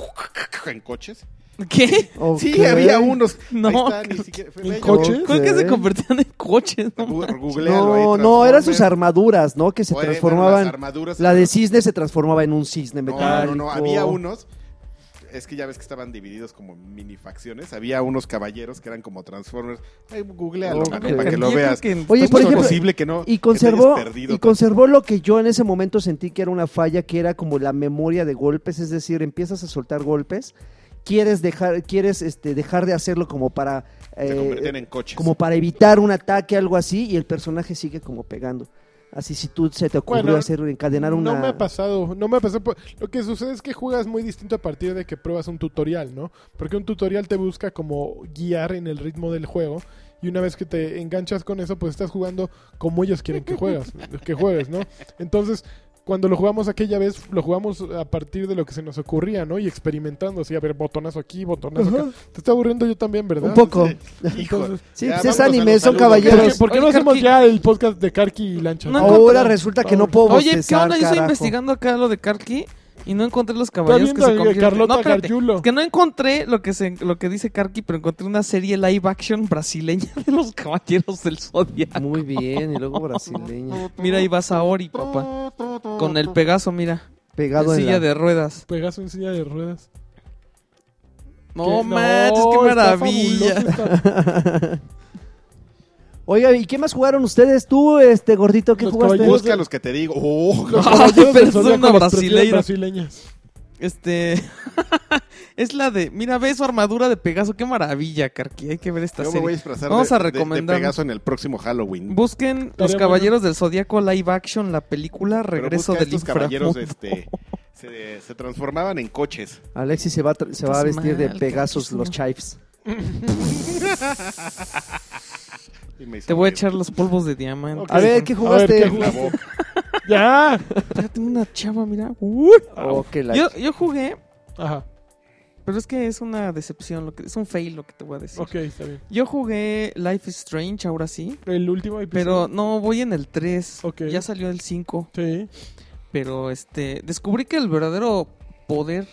Speaker 1: en coches.
Speaker 4: ¿Qué?
Speaker 1: Sí,
Speaker 2: Ok.
Speaker 1: había unos.
Speaker 4: No,
Speaker 1: Ahí está, ni
Speaker 4: creo
Speaker 1: siquiera-
Speaker 3: ¿En
Speaker 1: ve,
Speaker 3: coche?
Speaker 2: Ok.
Speaker 4: ¿Cómo que se convertían en coches?
Speaker 1: yo-
Speaker 4: No,
Speaker 1: gu- eh. googlealo ahí,
Speaker 2: No, no, eran sus
Speaker 1: Transformers.
Speaker 2: armaduras, ¿no? Que se
Speaker 1: O eran las
Speaker 2: transformaban.
Speaker 1: armaduras.
Speaker 2: La de cisne se transformaba en un cisne
Speaker 1: No,
Speaker 2: metálico.
Speaker 1: No, no, había unos. Es que ya ves que estaban divididos como mini facciones. Había unos caballeros que eran como Transformers. Ay, googlealo,
Speaker 2: Ok.
Speaker 1: mano, para que
Speaker 4: Yo
Speaker 1: lo
Speaker 4: creo
Speaker 1: veas.
Speaker 4: que-
Speaker 2: Oye, por
Speaker 1: ¿Cómo es
Speaker 2: ejemplo,
Speaker 1: posible que no.
Speaker 2: Y
Speaker 1: que te hayas
Speaker 2: conservó,
Speaker 1: perdido
Speaker 2: y
Speaker 1: tanto?
Speaker 2: conservó lo que yo en ese momento sentí que era una falla, que era como la memoria de golpes, es decir, empiezas a soltar golpes, quieres dejar, quieres este, dejar de hacerlo como para
Speaker 1: Se
Speaker 2: eh,
Speaker 1: convertían en coches.
Speaker 2: como para evitar un ataque, algo así, y el personaje sigue como pegando. Así si tú se te ocurrió
Speaker 3: Bueno,
Speaker 2: hacer encadenar una.
Speaker 3: No me ha pasado, no me ha pasado. por- Lo que sucede es que juegas muy distinto a partir de que pruebas un tutorial, ¿no? Porque un tutorial te busca como guiar en el ritmo del juego. Y una vez que te enganchas con eso, pues estás jugando como ellos quieren que juegas, que juegues, ¿no? Entonces, cuando lo jugamos aquella vez, lo jugamos a partir de lo que se nos ocurría, ¿no? Y experimentando, así, a ver, botonazo aquí, botonazo
Speaker 2: Ujú.
Speaker 3: acá. Te está aburriendo yo también, ¿verdad?
Speaker 2: Un poco.
Speaker 1: Hijo.
Speaker 2: Sí,
Speaker 1: Ya,
Speaker 2: pues
Speaker 1: vámonos
Speaker 2: es
Speaker 1: a
Speaker 2: anime,
Speaker 1: los
Speaker 2: son
Speaker 1: saludos.
Speaker 3: ¿Por qué,
Speaker 2: caballeros.
Speaker 3: por qué no
Speaker 4: Oye,
Speaker 3: hacemos
Speaker 4: Karki-
Speaker 3: ya el podcast de Karki y Lancha?
Speaker 4: No
Speaker 2: Ahora
Speaker 4: encontré-
Speaker 2: resulta que no puedo
Speaker 4: Oye, ¿qué
Speaker 2: bostezar,
Speaker 4: onda? Yo estoy
Speaker 2: carajo.
Speaker 4: investigando acá lo de Karki y no encontré los
Speaker 3: Está
Speaker 4: caballeros que
Speaker 3: viendo
Speaker 4: se
Speaker 3: a
Speaker 4: convierten.
Speaker 3: Carlota
Speaker 4: no, eh, espérate.
Speaker 3: Gargiulo.
Speaker 4: Es que no encontré lo que, se, lo que dice Karki, pero encontré una serie live action brasileña de los caballeros del Zodiaco.
Speaker 2: Muy bien, y luego brasileño.
Speaker 4: Mira, ahí va Saori, papá. Con el Pegaso, mira.
Speaker 2: Pegado
Speaker 4: En
Speaker 2: en la-
Speaker 4: silla de ruedas.
Speaker 3: Pegaso en silla de ruedas.
Speaker 4: No
Speaker 3: Que-
Speaker 4: manches,
Speaker 3: no,
Speaker 4: qué
Speaker 3: está
Speaker 4: maravilla.
Speaker 3: fabuloso, está-
Speaker 2: Oiga, ¿y qué más jugaron ustedes? Tú, este gordito, ¿qué
Speaker 3: Los
Speaker 2: jugaste?
Speaker 3: caballeros.
Speaker 1: Busca los que te digo. Oh,
Speaker 3: Los
Speaker 4: Ay,
Speaker 3: caballeros
Speaker 4: pero
Speaker 3: del
Speaker 4: es una
Speaker 3: Zodiaco, las
Speaker 4: brasileira.
Speaker 3: brasileñas.
Speaker 4: Este. es la de. Mira, ve su armadura de Pegaso. Qué maravilla, Karki. Hay que ver esta
Speaker 1: yo me
Speaker 4: serie.
Speaker 1: voy a disfrazar
Speaker 4: Vamos
Speaker 1: de,
Speaker 4: a
Speaker 1: de- de
Speaker 4: recomendar.
Speaker 1: Pegaso en el próximo Halloween.
Speaker 4: Busquen Los
Speaker 3: bueno.
Speaker 4: Caballeros del Zodíaco live action, la película
Speaker 1: Pero
Speaker 4: Regreso
Speaker 1: busca
Speaker 4: del
Speaker 1: estos caballeros
Speaker 4: Inframundo.
Speaker 1: este, se, se transformaban en coches.
Speaker 2: Alexis se va, a tra- se va a
Speaker 4: Estás
Speaker 2: vestir de
Speaker 4: mal,
Speaker 2: Pegasos
Speaker 4: carísimo.
Speaker 2: los Chives.
Speaker 1: Y me hizo
Speaker 4: Te voy a
Speaker 1: reír.
Speaker 4: echar los polvos de diamante.
Speaker 3: Ok.
Speaker 2: A ver, ¿qué
Speaker 3: A ver,
Speaker 2: jugaste?
Speaker 3: ¿qué
Speaker 1: La boca.
Speaker 3: ¡Ya!
Speaker 4: Ya tengo una chava, mira. Uh, Uy.
Speaker 2: Oh, qué la-
Speaker 4: Yo, yo jugué,
Speaker 3: Ajá,
Speaker 4: pero es que es una decepción, lo que, es un fail lo que te voy a decir.
Speaker 3: ok, está bien.
Speaker 4: Yo jugué Life is Strange ahora sí,
Speaker 3: El último
Speaker 4: pero
Speaker 3: episodio.
Speaker 4: no, voy en el 3.
Speaker 3: Ok.
Speaker 4: Ya salió el 5,
Speaker 3: Sí.
Speaker 4: pero este descubrí que el verdadero poder,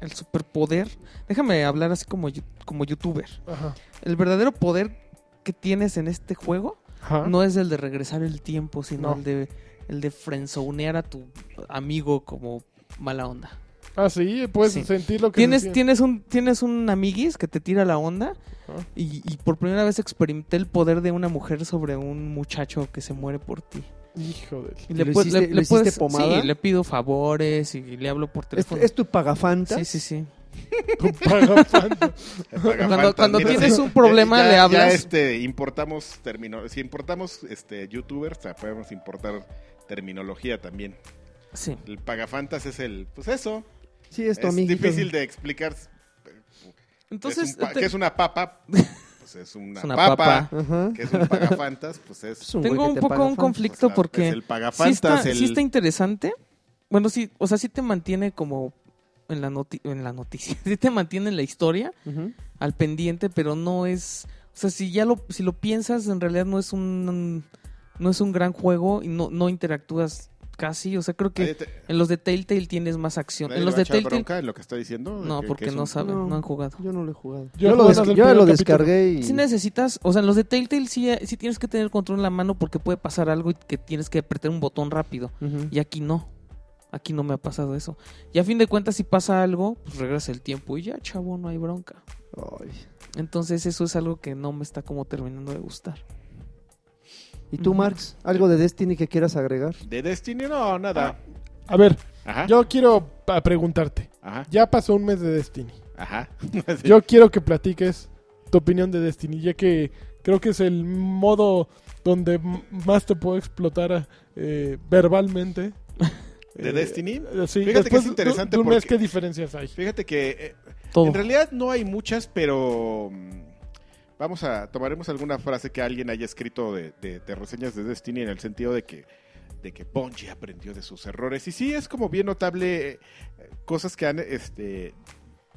Speaker 4: el superpoder, déjame hablar así como, yu- como youtuber.
Speaker 3: Ajá.
Speaker 4: El verdadero poder que tienes en este juego
Speaker 3: Ajá.
Speaker 4: no es el de regresar el tiempo, sino
Speaker 3: Ah. No.
Speaker 4: el de el de friendzonear a tu amigo como mala onda.
Speaker 3: Ah, sí, puedes
Speaker 4: Sí.
Speaker 3: sentir lo que.
Speaker 4: Tienes,
Speaker 3: sentía.
Speaker 4: tienes un, tienes un amiguis que te tira la onda
Speaker 2: Ah.
Speaker 3: Ajá.
Speaker 4: y, y por primera vez experimenté el poder de una mujer sobre un muchacho que se muere por ti.
Speaker 3: Hijo de.
Speaker 4: Y
Speaker 2: ¿Lo hiciste- lo hiciste pomada?
Speaker 4: Sí, le pido favores y le hablo por
Speaker 2: ¿Es,
Speaker 4: teléfono.
Speaker 2: es tu pagafanta?
Speaker 4: este Sí, sí, sí.
Speaker 3: tu pagafanta.
Speaker 4: Cuando, cuando
Speaker 1: Mira,
Speaker 4: tienes
Speaker 1: sí.
Speaker 4: un problema
Speaker 1: Ya-
Speaker 4: le
Speaker 1: ya,
Speaker 4: hablas.
Speaker 1: este, importamos termino, si importamos este youtubers, o sea, podemos importar terminología también.
Speaker 4: Sí.
Speaker 1: El pagafantas es el, pues eso.
Speaker 2: Sí, es
Speaker 1: Es
Speaker 2: tu amiguito.
Speaker 1: difícil de explicar.
Speaker 4: Entonces,
Speaker 1: es un pa-
Speaker 4: te-
Speaker 1: ¿qué es una papa? Pues es una,
Speaker 4: Es una
Speaker 1: papa.
Speaker 4: papa.
Speaker 2: Ajá.
Speaker 1: ¿Qué es un pagafantas? Pues es
Speaker 2: Es un
Speaker 4: tengo
Speaker 2: güey que
Speaker 4: un
Speaker 2: te
Speaker 4: poco
Speaker 2: paga fan.
Speaker 4: un conflicto
Speaker 1: pues la-
Speaker 4: porque...
Speaker 1: es el
Speaker 4: sí está,
Speaker 1: pagafantas, el-
Speaker 4: sí está interesante. Bueno, sí, o sea, sí te mantiene como en la, noti- en la noticia. Sí te mantiene en la historia
Speaker 2: Ujú.
Speaker 4: al pendiente, pero no es... O sea, si ya lo, si lo piensas, en realidad no es un... No es un gran juego y no, no interactúas casi. O sea, creo
Speaker 1: Nadie
Speaker 4: que
Speaker 1: te-
Speaker 4: en los de Telltale tienes más acción.
Speaker 1: nadie le
Speaker 4: En
Speaker 1: va
Speaker 4: los
Speaker 1: a
Speaker 4: de
Speaker 1: echar
Speaker 4: Telltale.
Speaker 1: bronca en lo que está diciendo.
Speaker 4: No,
Speaker 1: que-
Speaker 4: porque
Speaker 1: que es
Speaker 4: no
Speaker 1: un-
Speaker 4: saben,
Speaker 2: No.
Speaker 4: no han jugado.
Speaker 2: Yo no lo he jugado.
Speaker 3: Yo
Speaker 2: Yo,
Speaker 3: lo
Speaker 2: lo,
Speaker 3: descargué
Speaker 2: des-
Speaker 3: el
Speaker 2: yo
Speaker 3: primer
Speaker 2: lo
Speaker 3: capítulo.
Speaker 2: descargué y...
Speaker 4: Si necesitas, o sea, en los de Telltale sí, sí tienes que tener control en la mano porque puede pasar algo y que tienes que apretar un botón rápido.
Speaker 2: Ujú.
Speaker 4: Y aquí no. Aquí no me ha pasado eso. Y a fin de cuentas, si pasa algo, pues regresa el tiempo y ya, chavo, no hay bronca.
Speaker 2: Ay.
Speaker 4: Entonces eso es algo que no me está como terminando de gustar.
Speaker 2: ¿Y tú,
Speaker 4: Ujú.
Speaker 2: Marx? ¿Algo de Destiny que quieras agregar?
Speaker 1: De Destiny, no, nada.
Speaker 3: A ver,
Speaker 1: Ajá.
Speaker 3: Ah. yo quiero pa- preguntarte.
Speaker 1: Ajá.
Speaker 3: Ya pasó un mes de Destiny.
Speaker 1: Ajá. Sí.
Speaker 3: Yo quiero que platiques tu opinión de Destiny, ya que creo que es el modo donde m- más te puedo explotar eh, verbalmente.
Speaker 1: ¿De
Speaker 3: Eh,
Speaker 1: Destiny?
Speaker 3: eh, sí,
Speaker 1: Fíjate que
Speaker 3: después
Speaker 1: es interesante
Speaker 3: de un mes,
Speaker 1: porque-
Speaker 3: ¿qué diferencias hay?
Speaker 1: Fíjate que eh,
Speaker 4: Todo.
Speaker 1: En realidad no hay muchas, pero mm, vamos a tomaremos alguna frase que alguien haya escrito de, de- de reseñas de Destiny en el sentido de que de que Bungie aprendió de sus errores y sí es como bien notable eh, cosas que han este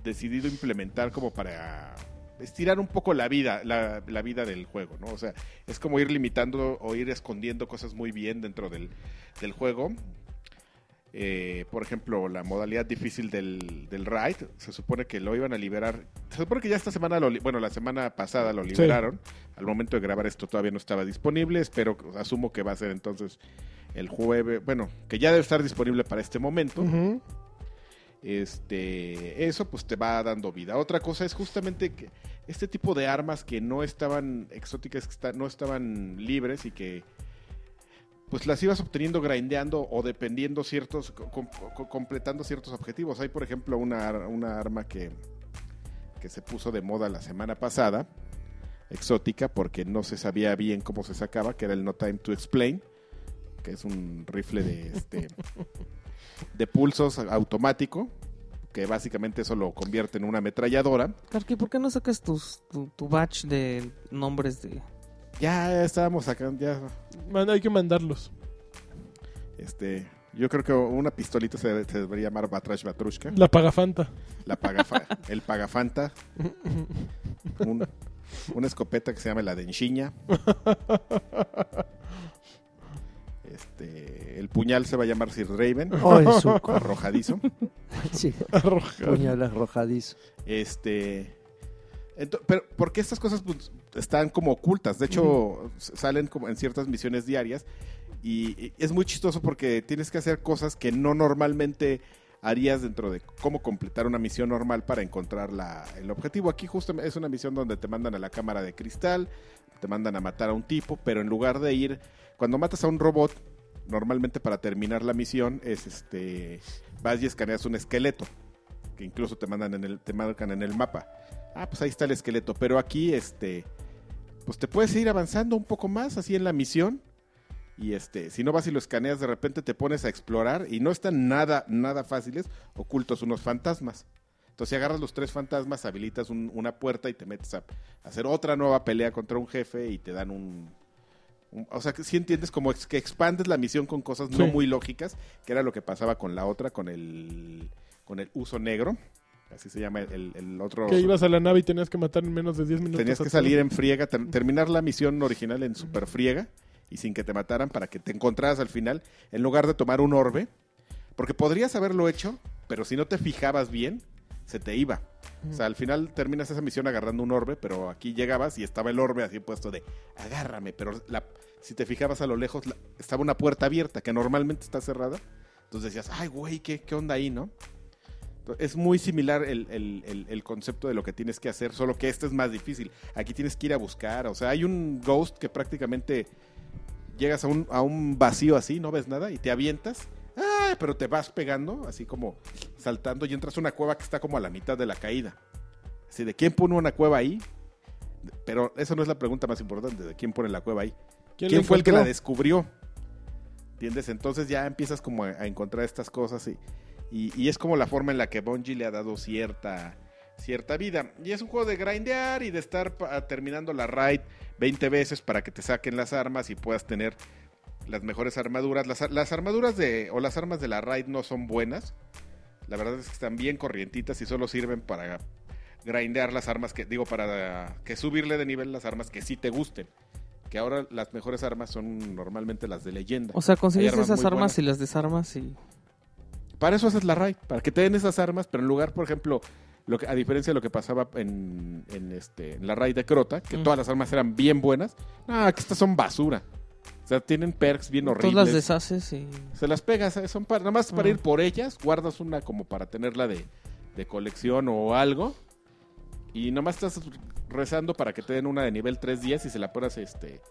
Speaker 1: decidido implementar como para estirar un poco la vida la, la vida del juego, ¿no? O sea, es como ir limitando o ir escondiendo cosas muy bien dentro del, del juego. Eh, por ejemplo, la modalidad difícil del, del raid, se supone que lo iban a liberar. Se supone que ya esta semana, lo, li- bueno, la semana pasada lo liberaron. Al momento de grabar esto todavía no estaba disponible. Espero, asumo que va a ser entonces el jueves. Bueno, que ya debe estar disponible para este momento
Speaker 3: Ujú.
Speaker 1: este eso pues te va dando vida otra cosa es justamente que este tipo de armas que no estaban exóticas que esta- no estaban libres y que pues las ibas obteniendo grindeando o dependiendo ciertos co- com- co- completando ciertos objetivos hay por ejemplo una, ar- una arma que que se puso de moda la semana pasada exótica porque no se sabía bien cómo se sacaba que era el no time to explain que es un rifle de este de pulsos automático, que básicamente eso lo convierte en una ametralladora.
Speaker 4: Karki, ¿por qué no sacas tus, tu, tu batch de nombres de...
Speaker 1: Ya estábamos sacando, ya,
Speaker 3: Man, hay que mandarlos.
Speaker 1: este, yo creo que una pistolita se, se debería llamar Batrash Batrushka,
Speaker 3: La pagafanta.
Speaker 1: la pagafa- el Pagafanta, un- una escopeta que se llama la Denchiña. Este, el puñal se va a llamar Sir Raven,
Speaker 2: Ay, su...
Speaker 1: arrojadizo.
Speaker 2: sí,
Speaker 3: Arrojar.
Speaker 2: puñal arrojadizo.
Speaker 1: Este. ento- pero porque estas cosas pues, están como ocultas. De hecho, s- salen como en ciertas misiones diarias. Y, y es muy chistoso porque tienes que hacer cosas que no normalmente harías dentro de cómo completar una misión normal para encontrar la- el objetivo. Aquí justo es una misión donde te mandan a la cámara de cristal, te mandan a matar a un tipo, pero en lugar de ir, cuando matas a un robot, normalmente para terminar la misión es este, vas y escaneas un esqueleto que incluso te mandan en el, te marcan en el mapa. Ah, pues ahí está el esqueleto. Pero aquí, este, pues te puedes ir avanzando un poco más así en la misión. Y este, si no vas y lo escaneas, de repente te pones a explorar y no están nada, nada fáciles, ocultos unos fantasmas. Entonces, si agarras los tres fantasmas, habilitas un- una puerta y te metes a, a hacer otra nueva pelea contra un jefe y te dan un. un- o sea, que sí entiendes como ex- que expandes la misión con cosas no
Speaker 3: Sí.
Speaker 1: muy lógicas, que era lo que pasaba con la otra, con el, con el uso negro. Así se llama el, el otro.
Speaker 3: Que ibas a la nave y tenías que matar en menos de 10 minutos.
Speaker 1: Tenías
Speaker 3: a
Speaker 1: que
Speaker 3: todos.
Speaker 1: salir en friega, ter- terminar la misión original en super friega y sin que te mataran para que te encontraras al final en lugar de tomar un orbe. Porque podrías haberlo hecho, pero si no te fijabas bien, se te iba. O sea, al final terminas esa misión agarrando un orbe, pero aquí llegabas y estaba el orbe así puesto de agárrame, pero la- si te fijabas a lo lejos la- estaba una puerta abierta que normalmente está cerrada. Entonces decías, ay güey, ¿qué, qué onda ahí, no? Entonces, Es muy similar el, el- el- el concepto de lo que tienes que hacer, solo que este es más difícil. Aquí tienes que ir a buscar, o sea, hay un ghost que prácticamente llegas a un, a un vacío así, no ves nada, y te avientas, ¡ah! pero te vas pegando, así como saltando, y entras a una cueva que está como a la mitad de la caída. Así de quién pone una cueva ahí, pero eso no es la pregunta más importante, de quién pone la cueva ahí. ¿Quién,
Speaker 3: la
Speaker 1: fue el que la
Speaker 3: encontró?
Speaker 1: descubrió? ¿Entiendes? Entonces ya empiezas como a, a encontrar estas cosas y, y- y es como la forma en la que Bungie le ha dado cierta, cierta vida. Y es un juego de grindear y de estar pa- terminando la raid 20 veces para que te saquen las armas y puedas tener las mejores armaduras. Las, ar- las armaduras de o las armas de la raid no son buenas. La verdad es que están bien corrientitas y solo sirven para grindear las armas que digo para que subirle de nivel las armas que sí te gusten que ahora las mejores armas son normalmente las de leyenda.
Speaker 4: O sea, consigues
Speaker 1: Hay armas
Speaker 4: esas
Speaker 1: muy
Speaker 4: armas
Speaker 1: buenas.
Speaker 4: y las desarmas y...
Speaker 1: Para eso haces la raid, para que te den esas armas, pero en lugar, por ejemplo, lo que, a diferencia de lo que pasaba en, en este, en la raid de Crota, que
Speaker 4: Mm.
Speaker 1: todas las armas eran bien buenas, ah, que estas son basura. O sea, tienen perks bien
Speaker 4: Todas
Speaker 1: horribles.
Speaker 4: las deshaces y...
Speaker 1: Se las pegas, eh, son para, nada más para
Speaker 4: Ah.
Speaker 1: ir por ellas, guardas una como para tenerla de, de colección o algo. Y nada más estás rezando para que te den una de nivel 310 y se la puedas este,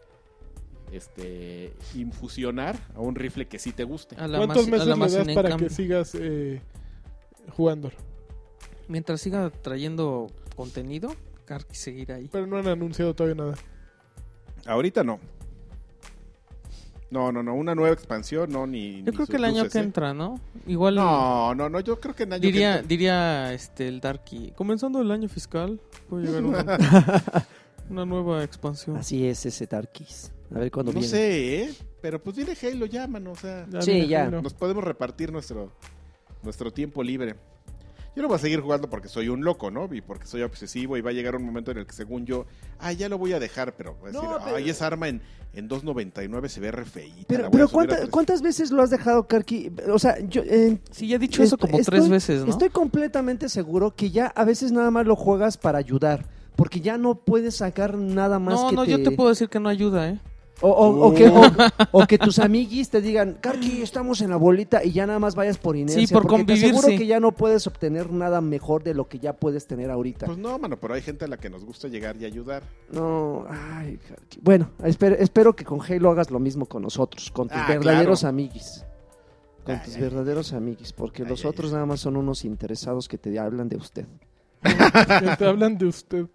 Speaker 1: este, infusionar a un rifle que sí te guste.
Speaker 4: A la
Speaker 3: ¿Cuántos
Speaker 4: mas- a
Speaker 3: meses
Speaker 4: la
Speaker 3: le
Speaker 4: Massina,
Speaker 3: das
Speaker 4: en
Speaker 3: para que
Speaker 4: cambio.
Speaker 3: sigas eh, jugando?
Speaker 4: Mientras siga trayendo contenido, Karki seguirá ahí.
Speaker 3: Pero no han anunciado todavía nada.
Speaker 1: Ahorita no. No, no, no, una nueva expansión, no, ni...
Speaker 4: Yo
Speaker 1: ni
Speaker 4: creo
Speaker 1: sus
Speaker 4: que el año
Speaker 1: luces,
Speaker 4: que
Speaker 1: eh.
Speaker 4: entra, ¿no? Igual
Speaker 1: No, no, no, yo creo que el año que
Speaker 4: diría,
Speaker 1: entra-
Speaker 4: diría este el Darky. Comenzando el año fiscal, puede llegar una, una nueva expansión.
Speaker 2: Así es ese Tarkis. A ver cuándo
Speaker 1: No
Speaker 2: viene.
Speaker 1: sé, ¿eh? Pero pues viene Halo, ya, mano, o sea...
Speaker 2: Sí,
Speaker 3: viene
Speaker 2: ya.
Speaker 3: Halo.
Speaker 1: Nos podemos repartir nuestro, nuestro tiempo libre. Yo no voy a seguir jugando porque soy un loco, ¿no? Y porque soy obsesivo y va a llegar un momento en el que según yo, ah, ya lo voy a dejar, pero voy a
Speaker 2: No,
Speaker 1: decir,
Speaker 2: pero-
Speaker 1: ay, esa arma en, en 2.99 se ve re feíta. la voy a
Speaker 2: Pero, pero
Speaker 1: subir a
Speaker 2: ¿cuánta-
Speaker 1: tres".
Speaker 2: ¿cuántas veces lo has dejado, Karki? O sea, yo... eh,
Speaker 4: Sí, ya he dicho eso
Speaker 2: Estoy-
Speaker 4: como tres
Speaker 2: estoy-
Speaker 4: veces, ¿no?
Speaker 2: Estoy completamente seguro que ya a veces nada más lo juegas para ayudar. Porque ya no puedes sacar nada más
Speaker 4: no,
Speaker 2: que
Speaker 4: no, yo te puedo Oh. decir que no ayuda, ¿eh?
Speaker 2: O, o- o que, o- o que tus amiguis te digan, Karki, estamos en la bolita y ya nada más vayas por inercia.
Speaker 4: Sí, por
Speaker 2: porque Te
Speaker 4: convivir,
Speaker 2: aseguro
Speaker 4: sí.
Speaker 2: que ya no puedes obtener nada mejor de lo que ya puedes tener ahorita.
Speaker 1: Pues no, mano, pero hay gente a la que nos gusta llegar y ayudar.
Speaker 2: No, ay, Karki. Bueno, espero, espero que con Halo hagas lo mismo con nosotros, con tus
Speaker 1: Ah,
Speaker 2: verdaderos
Speaker 1: claro.
Speaker 2: amiguis. Con
Speaker 1: Ay,
Speaker 2: tus
Speaker 1: ay.
Speaker 2: verdaderos amiguis, porque
Speaker 1: Ay,
Speaker 2: los
Speaker 1: ay,
Speaker 2: otros
Speaker 1: ay.
Speaker 2: nada más son unos interesados que te hablan de usted.
Speaker 3: Ya te hablan de usted.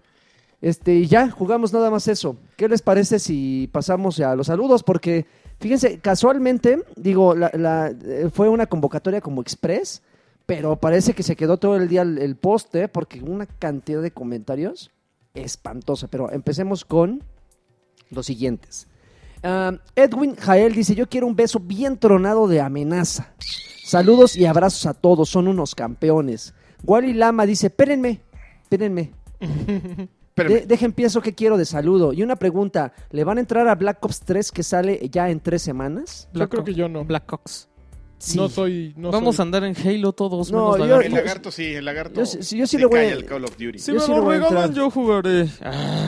Speaker 2: Este, y ya, jugamos nada más eso. ¿Qué les parece si pasamos a los saludos? Porque, fíjense, casualmente, digo, la, la- eh, fue una convocatoria como express, pero parece que se quedó todo el día el, el poste, porque una cantidad de comentarios espantosa. Pero empecemos con los siguientes. Ah, Edwin Jael dice, yo quiero un beso bien tronado de amenaza. Saludos y abrazos a todos, son unos campeones. Wally Lama dice, espérenme, espérenme.
Speaker 1: Pero
Speaker 2: De- dejen pienso que quiero de saludo. Y una pregunta, ¿le van a entrar a Black Ops 3 que sale ya en tres semanas?
Speaker 3: Yo creo que yo no.
Speaker 4: Black Ops.
Speaker 2: Sí.
Speaker 3: No soy. No
Speaker 4: Vamos a
Speaker 3: soy-
Speaker 4: andar en Halo todos
Speaker 2: No,
Speaker 4: menos
Speaker 2: yo-
Speaker 1: el
Speaker 4: lagarto.
Speaker 1: lagarto sí, el lagarto.
Speaker 2: Yo sí- sí, yo sí
Speaker 1: se
Speaker 2: le voy a-
Speaker 1: calla el Call of Duty.
Speaker 2: yo sí le voy a entrar.
Speaker 4: yo jugaré.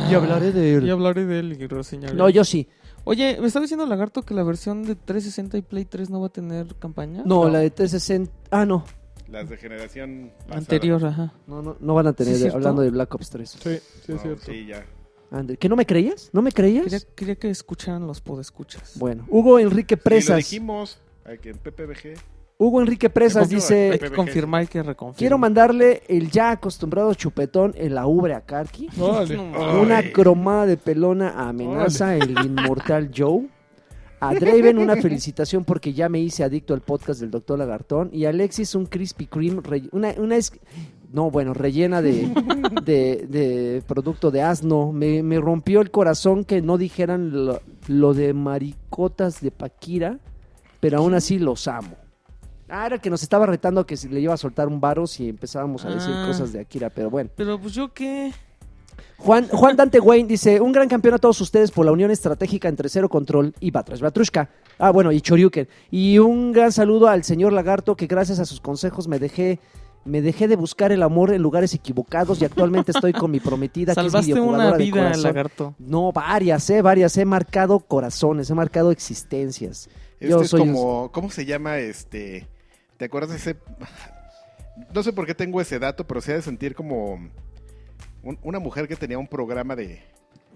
Speaker 2: Y hablaré de él.
Speaker 4: Y hablaré de él y reseñaré.
Speaker 2: No, yo sí.
Speaker 4: Oye, ¿me está diciendo Lagarto que la versión de 360 y Play 3 no va a tener campaña?
Speaker 2: No, la de 360... Ah, no.
Speaker 1: Las de generación pasada.
Speaker 4: Anterior, ajá.
Speaker 2: No, no, no van a tener,
Speaker 4: ¿Sí es cierto?
Speaker 2: hablando de Black Ops 3.
Speaker 3: Sí, sí,
Speaker 1: No,
Speaker 3: es cierto.
Speaker 1: sí, ya.
Speaker 2: Ande- ¿Que no me creías? ¿No me creías?
Speaker 4: Quería, quería que escucharan los podescuchas.
Speaker 2: Bueno, Hugo Enrique
Speaker 1: Presas. lo
Speaker 2: Presas.
Speaker 1: dijimos ay, que en PPBG.
Speaker 2: Hugo Enrique Presas
Speaker 1: Confirma,
Speaker 2: dice,
Speaker 4: Hay que confirmar y que reconfirmar.
Speaker 2: quiero mandarle el ya acostumbrado chupetón en la ubre a Karki.
Speaker 3: Órale.
Speaker 4: No,
Speaker 1: Ay.
Speaker 2: Una cromada de pelona a amenaza el inmortal Joe. A Draven una felicitación porque ya me hice adicto al podcast del Doctor Lagartón. Y a Alexis un Krispy Kreme, rell- una, una es- no, bueno, rellena de, de, de producto de asno. Me, me rompió el corazón que no dijeran lo, lo de maricotas de Paquira, pero aún así los amo. Ah, era el que nos estaba retando que si le iba a soltar un varo si empezábamos a decir
Speaker 4: Ah.
Speaker 2: cosas de Akira, pero bueno.
Speaker 4: Pero pues yo qué.
Speaker 2: Juan, Juan Dante Wayne dice, un gran campeón a todos ustedes por la unión estratégica entre Cero Control y Batrash Batrushka. Ah, bueno, y Choryuken. Y un gran saludo al señor Lagarto que gracias a sus consejos me dejé... Me dejé de buscar el amor en lugares equivocados y actualmente estoy con mi prometida. que es
Speaker 4: Salvaste una
Speaker 2: videojugadora de
Speaker 4: vida,
Speaker 2: corazón.
Speaker 4: Lagarto.
Speaker 2: No, varias, eh, varias. He marcado corazones, he marcado existencias.
Speaker 1: Este
Speaker 2: Yo
Speaker 1: es
Speaker 2: soy un-
Speaker 1: como, ¿cómo se llama este? ¿Te acuerdas de ese? No sé por qué tengo ese dato, pero se ha de sentir como un- una mujer que tenía un programa de.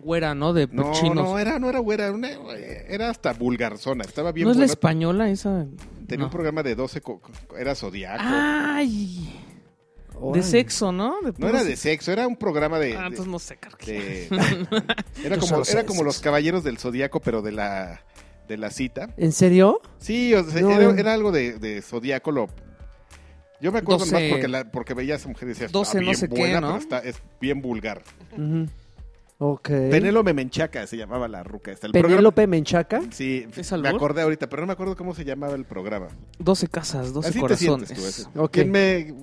Speaker 4: Güera, ¿no? De
Speaker 1: No,
Speaker 4: chinos.
Speaker 1: no era, no era güera, era, una- era hasta vulgarzona, estaba bien.
Speaker 4: ¿No es la
Speaker 1: buena.
Speaker 4: española esa?
Speaker 1: tenía
Speaker 4: no. Ah,
Speaker 1: un programa de 12, co- co- era zodiaco.
Speaker 4: Ay, de
Speaker 2: Órale.
Speaker 4: sexo, ¿no? De
Speaker 1: no
Speaker 4: puro
Speaker 1: era
Speaker 4: se-
Speaker 1: de sexo, era un programa de.
Speaker 4: Ah,
Speaker 1: de-
Speaker 4: entonces no sé, Karki.
Speaker 1: de- era
Speaker 2: Yo
Speaker 1: como,
Speaker 2: solo sé
Speaker 1: era
Speaker 2: de
Speaker 1: como los
Speaker 2: sexo.
Speaker 1: caballeros del zodiaco, pero de la, de la cita.
Speaker 2: ¿En serio?
Speaker 1: Sí, o sea,
Speaker 2: No.
Speaker 4: eh.
Speaker 1: era, era algo de, de Zodíaco. Lo... Yo me acuerdo
Speaker 4: Doce-
Speaker 1: más porque, la- porque veía a esa mujer y decía, está
Speaker 4: doce no
Speaker 1: bien
Speaker 4: sé qué,
Speaker 1: buena,
Speaker 4: ¿no?
Speaker 1: pero está, es bien vulgar.
Speaker 2: Ujú. Ok.
Speaker 1: Penélope Menchaca se llamaba la ruca. Está el
Speaker 2: Penélope Menchaca.
Speaker 1: programa- Sí,
Speaker 4: ¿Es
Speaker 1: me
Speaker 4: albur?
Speaker 1: acordé ahorita, pero no me acuerdo cómo se llamaba el programa.
Speaker 4: 12 casas, 12
Speaker 1: Así te
Speaker 4: corazones.
Speaker 1: sientes tú. ese.
Speaker 2: Ok.
Speaker 1: ¿Quién me-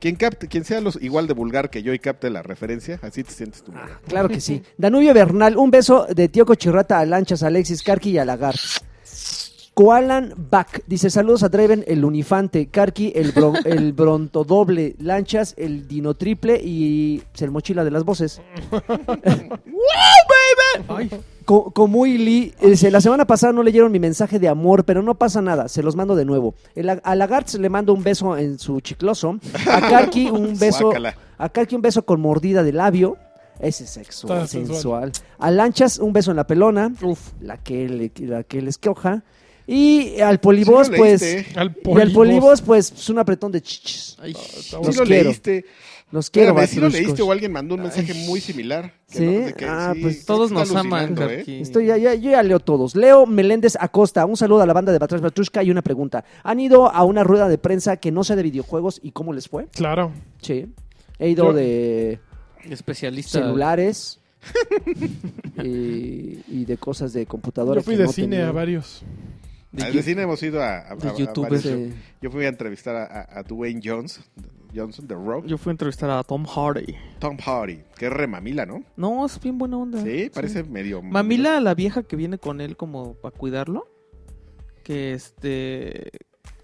Speaker 1: Quien, capte, quien sea los, igual de vulgar que yo y capte la referencia, así te sientes tú.
Speaker 2: Ah, claro que sí. Danubio Bernal, un beso de tío Cochirrata a Lanchas, Alexis, Carqui y a Lagartos. Koalan Back dice: Saludos a Draven, el Unifante, Carqui, el, bro- el Bronto Doble, Lanchas, el Dino Triple y pues, el Mochila de las Voces.
Speaker 4: Ay,
Speaker 2: Co- Comuy Lee eh, dice: La semana pasada no leyeron mi mensaje de amor, pero no pasa nada, se los mando de nuevo. El a a Lagarts le mando un beso en su chicloso. A Carqui, un beso.
Speaker 1: Guácala.
Speaker 2: Acá que un beso con mordida de labio. Ese es sexual,
Speaker 3: Está
Speaker 2: sensual.
Speaker 3: sensual.
Speaker 2: A Lanchas, un beso en la pelona.
Speaker 3: Uf,
Speaker 2: La que, le, la que les queoja. Y al polibos,
Speaker 1: Sí lo
Speaker 2: pues.
Speaker 1: leíste, ¿eh?
Speaker 3: al
Speaker 2: Y al polibos, pues, es un apretón de chichis.
Speaker 4: ay.
Speaker 1: Sí
Speaker 2: Los
Speaker 1: lo
Speaker 2: quiero.
Speaker 1: leíste.
Speaker 2: Los quiero,
Speaker 1: Espérame, sí lo
Speaker 2: batruscos.
Speaker 1: leíste o alguien mandó un mensaje muy similar. que
Speaker 2: ¿Sí?
Speaker 1: no- de que-
Speaker 2: Ah,
Speaker 1: sí,
Speaker 2: pues
Speaker 1: sí,
Speaker 4: Todos
Speaker 1: está
Speaker 4: nos aman,
Speaker 1: alucinando, ¿eh?
Speaker 4: Karki.
Speaker 2: Estoy, ya, ya- yo ya leo todos. Leo Meléndez Acosta, un saludo a la banda de Batrás Batrushka y una pregunta. ¿Han ido a una rueda de prensa que no sea de videojuegos y cómo les fue?
Speaker 3: Claro.
Speaker 2: Sí. He ido
Speaker 3: Yo-
Speaker 2: de
Speaker 4: Especialista.
Speaker 2: celulares y, y de cosas de computadora.
Speaker 3: Yo fui
Speaker 2: que
Speaker 3: de
Speaker 2: no
Speaker 3: cine
Speaker 2: tenía.
Speaker 3: a varios.
Speaker 4: de
Speaker 1: Al
Speaker 4: Yu-
Speaker 1: cine hemos ido a, a-
Speaker 4: de
Speaker 1: a- a
Speaker 4: YouTube,
Speaker 1: varios-
Speaker 2: Sí.
Speaker 1: Yo fui a entrevistar a, a- a Dwayne Jones, Johnson, The Rock,
Speaker 4: Yo fui a entrevistar a Tom Hardy.
Speaker 1: Tom Hardy, que es remamila, ¿no?
Speaker 4: No, es bien buena onda.
Speaker 1: Sí, parece medio...
Speaker 4: Ah, Mamila, la vieja que viene con él como para cuidarlo, que este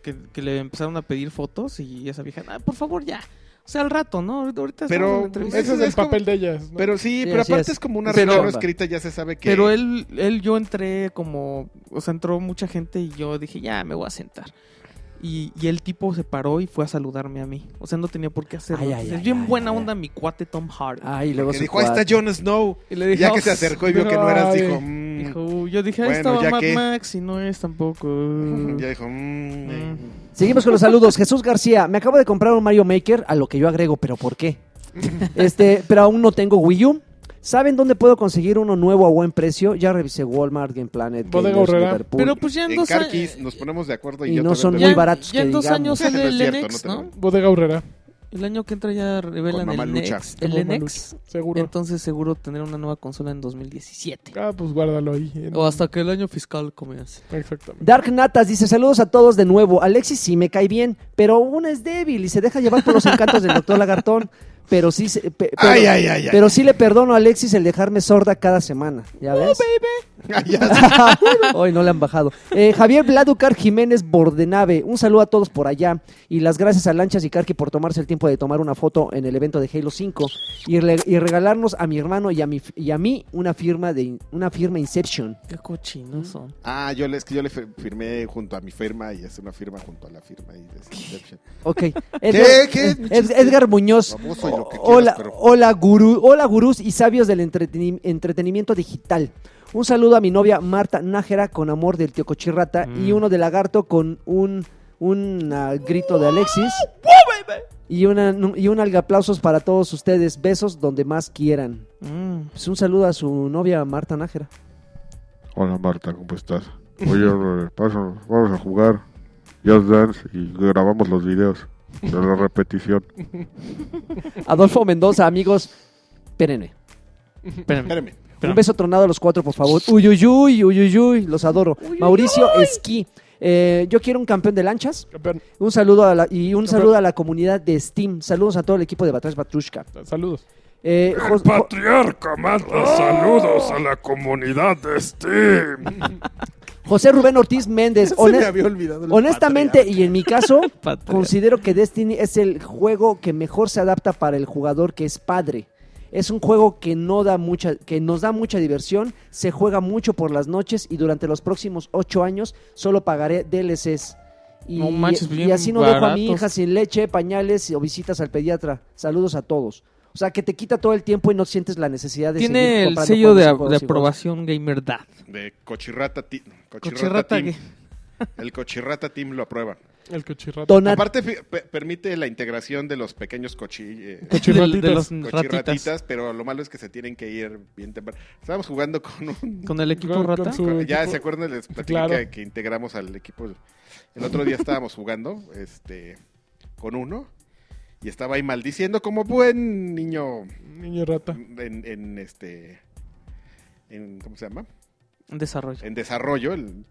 Speaker 4: que, que le empezaron a pedir fotos y esa vieja, "Ah, por favor ya, o sea al rato, ¿no? Ahorita ahorita
Speaker 1: Pero,
Speaker 4: estamos en
Speaker 1: Ese
Speaker 4: la entrevista".
Speaker 3: Ese es el
Speaker 1: es como-
Speaker 3: papel de ellas. ¿no?
Speaker 1: Pero sí,
Speaker 2: Sí,
Speaker 1: pero
Speaker 2: así
Speaker 1: aparte es.
Speaker 2: es.
Speaker 1: como una
Speaker 2: Pero-
Speaker 1: regla no escrita, ya se sabe que...
Speaker 4: Pero él, él, yo entré como, o sea, entró mucha gente y yo dije, ya me voy a sentar. Y, y el tipo se paró y fue a saludarme a mí. O sea, no tenía por qué hacerlo.
Speaker 2: Ay, ay,
Speaker 4: Entonces,
Speaker 2: ay,
Speaker 4: es bien
Speaker 2: ay,
Speaker 4: buena
Speaker 2: ay.
Speaker 4: onda mi cuate Tom Hardy.
Speaker 2: Ah, y luego
Speaker 1: Que
Speaker 2: su
Speaker 1: dijo, ahí está
Speaker 2: cuate.
Speaker 1: Jon Snow.
Speaker 4: Y le
Speaker 1: Y
Speaker 4: dije,
Speaker 1: ya que se
Speaker 4: "Oh,
Speaker 1: acercó y vio que no eras, dijo... "Mm".
Speaker 4: dijo, yo dije, ahí
Speaker 1: Bueno,
Speaker 4: estaba
Speaker 1: ¿ya
Speaker 4: Mad
Speaker 1: qué?
Speaker 4: Max y no es tampoco.
Speaker 1: Ya dijo... "Mm".
Speaker 4: Mm.
Speaker 2: Seguimos con los saludos. Jesús García, me acabo de comprar un Mario Maker, a lo que yo agrego, pero ¿por qué? este, pero aún no tengo Wii U. ¿Saben dónde puedo conseguir uno nuevo a buen precio? Ya revisé Walmart, Game Planet,
Speaker 3: Bodega
Speaker 2: Gamers,
Speaker 3: Aurrera.
Speaker 2: Liverpool.
Speaker 4: Pero pues ya en
Speaker 1: En
Speaker 4: dos años.
Speaker 1: Carquis nos ponemos de acuerdo y,
Speaker 2: y
Speaker 1: yo
Speaker 2: no
Speaker 1: te
Speaker 2: son
Speaker 1: vendo
Speaker 2: muy
Speaker 1: el-
Speaker 2: baratos
Speaker 4: Ya
Speaker 2: que
Speaker 4: en dos
Speaker 2: digamos.
Speaker 4: años sale
Speaker 1: No es
Speaker 4: el
Speaker 1: cierto,
Speaker 4: NX,
Speaker 1: no te
Speaker 4: ¿no?
Speaker 1: veo.
Speaker 3: Bodega Urrera.
Speaker 4: El año que entra ya revelan
Speaker 1: Con Mamá
Speaker 4: el
Speaker 1: Lucha.
Speaker 4: NX. El
Speaker 3: Mamá
Speaker 4: NX.
Speaker 3: Seguro.
Speaker 4: Entonces seguro tendrá una nueva consola en 2017.
Speaker 3: Ah, pues guárdalo ahí. en-
Speaker 4: O hasta que el año fiscal comience.
Speaker 3: Exactamente.
Speaker 2: Dark Natas dice, saludos a todos de nuevo. Alexis sí me cae bien, pero una es débil y se deja llevar por los encantos del doctor Lagartón. Pero sí, se- pe- pero,
Speaker 1: Ay, ay, ay, ay.
Speaker 2: pero sí le perdono a Alexis el dejarme sorda cada semana. ¿Ya ves?
Speaker 1: Ay, ya sé.
Speaker 2: Hoy no le han bajado. Eh, Javier Bladucar Jiménez Bordenave, un saludo a todos por allá. Y las gracias a Lanchas y Carqui por tomarse el tiempo de tomar una foto en el evento de Halo 5 y, re- y regalarnos a mi hermano y a, mi, y a mí una firma de una firma Inception.
Speaker 4: Qué cochinos son.
Speaker 1: Ah, yo le, es que yo le fir- firmé junto a mi firma y es una firma junto a la firma. Y de Inception.
Speaker 2: Ok. Edgar,
Speaker 1: ¿Qué?
Speaker 2: Ed- Edgar Muñoz.
Speaker 1: Baboso y lo que quieras,
Speaker 2: hola,
Speaker 1: pero-
Speaker 2: hola, gurú, hola gurús y sabios del entreteni- entretenimiento digital. Un saludo a mi novia Marta Nájera con amor del tío Cochirrata y uno de lagarto con un, un ah, grito de Alexis. Y, una, y un algaplausos para todos ustedes. Besos donde más quieran.
Speaker 4: Mm.
Speaker 2: Pues un saludo a su novia Marta Nájera.
Speaker 6: Hola Marta, ¿cómo estás? Oye, eh, pasa, vamos a jugar Just Dance y grabamos los videos de la repetición.
Speaker 2: Adolfo Mendoza, amigos, espérenme.
Speaker 4: Espérame.
Speaker 1: Espérame.
Speaker 4: Pero-
Speaker 2: Un beso tronado a los cuatro, por favor. Uyuyuy, uyuyuy, los adoro. Mauricio Esquí. eh, yo quiero un campeón de lanchas.
Speaker 3: Campeón,
Speaker 2: Un saludo a la, y un
Speaker 3: Campeón.
Speaker 2: saludo a la comunidad de Steam. Saludos a todo el equipo de Batrash Batrushka.
Speaker 3: Saludos.
Speaker 2: Eh,
Speaker 5: El
Speaker 2: Jos-
Speaker 5: patriarca manda saludos a la comunidad de Steam.
Speaker 2: Jo- José Rubén Ortiz Méndez. Honest-
Speaker 1: olvidado. el
Speaker 2: honestamente, y en mi caso,
Speaker 4: Patria.
Speaker 2: considero que Destiny es el juego que mejor se adapta para el jugador que es padre. Es un juego que no da mucha, que nos da mucha diversión, se juega mucho por las noches y durante los próximos ocho años solo pagaré DLCs. Y,
Speaker 4: No manches,
Speaker 2: y
Speaker 4: bien
Speaker 2: así no dejo a mi
Speaker 4: baratos.
Speaker 2: hija sin leche, pañales o visitas al pediatra. Saludos a todos. O sea, que te quita todo el tiempo y no sientes la necesidad de seguir
Speaker 4: Tiene el
Speaker 2: comprando
Speaker 4: sello de,
Speaker 2: juegos y juegos
Speaker 4: de
Speaker 2: y juegos.
Speaker 4: aprobación gamerdad.
Speaker 1: De Cochirrata, Ti- Cochirrata
Speaker 4: Cochirrata
Speaker 1: Team.
Speaker 4: que-
Speaker 1: El Cochirrata Team lo aprueba.
Speaker 3: El cochirrato.
Speaker 2: Donat-
Speaker 1: Aparte, fi- pe- permite la integración de los pequeños cochi, eh,
Speaker 4: de, de los
Speaker 3: Cochirratitas.
Speaker 4: ratitas.
Speaker 1: cochirratitas, pero lo malo es que se tienen que ir bien temprano. Estábamos jugando con un...
Speaker 4: Con el equipo
Speaker 3: Con- con
Speaker 4: rata.
Speaker 3: su-
Speaker 1: ya,
Speaker 3: equipo.
Speaker 1: ¿se acuerdan? Les platicé
Speaker 3: Claro.
Speaker 1: que, que integramos al equipo. El otro día estábamos jugando este, con uno y estaba ahí maldiciendo como buen niño
Speaker 3: Niño rata.
Speaker 1: en, en este... En, ¿Cómo se llama?
Speaker 4: En desarrollo.
Speaker 1: en desarrollo. el-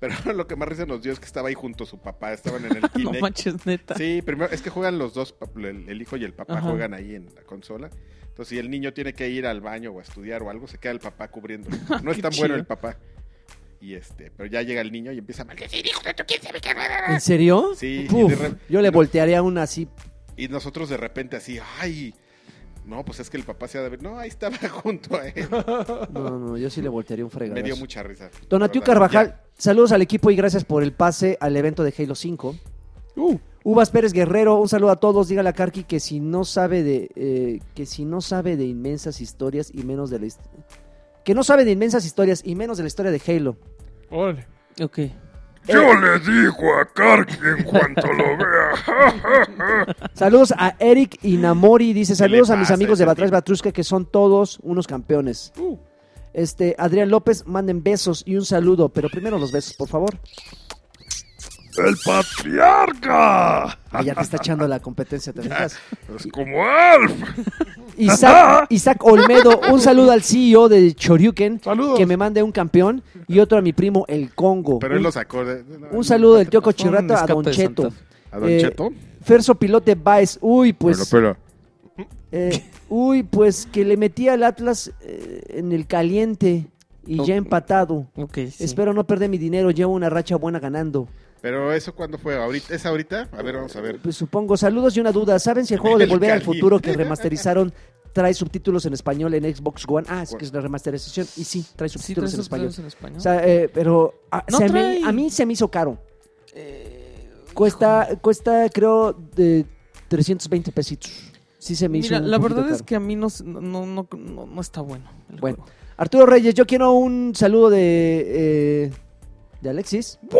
Speaker 1: Pero lo que más risa nos dio es que estaba ahí junto a su papá, estaban en el
Speaker 4: No
Speaker 1: Kinect.
Speaker 4: manches, neta.
Speaker 1: Sí, primero es que juegan los dos, pap- el, el hijo y el papá
Speaker 4: Ajá.
Speaker 1: juegan ahí en la consola. Entonces, si el niño tiene que ir al baño o a estudiar o algo, se queda el papá cubriendo. No es
Speaker 4: Qué
Speaker 1: tan bueno
Speaker 4: chido.
Speaker 1: el papá. Y este, pero ya llega el niño y empieza a maldecir, hijo de tu quién sabe qué.
Speaker 2: ¿En serio?
Speaker 1: Sí, y,
Speaker 2: Puf,
Speaker 1: de re-
Speaker 2: yo le voltearía una así.
Speaker 1: y nosotros de repente así, ay, no, pues es que el papá se ha de ver. No, ahí estaba junto a él.
Speaker 2: No, no, yo sí le voltearía un fregado.
Speaker 1: Me dio mucha risa.
Speaker 2: Donatiu
Speaker 1: La verdad.
Speaker 2: Carvajal, saludos al equipo y gracias por el pase al evento de Halo 5.
Speaker 3: Uh,
Speaker 2: Uvas Pérez Guerrero, un saludo a todos. Dígale a Karki que si no sabe de eh, que si no sabe de inmensas historias y menos de la his- que no sabe de inmensas historias y menos de la historia de Halo.
Speaker 3: órale.
Speaker 4: Ok.
Speaker 5: Yo le digo a Karki en cuanto lo vea.
Speaker 2: Saludos a Eric Inamori, dice saludos a mis
Speaker 1: pasa
Speaker 2: amigos
Speaker 1: a ese
Speaker 2: de Batrás
Speaker 1: tipo?
Speaker 2: Batrusca que son todos unos campeones.
Speaker 3: Uh,
Speaker 2: Este, Adrián López, manden besos y un saludo, pero primero los besos, por favor.
Speaker 5: ¡El patriarca!
Speaker 2: Ah, ya te está echando la competencia, ¿te fijas?
Speaker 5: Es como Alf.
Speaker 2: Isaac, Isaac Olmedo, un saludo al CEO de Choryuken,
Speaker 3: Saludos.
Speaker 2: que me mande un campeón, y otro a mi primo, el Congo.
Speaker 1: Pero él
Speaker 2: Un-
Speaker 1: lo sacó. de- de-
Speaker 2: Un saludo del Tioco
Speaker 4: Fue un
Speaker 2: Chirrata a
Speaker 4: escape
Speaker 2: Don
Speaker 4: de
Speaker 2: Cheto.
Speaker 4: Santa
Speaker 1: A Don
Speaker 2: Eh,
Speaker 1: Cheto.
Speaker 2: Ferso Pilote Baez. Uy,
Speaker 6: Bueno,
Speaker 2: pues.
Speaker 6: pero
Speaker 2: eh, uy, pues que le metí al Atlas eh, en el caliente y
Speaker 4: Ok.
Speaker 2: ya empatado.
Speaker 4: Ok, sí.
Speaker 2: Espero no perder mi dinero. Llevo una racha buena ganando.
Speaker 1: Pero eso cuándo fue? ¿Ahorita? ¿Es ahorita? A ver, vamos a ver.
Speaker 2: Pues supongo. Saludos y una duda. ¿Saben si el juego de
Speaker 1: El
Speaker 2: Volver al
Speaker 1: caliente.
Speaker 2: Futuro que remasterizaron trae subtítulos en español en Xbox One? Ah, es que es la remasterización. Y sí, trae
Speaker 4: Sí,
Speaker 2: subtítulos
Speaker 4: traes
Speaker 2: en español.
Speaker 4: subtítulos en español.
Speaker 2: O sea, eh, pero a,
Speaker 4: No
Speaker 2: se me-
Speaker 4: trae.
Speaker 2: a mí se me hizo caro.
Speaker 4: Eh,
Speaker 2: Cuesta, cuesta creo, de 320 pesitos. Sí se me hizo
Speaker 4: Mira,
Speaker 2: un
Speaker 4: la
Speaker 2: poquito
Speaker 4: verdad es
Speaker 2: caro.
Speaker 4: que a mí no, no, no, no, no está bueno. el
Speaker 2: Bueno.
Speaker 4: juego.
Speaker 2: Arturo Reyes, yo quiero un saludo de, eh, de Alexis.
Speaker 4: ¡Oh,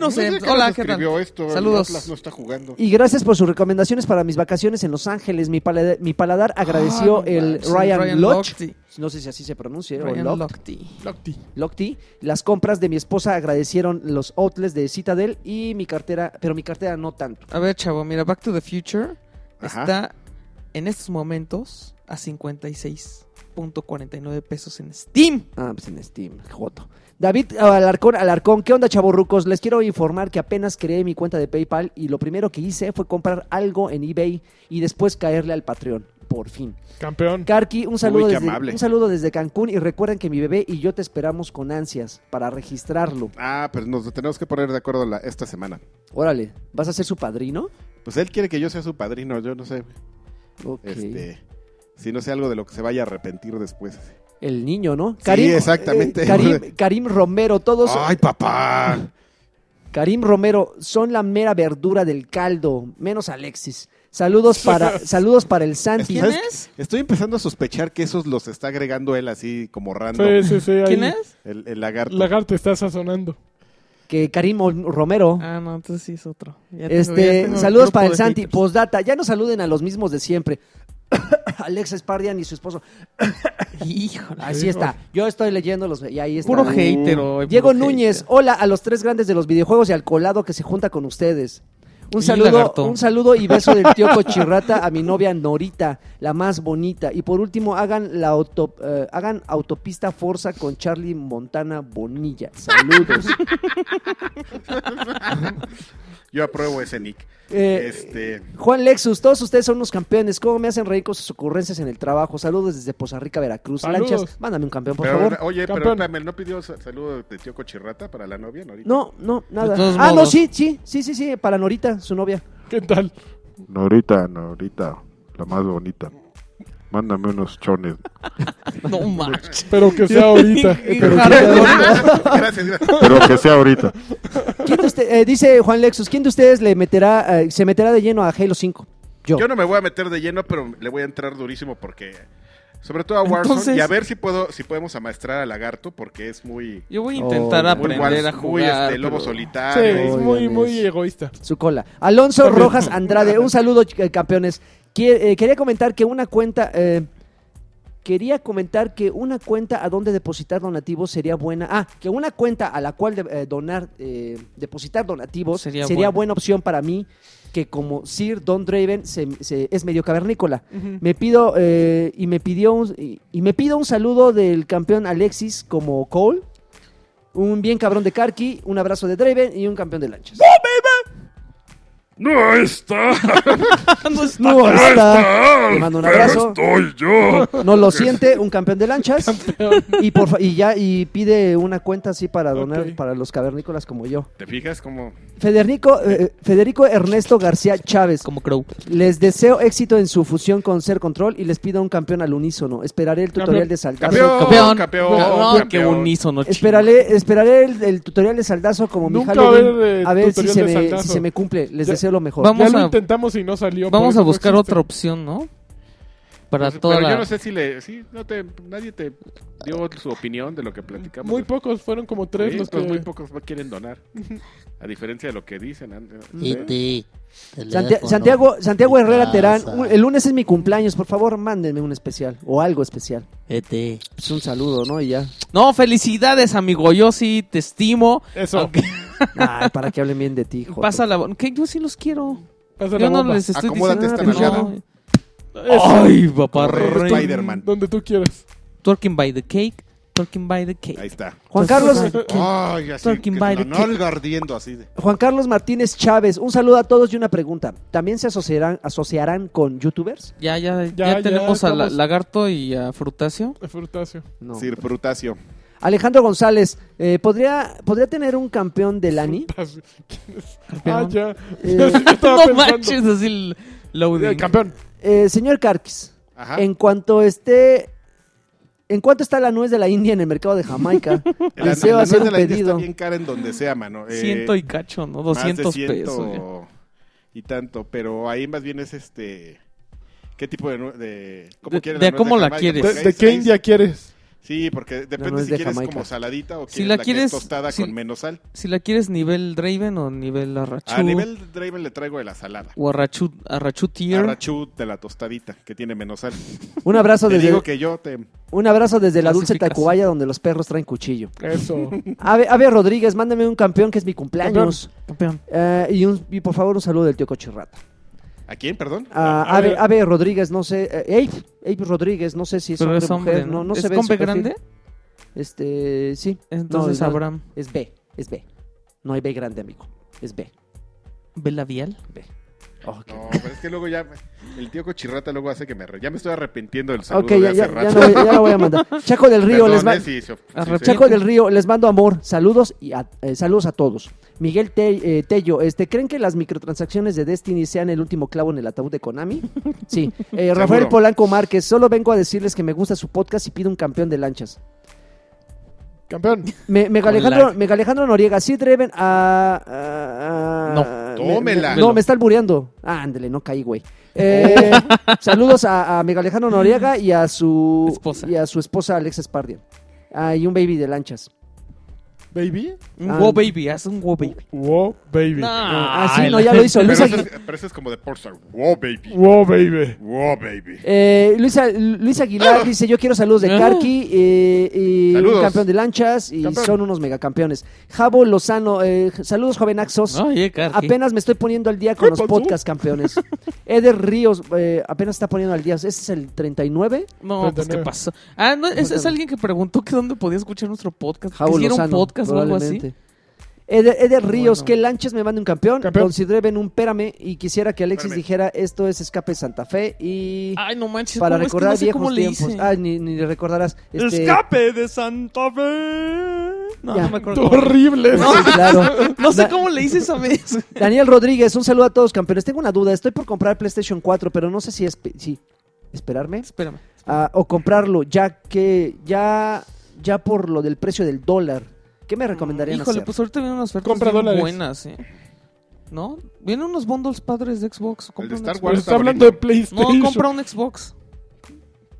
Speaker 4: no sé.
Speaker 1: quién
Speaker 4: Hola,
Speaker 1: nos
Speaker 4: ¿qué
Speaker 1: escribió
Speaker 4: tal?
Speaker 1: esto, el
Speaker 4: Saludos.
Speaker 1: Atlas no está jugando.
Speaker 2: Y gracias por sus recomendaciones para mis vacaciones en Los Ángeles. Mi, palada- mi paladar agradeció
Speaker 4: Ah, no
Speaker 2: el
Speaker 4: manches,
Speaker 2: Ryan, Lodge.
Speaker 4: Lochte.
Speaker 2: No sé si así se pronuncia,
Speaker 4: Ryan
Speaker 2: o Lodge.
Speaker 4: Lochte.
Speaker 3: Locti.
Speaker 2: Locti. Las compras de mi esposa agradecieron los outlets de Citadel y mi cartera, pero mi cartera no tanto.
Speaker 4: A ver, chavo, mira, Back to the Future
Speaker 1: Ajá.
Speaker 4: está en estos momentos a 56.49 pesos en Steam.
Speaker 2: Ah, pues en Steam, Joto. David ah, Alarcón, Alarcón, ¿qué onda, chavorrucos? Les quiero informar que apenas creé mi cuenta de PayPal y lo primero que hice fue comprar algo en eBay y después caerle al Patreon. Por fin.
Speaker 3: Campeón.
Speaker 2: Karki, un saludo,
Speaker 1: qué
Speaker 2: desde,
Speaker 1: amable.
Speaker 2: un saludo desde Cancún y recuerden que mi bebé y yo te esperamos con ansias para registrarlo.
Speaker 1: Ah, pero nos tenemos que poner de acuerdo la- esta semana.
Speaker 2: Órale, ¿vas a ser su padrino?
Speaker 1: Pues él quiere que yo sea su padrino, yo no sé.
Speaker 2: Ok.
Speaker 1: Este, si no sé algo de lo que se vaya a arrepentir después.
Speaker 2: El niño, ¿no?
Speaker 1: Sí, exactamente.
Speaker 2: eh, Karim, Karim Romero, todos.
Speaker 1: ¡Ay, papá!
Speaker 2: Karim Romero, son la mera verdura del caldo, menos Alexis. Saludos para, saludos para el Santi.
Speaker 4: ¿Quién
Speaker 1: ¿Sabes
Speaker 4: es?
Speaker 1: Estoy empezando a sospechar que esos los está agregando él así como random.
Speaker 3: Sí, sí, sí, ahí.
Speaker 4: ¿Quién es?
Speaker 1: El, el lagarto.
Speaker 3: Lagarto está sazonando.
Speaker 2: que Karim Ol- Romero.
Speaker 4: Ah, no, entonces sí es otro. Ya tengo- ya
Speaker 2: este,
Speaker 4: tengo
Speaker 2: saludos
Speaker 4: grupo
Speaker 2: para el
Speaker 4: de
Speaker 2: Santi.
Speaker 4: haters.
Speaker 2: Postdata, ya no saluden a los mismos de siempre. Alex Spardian y su esposo.
Speaker 4: Híjole.
Speaker 2: Así está. Yo estoy leyendo los y ahí está.
Speaker 4: Puro
Speaker 2: Uh.
Speaker 4: hater hoy.
Speaker 2: Diego
Speaker 4: puro
Speaker 2: Núñez,
Speaker 4: hater.
Speaker 2: hola a los tres grandes de los videojuegos y al colado que se junta con ustedes. Un
Speaker 4: Y
Speaker 2: saludo,
Speaker 4: lagarto.
Speaker 2: un saludo y beso del tío Cochirrata a mi novia Norita, la más bonita. Y por último, hagan la auto- eh, hagan autopista Forza con Charlie Montana Bonilla. Saludos.
Speaker 1: Yo apruebo ese nick.
Speaker 2: Eh,
Speaker 1: Este,
Speaker 2: Juan Lexus, todos ustedes son unos campeones. ¿Cómo me hacen reír con sus ocurrencias en el trabajo? Saludos desde Poza Rica, Veracruz.
Speaker 3: Saludos.
Speaker 2: Lanchas, mándame un campeón, por
Speaker 1: pero,
Speaker 2: favor.
Speaker 1: Oye, pero
Speaker 3: Campeón.
Speaker 1: espérame, ¿no pidió sa- saludo de tío Cochirrata para la novia? Norita?
Speaker 2: No, no, nada.
Speaker 4: De todos
Speaker 2: Ah, no,
Speaker 4: modos.
Speaker 2: sí, sí, sí, sí, sí, para Norita, su novia.
Speaker 3: ¿Qué tal?
Speaker 6: Norita, Norita, la más bonita. Mándame unos chones.
Speaker 4: No manches.
Speaker 3: Pero que sea ahorita.
Speaker 4: Y- y
Speaker 3: Pero que
Speaker 4: Harry
Speaker 3: sea ahorita.
Speaker 1: gracias, gracias.
Speaker 6: Pero que sea ahorita.
Speaker 2: ¿Quién de usted- eh, dice Juan Lexus, ¿quién de ustedes le meterá, eh, se meterá de lleno a Halo 5? Yo.
Speaker 1: Yo no me voy a meter de lleno, pero le voy a entrar durísimo porque. Sobre todo a Warzone.
Speaker 4: Entonces-
Speaker 1: Y a ver si puedo, si podemos amaestrar a Lagarto, porque es muy.
Speaker 4: Yo voy
Speaker 2: Oh,
Speaker 4: a intentar
Speaker 2: muy
Speaker 1: Muy,
Speaker 4: aprender
Speaker 1: Warzone,
Speaker 4: a
Speaker 1: muy
Speaker 4: jugar.
Speaker 1: este, lobo
Speaker 4: pero-
Speaker 3: Sí,
Speaker 1: solitario.
Speaker 3: es muy, muy egoísta.
Speaker 2: Su cola. Alonso Rojas Andrade, un saludo, ch- eh, campeones. Quie- eh, quería comentar que una cuenta. eh, quería comentar que una cuenta a donde depositar donativos sería buena. Ah, que una cuenta a la cual de- eh, donar, eh, depositar donativos sería,
Speaker 4: Sería
Speaker 2: buena.
Speaker 4: buena.
Speaker 2: opción para mí. Que como Sir Don Draven se- se- es medio cavernícola.
Speaker 4: Ujú.
Speaker 2: Me pido eh, y me pidió un, y, y me pido un saludo del campeón Alexis como Cole un bien cabrón de Karki, un abrazo de Draven y un campeón de lanchas.
Speaker 5: ¡No está!
Speaker 4: No está.
Speaker 2: No
Speaker 5: ¡No
Speaker 2: está.
Speaker 5: está!
Speaker 2: Te mando un
Speaker 5: pero
Speaker 2: abrazo.
Speaker 5: estoy yo!
Speaker 2: No lo siente, un campeón de lanchas. Y, por fa- y ya y pide una cuenta así para donar
Speaker 3: Ok.
Speaker 2: para los cavernícolas como yo.
Speaker 1: ¿Te fijas cómo?
Speaker 2: Federico, eh, Federico Ernesto García Chávez.
Speaker 4: Como Crow.
Speaker 2: Les deseo éxito en su fusión con Ser Control y les pido un campeón al unísono. Esperaré el tutorial
Speaker 3: Campeón.
Speaker 2: de saldazo.
Speaker 1: Campeón, campeón,
Speaker 4: Oh, Campeón.
Speaker 1: campeón.
Speaker 4: No, qué unísono. chingada.
Speaker 2: Esperaré, esperaré el, el tutorial de saldazo como mi
Speaker 3: Nunca
Speaker 2: Halloween.
Speaker 3: va a haber, eh,
Speaker 2: a ver si
Speaker 3: tutorial
Speaker 2: se,
Speaker 3: de
Speaker 2: me,
Speaker 3: Saldazo.
Speaker 2: si se me cumple. Les
Speaker 3: Ya-
Speaker 2: deseo lo mejor.
Speaker 4: Vamos
Speaker 3: ya lo
Speaker 4: a-
Speaker 3: intentamos y no salió. por
Speaker 4: Vamos
Speaker 3: eso
Speaker 4: a
Speaker 3: no
Speaker 4: buscar
Speaker 3: existe.
Speaker 4: otra opción, ¿no? Para
Speaker 1: Pues,
Speaker 4: toda
Speaker 1: pero
Speaker 4: la...
Speaker 1: yo no sé si le sí, no te nadie te dio su opinión de lo que platicamos.
Speaker 3: Muy pocos, fueron como
Speaker 1: Sí,
Speaker 3: tres los que...
Speaker 1: pues muy pocos quieren donar. A diferencia de lo que dicen antes.
Speaker 7: E.T.
Speaker 2: Santia-
Speaker 7: teléfono.
Speaker 2: Santiago, Santiago Herrera
Speaker 7: Pasa.
Speaker 2: Terán, un- el lunes es mi cumpleaños, por favor mándenme un especial o algo especial.
Speaker 7: E.T.
Speaker 2: Pues un saludo, ¿no? Y ya.
Speaker 4: No, felicidades, amigo. Yo sí te estimo.
Speaker 3: Eso.
Speaker 4: Aunque-
Speaker 2: Ay, para que hablen bien de ti, joder.
Speaker 4: Pasa la... bo- Que yo sí los quiero.
Speaker 3: Pasa la
Speaker 4: Yo no
Speaker 3: bomba.
Speaker 4: les estoy
Speaker 1: Acomódate
Speaker 4: diciendo...
Speaker 1: esta
Speaker 4: nada,
Speaker 1: nalgada.
Speaker 4: no. Ay, papá.
Speaker 1: Como de
Speaker 4: rey.
Speaker 1: Spider-Man.
Speaker 3: Donde tú quieras.
Speaker 4: Twerking by the cake. Twerking by the
Speaker 1: Ahí
Speaker 4: cake.
Speaker 1: está.
Speaker 2: Juan Carlos,
Speaker 1: Ay, así que
Speaker 4: Talking by
Speaker 1: la
Speaker 4: the kid.
Speaker 1: nalga ardiendo así de.
Speaker 2: Juan Carlos Martínez Chávez, un saludo a todos y una pregunta. ¿También se asociarán, asociarán con youtubers?
Speaker 4: Ya, ya, ya,
Speaker 3: Ya, ya
Speaker 4: tenemos a la-
Speaker 3: estamos-
Speaker 4: Lagarto y a Frutasio.
Speaker 3: Frutasio.
Speaker 2: No.
Speaker 1: Sir Frutasio.
Speaker 2: Alejandro González, eh, ¿podría, ¿podría tener un campeón de Lani?
Speaker 3: Frutasio. ¿Quién es? Ah,
Speaker 4: Campeón.
Speaker 3: ya.
Speaker 2: Eh,
Speaker 3: Yo estaba
Speaker 4: No
Speaker 3: pensando.
Speaker 4: manches, así el
Speaker 3: Eh,
Speaker 4: loading.
Speaker 3: campeón.
Speaker 2: Eh, señor Carquis,
Speaker 1: Ajá.
Speaker 2: en cuanto esté... ¿En cuánto está la nuez de la India en el mercado de Jamaica?
Speaker 1: La, la,
Speaker 2: Deseo
Speaker 1: la
Speaker 2: hacer
Speaker 1: nuez de
Speaker 2: un
Speaker 1: la India
Speaker 2: pedido.
Speaker 1: está bien cara en donde sea, mano. Eh,
Speaker 4: Ciento y cacho, ¿no? 200
Speaker 1: más de ciento
Speaker 4: pesos. ya.
Speaker 1: Y tanto, pero ahí más bien es este. ¿Qué tipo de. nue- de cómo
Speaker 4: De-
Speaker 1: quieres
Speaker 4: de cómo la
Speaker 3: ¿De,
Speaker 4: quieres.
Speaker 1: Porque
Speaker 4: Seis,
Speaker 3: de
Speaker 1: hay-
Speaker 3: qué
Speaker 1: hay-
Speaker 3: India quieres?
Speaker 1: Sí, porque depende
Speaker 2: nuez
Speaker 1: si
Speaker 2: de
Speaker 1: quieres
Speaker 2: Jamaica.
Speaker 1: como saladita o
Speaker 4: Si
Speaker 1: quieres
Speaker 4: la
Speaker 1: la, que es
Speaker 4: quieres-
Speaker 1: tostada
Speaker 4: si-
Speaker 1: con menos sal.
Speaker 4: Si la quieres nivel Draven o nivel Arrachu.
Speaker 1: A nivel Draven le traigo de la salada.
Speaker 4: O Arrachu, Arrachu Tier.
Speaker 1: Arrachú de la tostadita, que tiene menos sal.
Speaker 2: Un abrazo
Speaker 1: Te
Speaker 2: desde,
Speaker 1: digo que yo te.
Speaker 2: un abrazo desde la dulce
Speaker 4: Clasificación.
Speaker 2: Tacubaya donde los perros traen cuchillo.
Speaker 3: Eso.
Speaker 2: Ave, Ave Rodríguez, mándame un campeón que es mi cumpleaños.
Speaker 4: Campeón.
Speaker 2: Eh, y, un- y por favor un saludo del tío Cochirrata.
Speaker 1: ¿A quién, perdón?
Speaker 2: Ah,
Speaker 3: A
Speaker 2: Ave,
Speaker 3: ver.
Speaker 2: Ave Rodríguez, no sé. eh, Abe, Abe Rodríguez, no sé si es
Speaker 4: Pero
Speaker 2: hombre
Speaker 4: es
Speaker 2: o
Speaker 4: hombre.
Speaker 2: mujer.
Speaker 4: ¿no?
Speaker 2: No, no
Speaker 4: ¿Es
Speaker 2: se ve en
Speaker 4: con
Speaker 2: su
Speaker 4: B
Speaker 2: perfil.
Speaker 4: grande?
Speaker 2: Este, sí.
Speaker 4: Entonces
Speaker 2: No, no.
Speaker 4: Abraham.
Speaker 2: Es B, es B. No hay B grande, amigo. Es B,
Speaker 4: ¿Ve labial?
Speaker 2: B. Ok,
Speaker 1: No, pero es que luego ya. El tío Cochirrata luego hace que me. re- Ya me estoy arrepintiendo del saludo
Speaker 2: Ok,
Speaker 1: de
Speaker 2: ya,
Speaker 1: hace
Speaker 2: ya, ya
Speaker 1: rato.
Speaker 2: no voy- ya la voy a mandar. Chaco del Río,
Speaker 1: Perdón,
Speaker 2: les, ma-
Speaker 1: eh, si- si- si-
Speaker 4: Arrepent-
Speaker 1: si-
Speaker 2: Chaco del Río, les mando amor, saludos y a- eh, saludos a todos. Miguel Te- eh, Tello, este, ¿creen que las microtransacciones de Destiny sean el último clavo en el ataúd de Konami? Sí. Eh, Rafael
Speaker 1: Seguro.
Speaker 2: Polanco Márquez, solo vengo a decirles que me gusta su podcast y pido un campeón de lanchas.
Speaker 3: Campeón.
Speaker 2: Me, Mega
Speaker 4: Con
Speaker 2: Alejandro,
Speaker 4: lag.
Speaker 2: Mega Alejandro Noriega, sí, Ah, Dreven, a... a- a-
Speaker 1: No,
Speaker 2: ah, me- me-
Speaker 1: tómela.
Speaker 2: no, me está albureando. Ah, ándale, no caí, güey. Eh,
Speaker 1: Oh.
Speaker 2: saludos a, a Mega Alejandro Noriega y a su
Speaker 4: Esposa.
Speaker 2: y a su esposa Alexa Spardian. Ah, y un baby de lanchas.
Speaker 3: Baby.
Speaker 4: Un
Speaker 2: Ah.
Speaker 4: wow baby, haz un wow baby.
Speaker 3: Wow, baby.
Speaker 4: Nah,
Speaker 2: ah, sí,
Speaker 4: el-
Speaker 2: no, ya lo hizo.
Speaker 1: Pero
Speaker 2: Luis,
Speaker 1: eso,
Speaker 2: Aguilar,
Speaker 1: es, pero eso es como de Pornstar. Wow, baby.
Speaker 3: Wow, baby.
Speaker 1: Wow, baby.
Speaker 2: eh, Luis A- Luis Aguilar dice, yo quiero saludos de
Speaker 4: Ah.
Speaker 2: Karki eh, y un
Speaker 1: Saludos.
Speaker 2: campeón de lanchas y
Speaker 1: Campeón.
Speaker 2: son unos megacampeones. Jabo Lozano, eh, saludos joven Axos.
Speaker 4: Oye, Karki.
Speaker 2: Apenas me estoy poniendo al día con los podcast campeones. Eder Ríos eh, apenas está poniendo al día. ¿Ese es el 39?
Speaker 4: No, pues qué
Speaker 3: 39.
Speaker 4: pasó. Ah, no, es, es alguien que preguntó que dónde podía escuchar nuestro podcast.
Speaker 2: Javo
Speaker 4: ¿Hicieron
Speaker 2: Lozano,
Speaker 4: podcast o algo así?
Speaker 2: probablemente. Eder, Eder Ríos,
Speaker 4: Bueno.
Speaker 2: que lanchas me mande un campeón.
Speaker 3: Campeón.
Speaker 2: Consideren un pérame y quisiera que Alexis
Speaker 1: Pérame.
Speaker 2: dijera esto es Escape Santa Fe y
Speaker 4: Ay, no manches.
Speaker 2: para
Speaker 4: ¿cómo es que
Speaker 2: recordar
Speaker 4: no sé
Speaker 2: viejos
Speaker 4: cómo le
Speaker 2: tiempos.
Speaker 4: hice?
Speaker 2: Ah, ni, ni le recordarás. Este,
Speaker 4: ¡Escape de Santa Fe! No,
Speaker 2: Ya.
Speaker 4: no me acuerdo. cómo-
Speaker 3: Horrible.
Speaker 4: No,
Speaker 2: claro.
Speaker 4: no sé
Speaker 2: Da-
Speaker 4: cómo le hice esa vez.
Speaker 2: Daniel Rodríguez, un saludo a todos campeones. Tengo una duda, estoy por comprar PlayStation 4, pero no sé si, espe- si esperarme
Speaker 4: Espérame.
Speaker 2: ah, o comprarlo, ya que ya, ya por lo del precio del dólar. ¿Qué me recomendarían
Speaker 4: Híjole,
Speaker 2: hacer?
Speaker 4: pues ahorita vienen unas ofertas
Speaker 3: Compra
Speaker 4: bien
Speaker 3: dólares.
Speaker 4: buenas, ¿eh? ¿no? Vienen unos bundles padres de Xbox.
Speaker 1: El de
Speaker 4: compra un
Speaker 1: Star
Speaker 4: Xbox.
Speaker 1: Wars
Speaker 3: Pero
Speaker 1: está
Speaker 3: está hablando de
Speaker 1: bonito.
Speaker 4: No,
Speaker 3: PlayStation.
Speaker 4: compra un Xbox.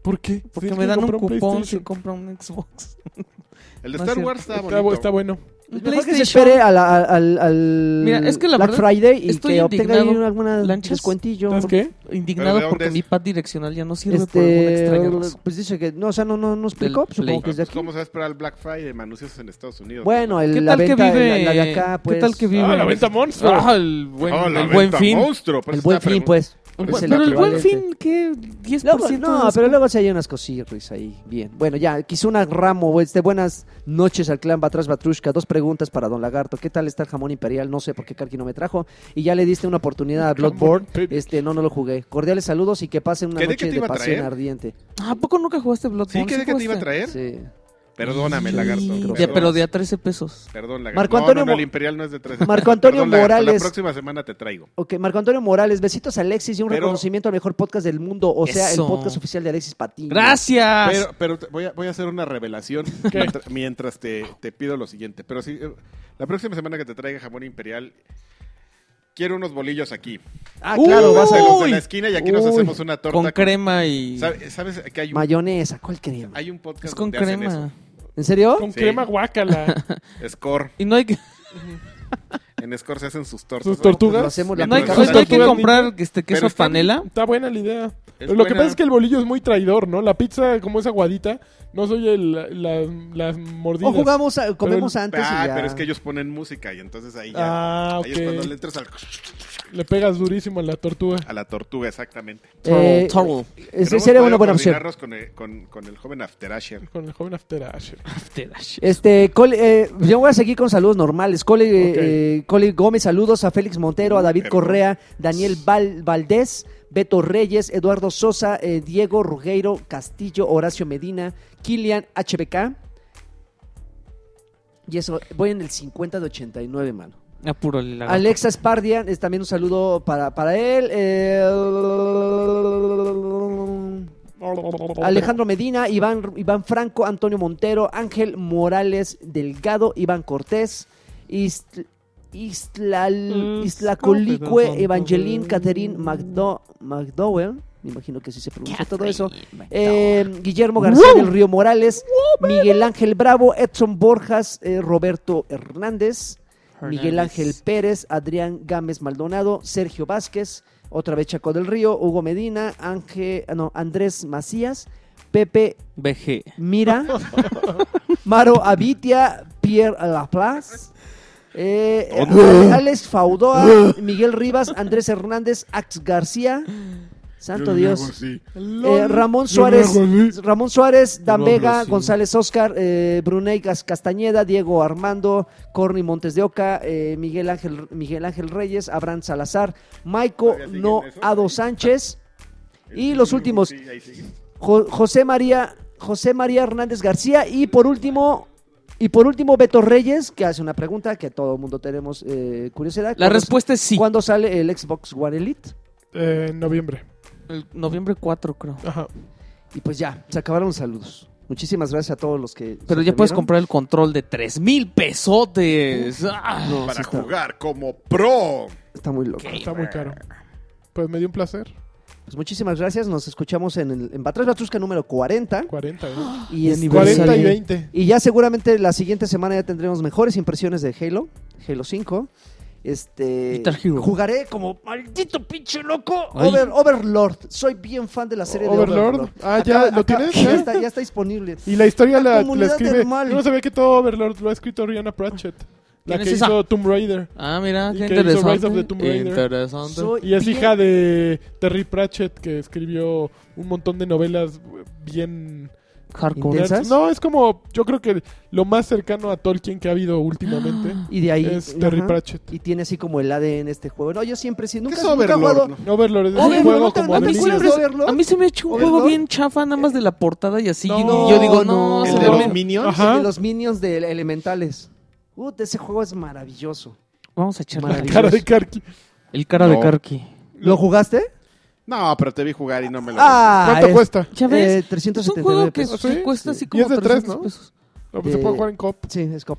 Speaker 3: ¿Por qué?
Speaker 4: Porque
Speaker 3: Sí,
Speaker 4: me dan un
Speaker 3: compra
Speaker 4: cupón si
Speaker 3: PlayStation.
Speaker 4: compra un Xbox.
Speaker 1: El de
Speaker 4: No es
Speaker 1: Star
Speaker 4: cierto.
Speaker 1: Wars está
Speaker 3: Está, bu-
Speaker 1: bonito.
Speaker 3: está bueno.
Speaker 4: Un
Speaker 2: Mejor que se espere a la- al, al- al
Speaker 4: Mira, es que la
Speaker 2: Black
Speaker 4: verdad,
Speaker 2: Friday y
Speaker 4: estoy
Speaker 2: que obtenga ahí
Speaker 4: indignado.
Speaker 2: algún
Speaker 4: ¿Lanchas?
Speaker 2: descuentillo.
Speaker 3: ¿Sabes qué?
Speaker 1: ¿Pero de
Speaker 4: Indignado
Speaker 1: dónde
Speaker 4: porque
Speaker 1: es?
Speaker 4: mi pad direccional ya no sirve por alguna extraña
Speaker 2: Este,
Speaker 4: razón.
Speaker 2: pues dice que no, o sea, no, no, no explicó,
Speaker 4: Del
Speaker 2: supongo
Speaker 4: Play.
Speaker 2: que es de
Speaker 1: Pues,
Speaker 2: aquí.
Speaker 1: ¿Cómo se va a esperar el Black Friday, man? Si eso es en Estados Unidos.
Speaker 2: Bueno, el-
Speaker 4: ¿Qué
Speaker 2: la
Speaker 4: tal que
Speaker 2: venta,
Speaker 4: vive?
Speaker 2: la, la de acá, pues.
Speaker 4: ¿Qué tal que vive?
Speaker 3: Ah, la venta monstruo.
Speaker 4: Ah, el buen,
Speaker 1: Oh, la
Speaker 4: el buen
Speaker 1: venta
Speaker 4: fin.
Speaker 1: monstruo. por
Speaker 2: El
Speaker 1: eso
Speaker 2: buen
Speaker 1: estaba
Speaker 2: fin,
Speaker 1: pregun-
Speaker 2: pues.
Speaker 4: Un
Speaker 2: Es
Speaker 4: buen-
Speaker 2: el
Speaker 4: pero el buen
Speaker 2: equivalente.
Speaker 4: fin, ¿qué? ¿10%?
Speaker 2: Luego-
Speaker 4: de
Speaker 2: no,
Speaker 4: descuento?
Speaker 2: pero luego sí hay unas cosillas ahí. Bien. Bueno, ya, quizá una ramo, este, buenas noches al clan Batrás Batrushka. Dos preguntas para Don Lagarto. ¿Qué tal está el jamón imperial? No sé por qué Karki no me trajo. Y ya le diste una oportunidad a Bloodborne.
Speaker 3: imperial.
Speaker 2: Este, no, no lo jugué. Cordiales saludos y que pasen una
Speaker 1: ¿Qué de
Speaker 2: noche
Speaker 1: qué te
Speaker 2: de
Speaker 1: iba a
Speaker 2: pasión
Speaker 1: traer?
Speaker 2: ardiente.
Speaker 4: ¿A poco nunca jugaste Bloodborne?
Speaker 1: ¿Sí? ¿Qué de qué te iba a
Speaker 4: jugaste?
Speaker 1: traer?
Speaker 2: Sí.
Speaker 1: Perdóname,
Speaker 2: Sí.
Speaker 1: lagarto.
Speaker 2: Ya,
Speaker 4: Ya,
Speaker 1: perdón.
Speaker 4: pero pues, de a 13 pesos.
Speaker 1: Perdón, lagarto.
Speaker 2: Marco
Speaker 1: No,
Speaker 2: Antonio
Speaker 1: no, no,
Speaker 2: Mo-
Speaker 1: el imperial no es de 13.
Speaker 2: Marco Antonio
Speaker 1: Perdón, lagarto,
Speaker 2: Morales.
Speaker 1: La próxima semana te traigo.
Speaker 2: Ok, Marco Antonio Morales, besitos a Alexis y un
Speaker 1: Pero-
Speaker 2: reconocimiento al mejor podcast del mundo, o sea,
Speaker 4: Eso.
Speaker 2: el podcast oficial de Alexis Patiño.
Speaker 4: ¡Gracias!
Speaker 1: Pero, pero te- voy, a, voy a hacer una revelación mientras, mientras te, te pido lo siguiente. Pero sí, eh, la próxima semana que te traiga jamón imperial, quiero unos bolillos aquí.
Speaker 2: Ah, claro,
Speaker 4: Uy.
Speaker 2: vas
Speaker 1: Vas
Speaker 2: a...
Speaker 1: a los de la esquina y aquí nos
Speaker 2: Uy.
Speaker 1: hacemos una torta.
Speaker 4: con crema y...
Speaker 1: ¿Sabe- ¿Sabes que hay un,
Speaker 2: Mayonesa, ¿cuál crema?
Speaker 1: hay un podcast
Speaker 4: Es con
Speaker 1: donde hacen
Speaker 4: crema.
Speaker 2: ¿En serio?
Speaker 3: Con
Speaker 1: Sí.
Speaker 3: crema guácala.
Speaker 1: eso? Score.
Speaker 4: Y no hay que,
Speaker 1: En Score se hacen sus tortas.
Speaker 3: Sus
Speaker 1: ¿no?
Speaker 2: Lo
Speaker 3: tortugas.
Speaker 2: hacemos la
Speaker 4: no hay,
Speaker 1: Mientras
Speaker 2: próxima
Speaker 4: no hay que
Speaker 3: tortugas
Speaker 4: comprar este queso
Speaker 1: Pero está-
Speaker 4: panela.
Speaker 3: Está buena la idea. Pero lo
Speaker 1: buena.
Speaker 3: que pasa es que el bolillo es muy traidor, ¿no? La pizza, como es aguadita, no soy el, las, las mordidas.
Speaker 2: O jugamos, a- comemos
Speaker 3: Pero-
Speaker 2: antes y
Speaker 1: Ah,
Speaker 2: ya.
Speaker 1: pero es que ellos ponen música y entonces ahí ya.
Speaker 3: Ah, ok.
Speaker 1: Ahí es cuando le entras al-
Speaker 3: Le pegas durísimo a la tortuga.
Speaker 1: a la tortuga, exactamente.
Speaker 2: Eh,
Speaker 4: Turtle.
Speaker 2: ese
Speaker 1: Tenemos
Speaker 2: sería
Speaker 1: que
Speaker 2: una buena opción.
Speaker 1: coordinarnos Con el, con, con el joven After Asher.
Speaker 3: Con el joven After Asher.
Speaker 2: Este, Cole, eh, yo voy a seguir con saludos normales. Cole, eh,
Speaker 3: Ok.
Speaker 2: eh, Cole Gómez, saludos a Félix Montero, a David
Speaker 1: Perdón.
Speaker 2: Correa, Daniel Val- Valdés, Beto Reyes, Eduardo Sosa, eh, Diego Rugeiro, Castillo, Horacio Medina, Kilian HBK. Y eso, voy en el 50 de 89, mano.
Speaker 4: Apúrale la
Speaker 2: Alexa Spardia, es también un saludo para, para él. eh, Alejandro Medina, Iván, Iván Franco, Antonio Montero, Ángel Morales Delgado, Iván Cortés, Isl- Islal-
Speaker 4: Mm,
Speaker 2: Islacolicue,
Speaker 4: no,
Speaker 2: Evangelín,
Speaker 4: no,
Speaker 2: Catherine McDo- McDowell, me imagino que sí se pronuncia todo eso, eh, Guillermo García del Río Morales, Miguel Ángel Bravo, Edson Borjas, eh, Roberto Hernández, Miguel Ángel Pérez, Adrián Gámez Maldonado, Sergio Vázquez, otra vez Chaco del Río, Hugo Medina, Ángel, ah, no, Andrés Macías, Pepe
Speaker 4: BG.
Speaker 2: Mira, Maro Avitia, Pierre Laplace, eh, Ale- Alex Faudoa, Miguel Rivas, Andrés Hernández, Ax García, Santo Dios. Eh, Ramón Suárez, Ramón Suárez, Dan Vega, González Oscar, eh, Brunei Cas- Castañeda, Diego Armando, Corny Montes de Oca, eh, Miguel, Ángel, Miguel Ángel Reyes, Abraham Salazar, Maico
Speaker 1: ¿Todavía siguen
Speaker 2: No
Speaker 1: esos?
Speaker 2: Ado
Speaker 1: Ahí.
Speaker 2: Sánchez y
Speaker 1: Sí,
Speaker 2: los
Speaker 1: sí,
Speaker 2: últimos,
Speaker 1: sí, ahí sí.
Speaker 2: Jo- José María, José María Hernández García y por último, y por último Beto Reyes, que hace una pregunta que todo el mundo tenemos eh, curiosidad.
Speaker 4: La
Speaker 2: ¿Cuándo-
Speaker 4: respuesta es sí.
Speaker 2: ¿Cuándo sale el Xbox One Elite?
Speaker 3: Eh, en noviembre.
Speaker 4: El noviembre 4, creo.
Speaker 3: Ajá.
Speaker 2: Y pues ya, se acabaron los saludos. Muchísimas gracias a todos los que.
Speaker 4: Pero
Speaker 2: se
Speaker 4: ya puedes
Speaker 2: atrevieron.
Speaker 4: comprar el control de 3 mil pesotes. Ah,
Speaker 2: No, sí
Speaker 1: Para
Speaker 2: está,
Speaker 1: jugar como pro.
Speaker 2: está muy loco.
Speaker 3: Está muy caro. Pues me dio un placer.
Speaker 2: Pues muchísimas gracias. Nos escuchamos en, el, en Batrás Batrusca número 40.
Speaker 3: 40, ¿verdad?
Speaker 2: Y este-
Speaker 3: 40 y 20.
Speaker 2: Y ya seguramente la siguiente semana ya tendremos mejores impresiones de Halo, Halo 5. Este
Speaker 4: Guitar Hero.
Speaker 2: jugaré como maldito pinche loco
Speaker 4: Ay.
Speaker 2: Over- Overlord. Soy bien fan de la serie de
Speaker 3: Overlord.
Speaker 2: Overlord.
Speaker 3: Ah, ya, ¿lo tienes?
Speaker 2: Ya
Speaker 3: Ya.
Speaker 2: está, ya está disponible.
Speaker 3: Y la historia
Speaker 2: La
Speaker 3: la, la
Speaker 2: comunidad
Speaker 3: escribe.
Speaker 2: del mal.
Speaker 3: Yo no sabía que todo Overlord lo ha escrito Rihanna Pratchett. La
Speaker 4: ¿Quién
Speaker 3: que
Speaker 4: es esa?
Speaker 3: hizo Tomb Raider.
Speaker 4: Ah, mira,
Speaker 3: ¿Y
Speaker 4: qué
Speaker 3: qué hizo Rise
Speaker 4: interesante.
Speaker 3: of the Tomb Raider?
Speaker 4: Interesante.
Speaker 2: Soy
Speaker 3: Y es
Speaker 2: bien-
Speaker 3: hija de Terry Pratchett, que escribió un montón de novelas bien.
Speaker 4: Hardcore.
Speaker 2: Intensa. ¿Intensas?
Speaker 3: No, es como. Yo creo que lo más cercano a Tolkien que ha habido últimamente
Speaker 2: Y de ahí.
Speaker 3: es Terry
Speaker 2: ajá.
Speaker 3: Pratchett.
Speaker 2: Y tiene así como el ADN este juego. No, yo siempre sí. Nunca,
Speaker 1: es
Speaker 2: nunca he
Speaker 1: Overlord?
Speaker 2: jugado-
Speaker 3: Overlord es
Speaker 2: Overlord,
Speaker 3: un
Speaker 2: ¿no
Speaker 3: juego
Speaker 2: te-
Speaker 3: como
Speaker 2: no
Speaker 4: A
Speaker 3: de
Speaker 4: mí,
Speaker 2: te
Speaker 3: niños.
Speaker 2: acuerdas
Speaker 4: siempre-
Speaker 2: de Overlord?
Speaker 4: a mí se me ha hecho un
Speaker 2: Overlord.
Speaker 4: juego bien chafa, nada más de la portada y así.
Speaker 3: No,
Speaker 4: y yo digo, no,
Speaker 2: no,
Speaker 4: se
Speaker 1: ¿El
Speaker 2: no.
Speaker 1: de
Speaker 4: lo-
Speaker 1: los Minions?
Speaker 3: Ajá.
Speaker 2: de los minions de elementales. Uh, ese juego es maravilloso.
Speaker 4: Vamos a echarle
Speaker 2: Maravilloso.
Speaker 3: Cara de Karki.
Speaker 4: El cara de
Speaker 1: No.
Speaker 4: Karki.
Speaker 2: ¿Lo jugaste?
Speaker 1: No, pero te vi jugar y no me lo.
Speaker 2: Ah,
Speaker 3: ¿Cuánto
Speaker 2: es-
Speaker 3: cuesta?
Speaker 4: ¿Ya ves?
Speaker 2: Eh,
Speaker 4: Es un
Speaker 2: 379
Speaker 4: juego que,
Speaker 2: pesos.
Speaker 4: que
Speaker 3: Sí,
Speaker 4: cuesta
Speaker 2: sí.
Speaker 4: así
Speaker 2: Y
Speaker 4: como
Speaker 3: es de
Speaker 4: 300
Speaker 3: tres, ¿no?
Speaker 4: pesos.
Speaker 3: No, pues Se
Speaker 2: Eh,
Speaker 3: puede jugar en cop.
Speaker 2: Sí, es cop.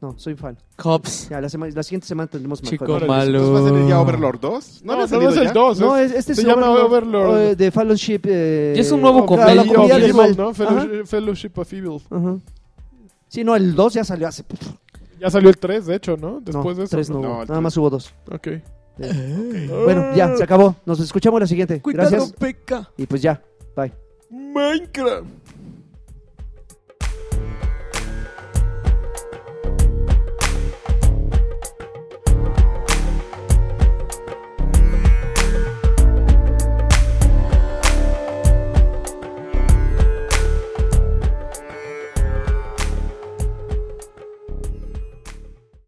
Speaker 2: No, soy fan.
Speaker 4: Cops.
Speaker 2: Ya, la, sema- la siguiente semana tendremos mejor.
Speaker 4: Chico
Speaker 3: Órale,
Speaker 1: ¿Entonces va a
Speaker 4: malo.
Speaker 1: salir ya Overlord 2?
Speaker 3: No,
Speaker 1: había
Speaker 3: no,
Speaker 1: salido
Speaker 3: es el
Speaker 1: ya?
Speaker 3: 2.
Speaker 2: No, es- este
Speaker 3: se
Speaker 2: es
Speaker 3: llama Overlord.
Speaker 2: eh, de Fellowship. eh,
Speaker 4: Y es un nuevo
Speaker 2: o-
Speaker 4: comedia-
Speaker 2: la comunidad
Speaker 4: Evil,
Speaker 2: del mal.
Speaker 3: ¿no?
Speaker 2: Ajá,
Speaker 3: Fellowship, Fellowship of Evil.
Speaker 2: ajá. Sí, no, el 2 ya salió hace. puf,
Speaker 3: Ya salió el 3, de hecho, ¿no?
Speaker 2: no,
Speaker 3: Después de eso.
Speaker 2: tres no
Speaker 3: ¿no?
Speaker 2: hubo,
Speaker 1: No, el
Speaker 2: nada
Speaker 1: tres.
Speaker 2: más hubo dos.
Speaker 3: Ok.
Speaker 2: Bueno, ya, se acabó. Nos escuchamos la siguiente. Gracias.
Speaker 4: peca.
Speaker 2: Y pues ya, bye.
Speaker 3: Minecraft.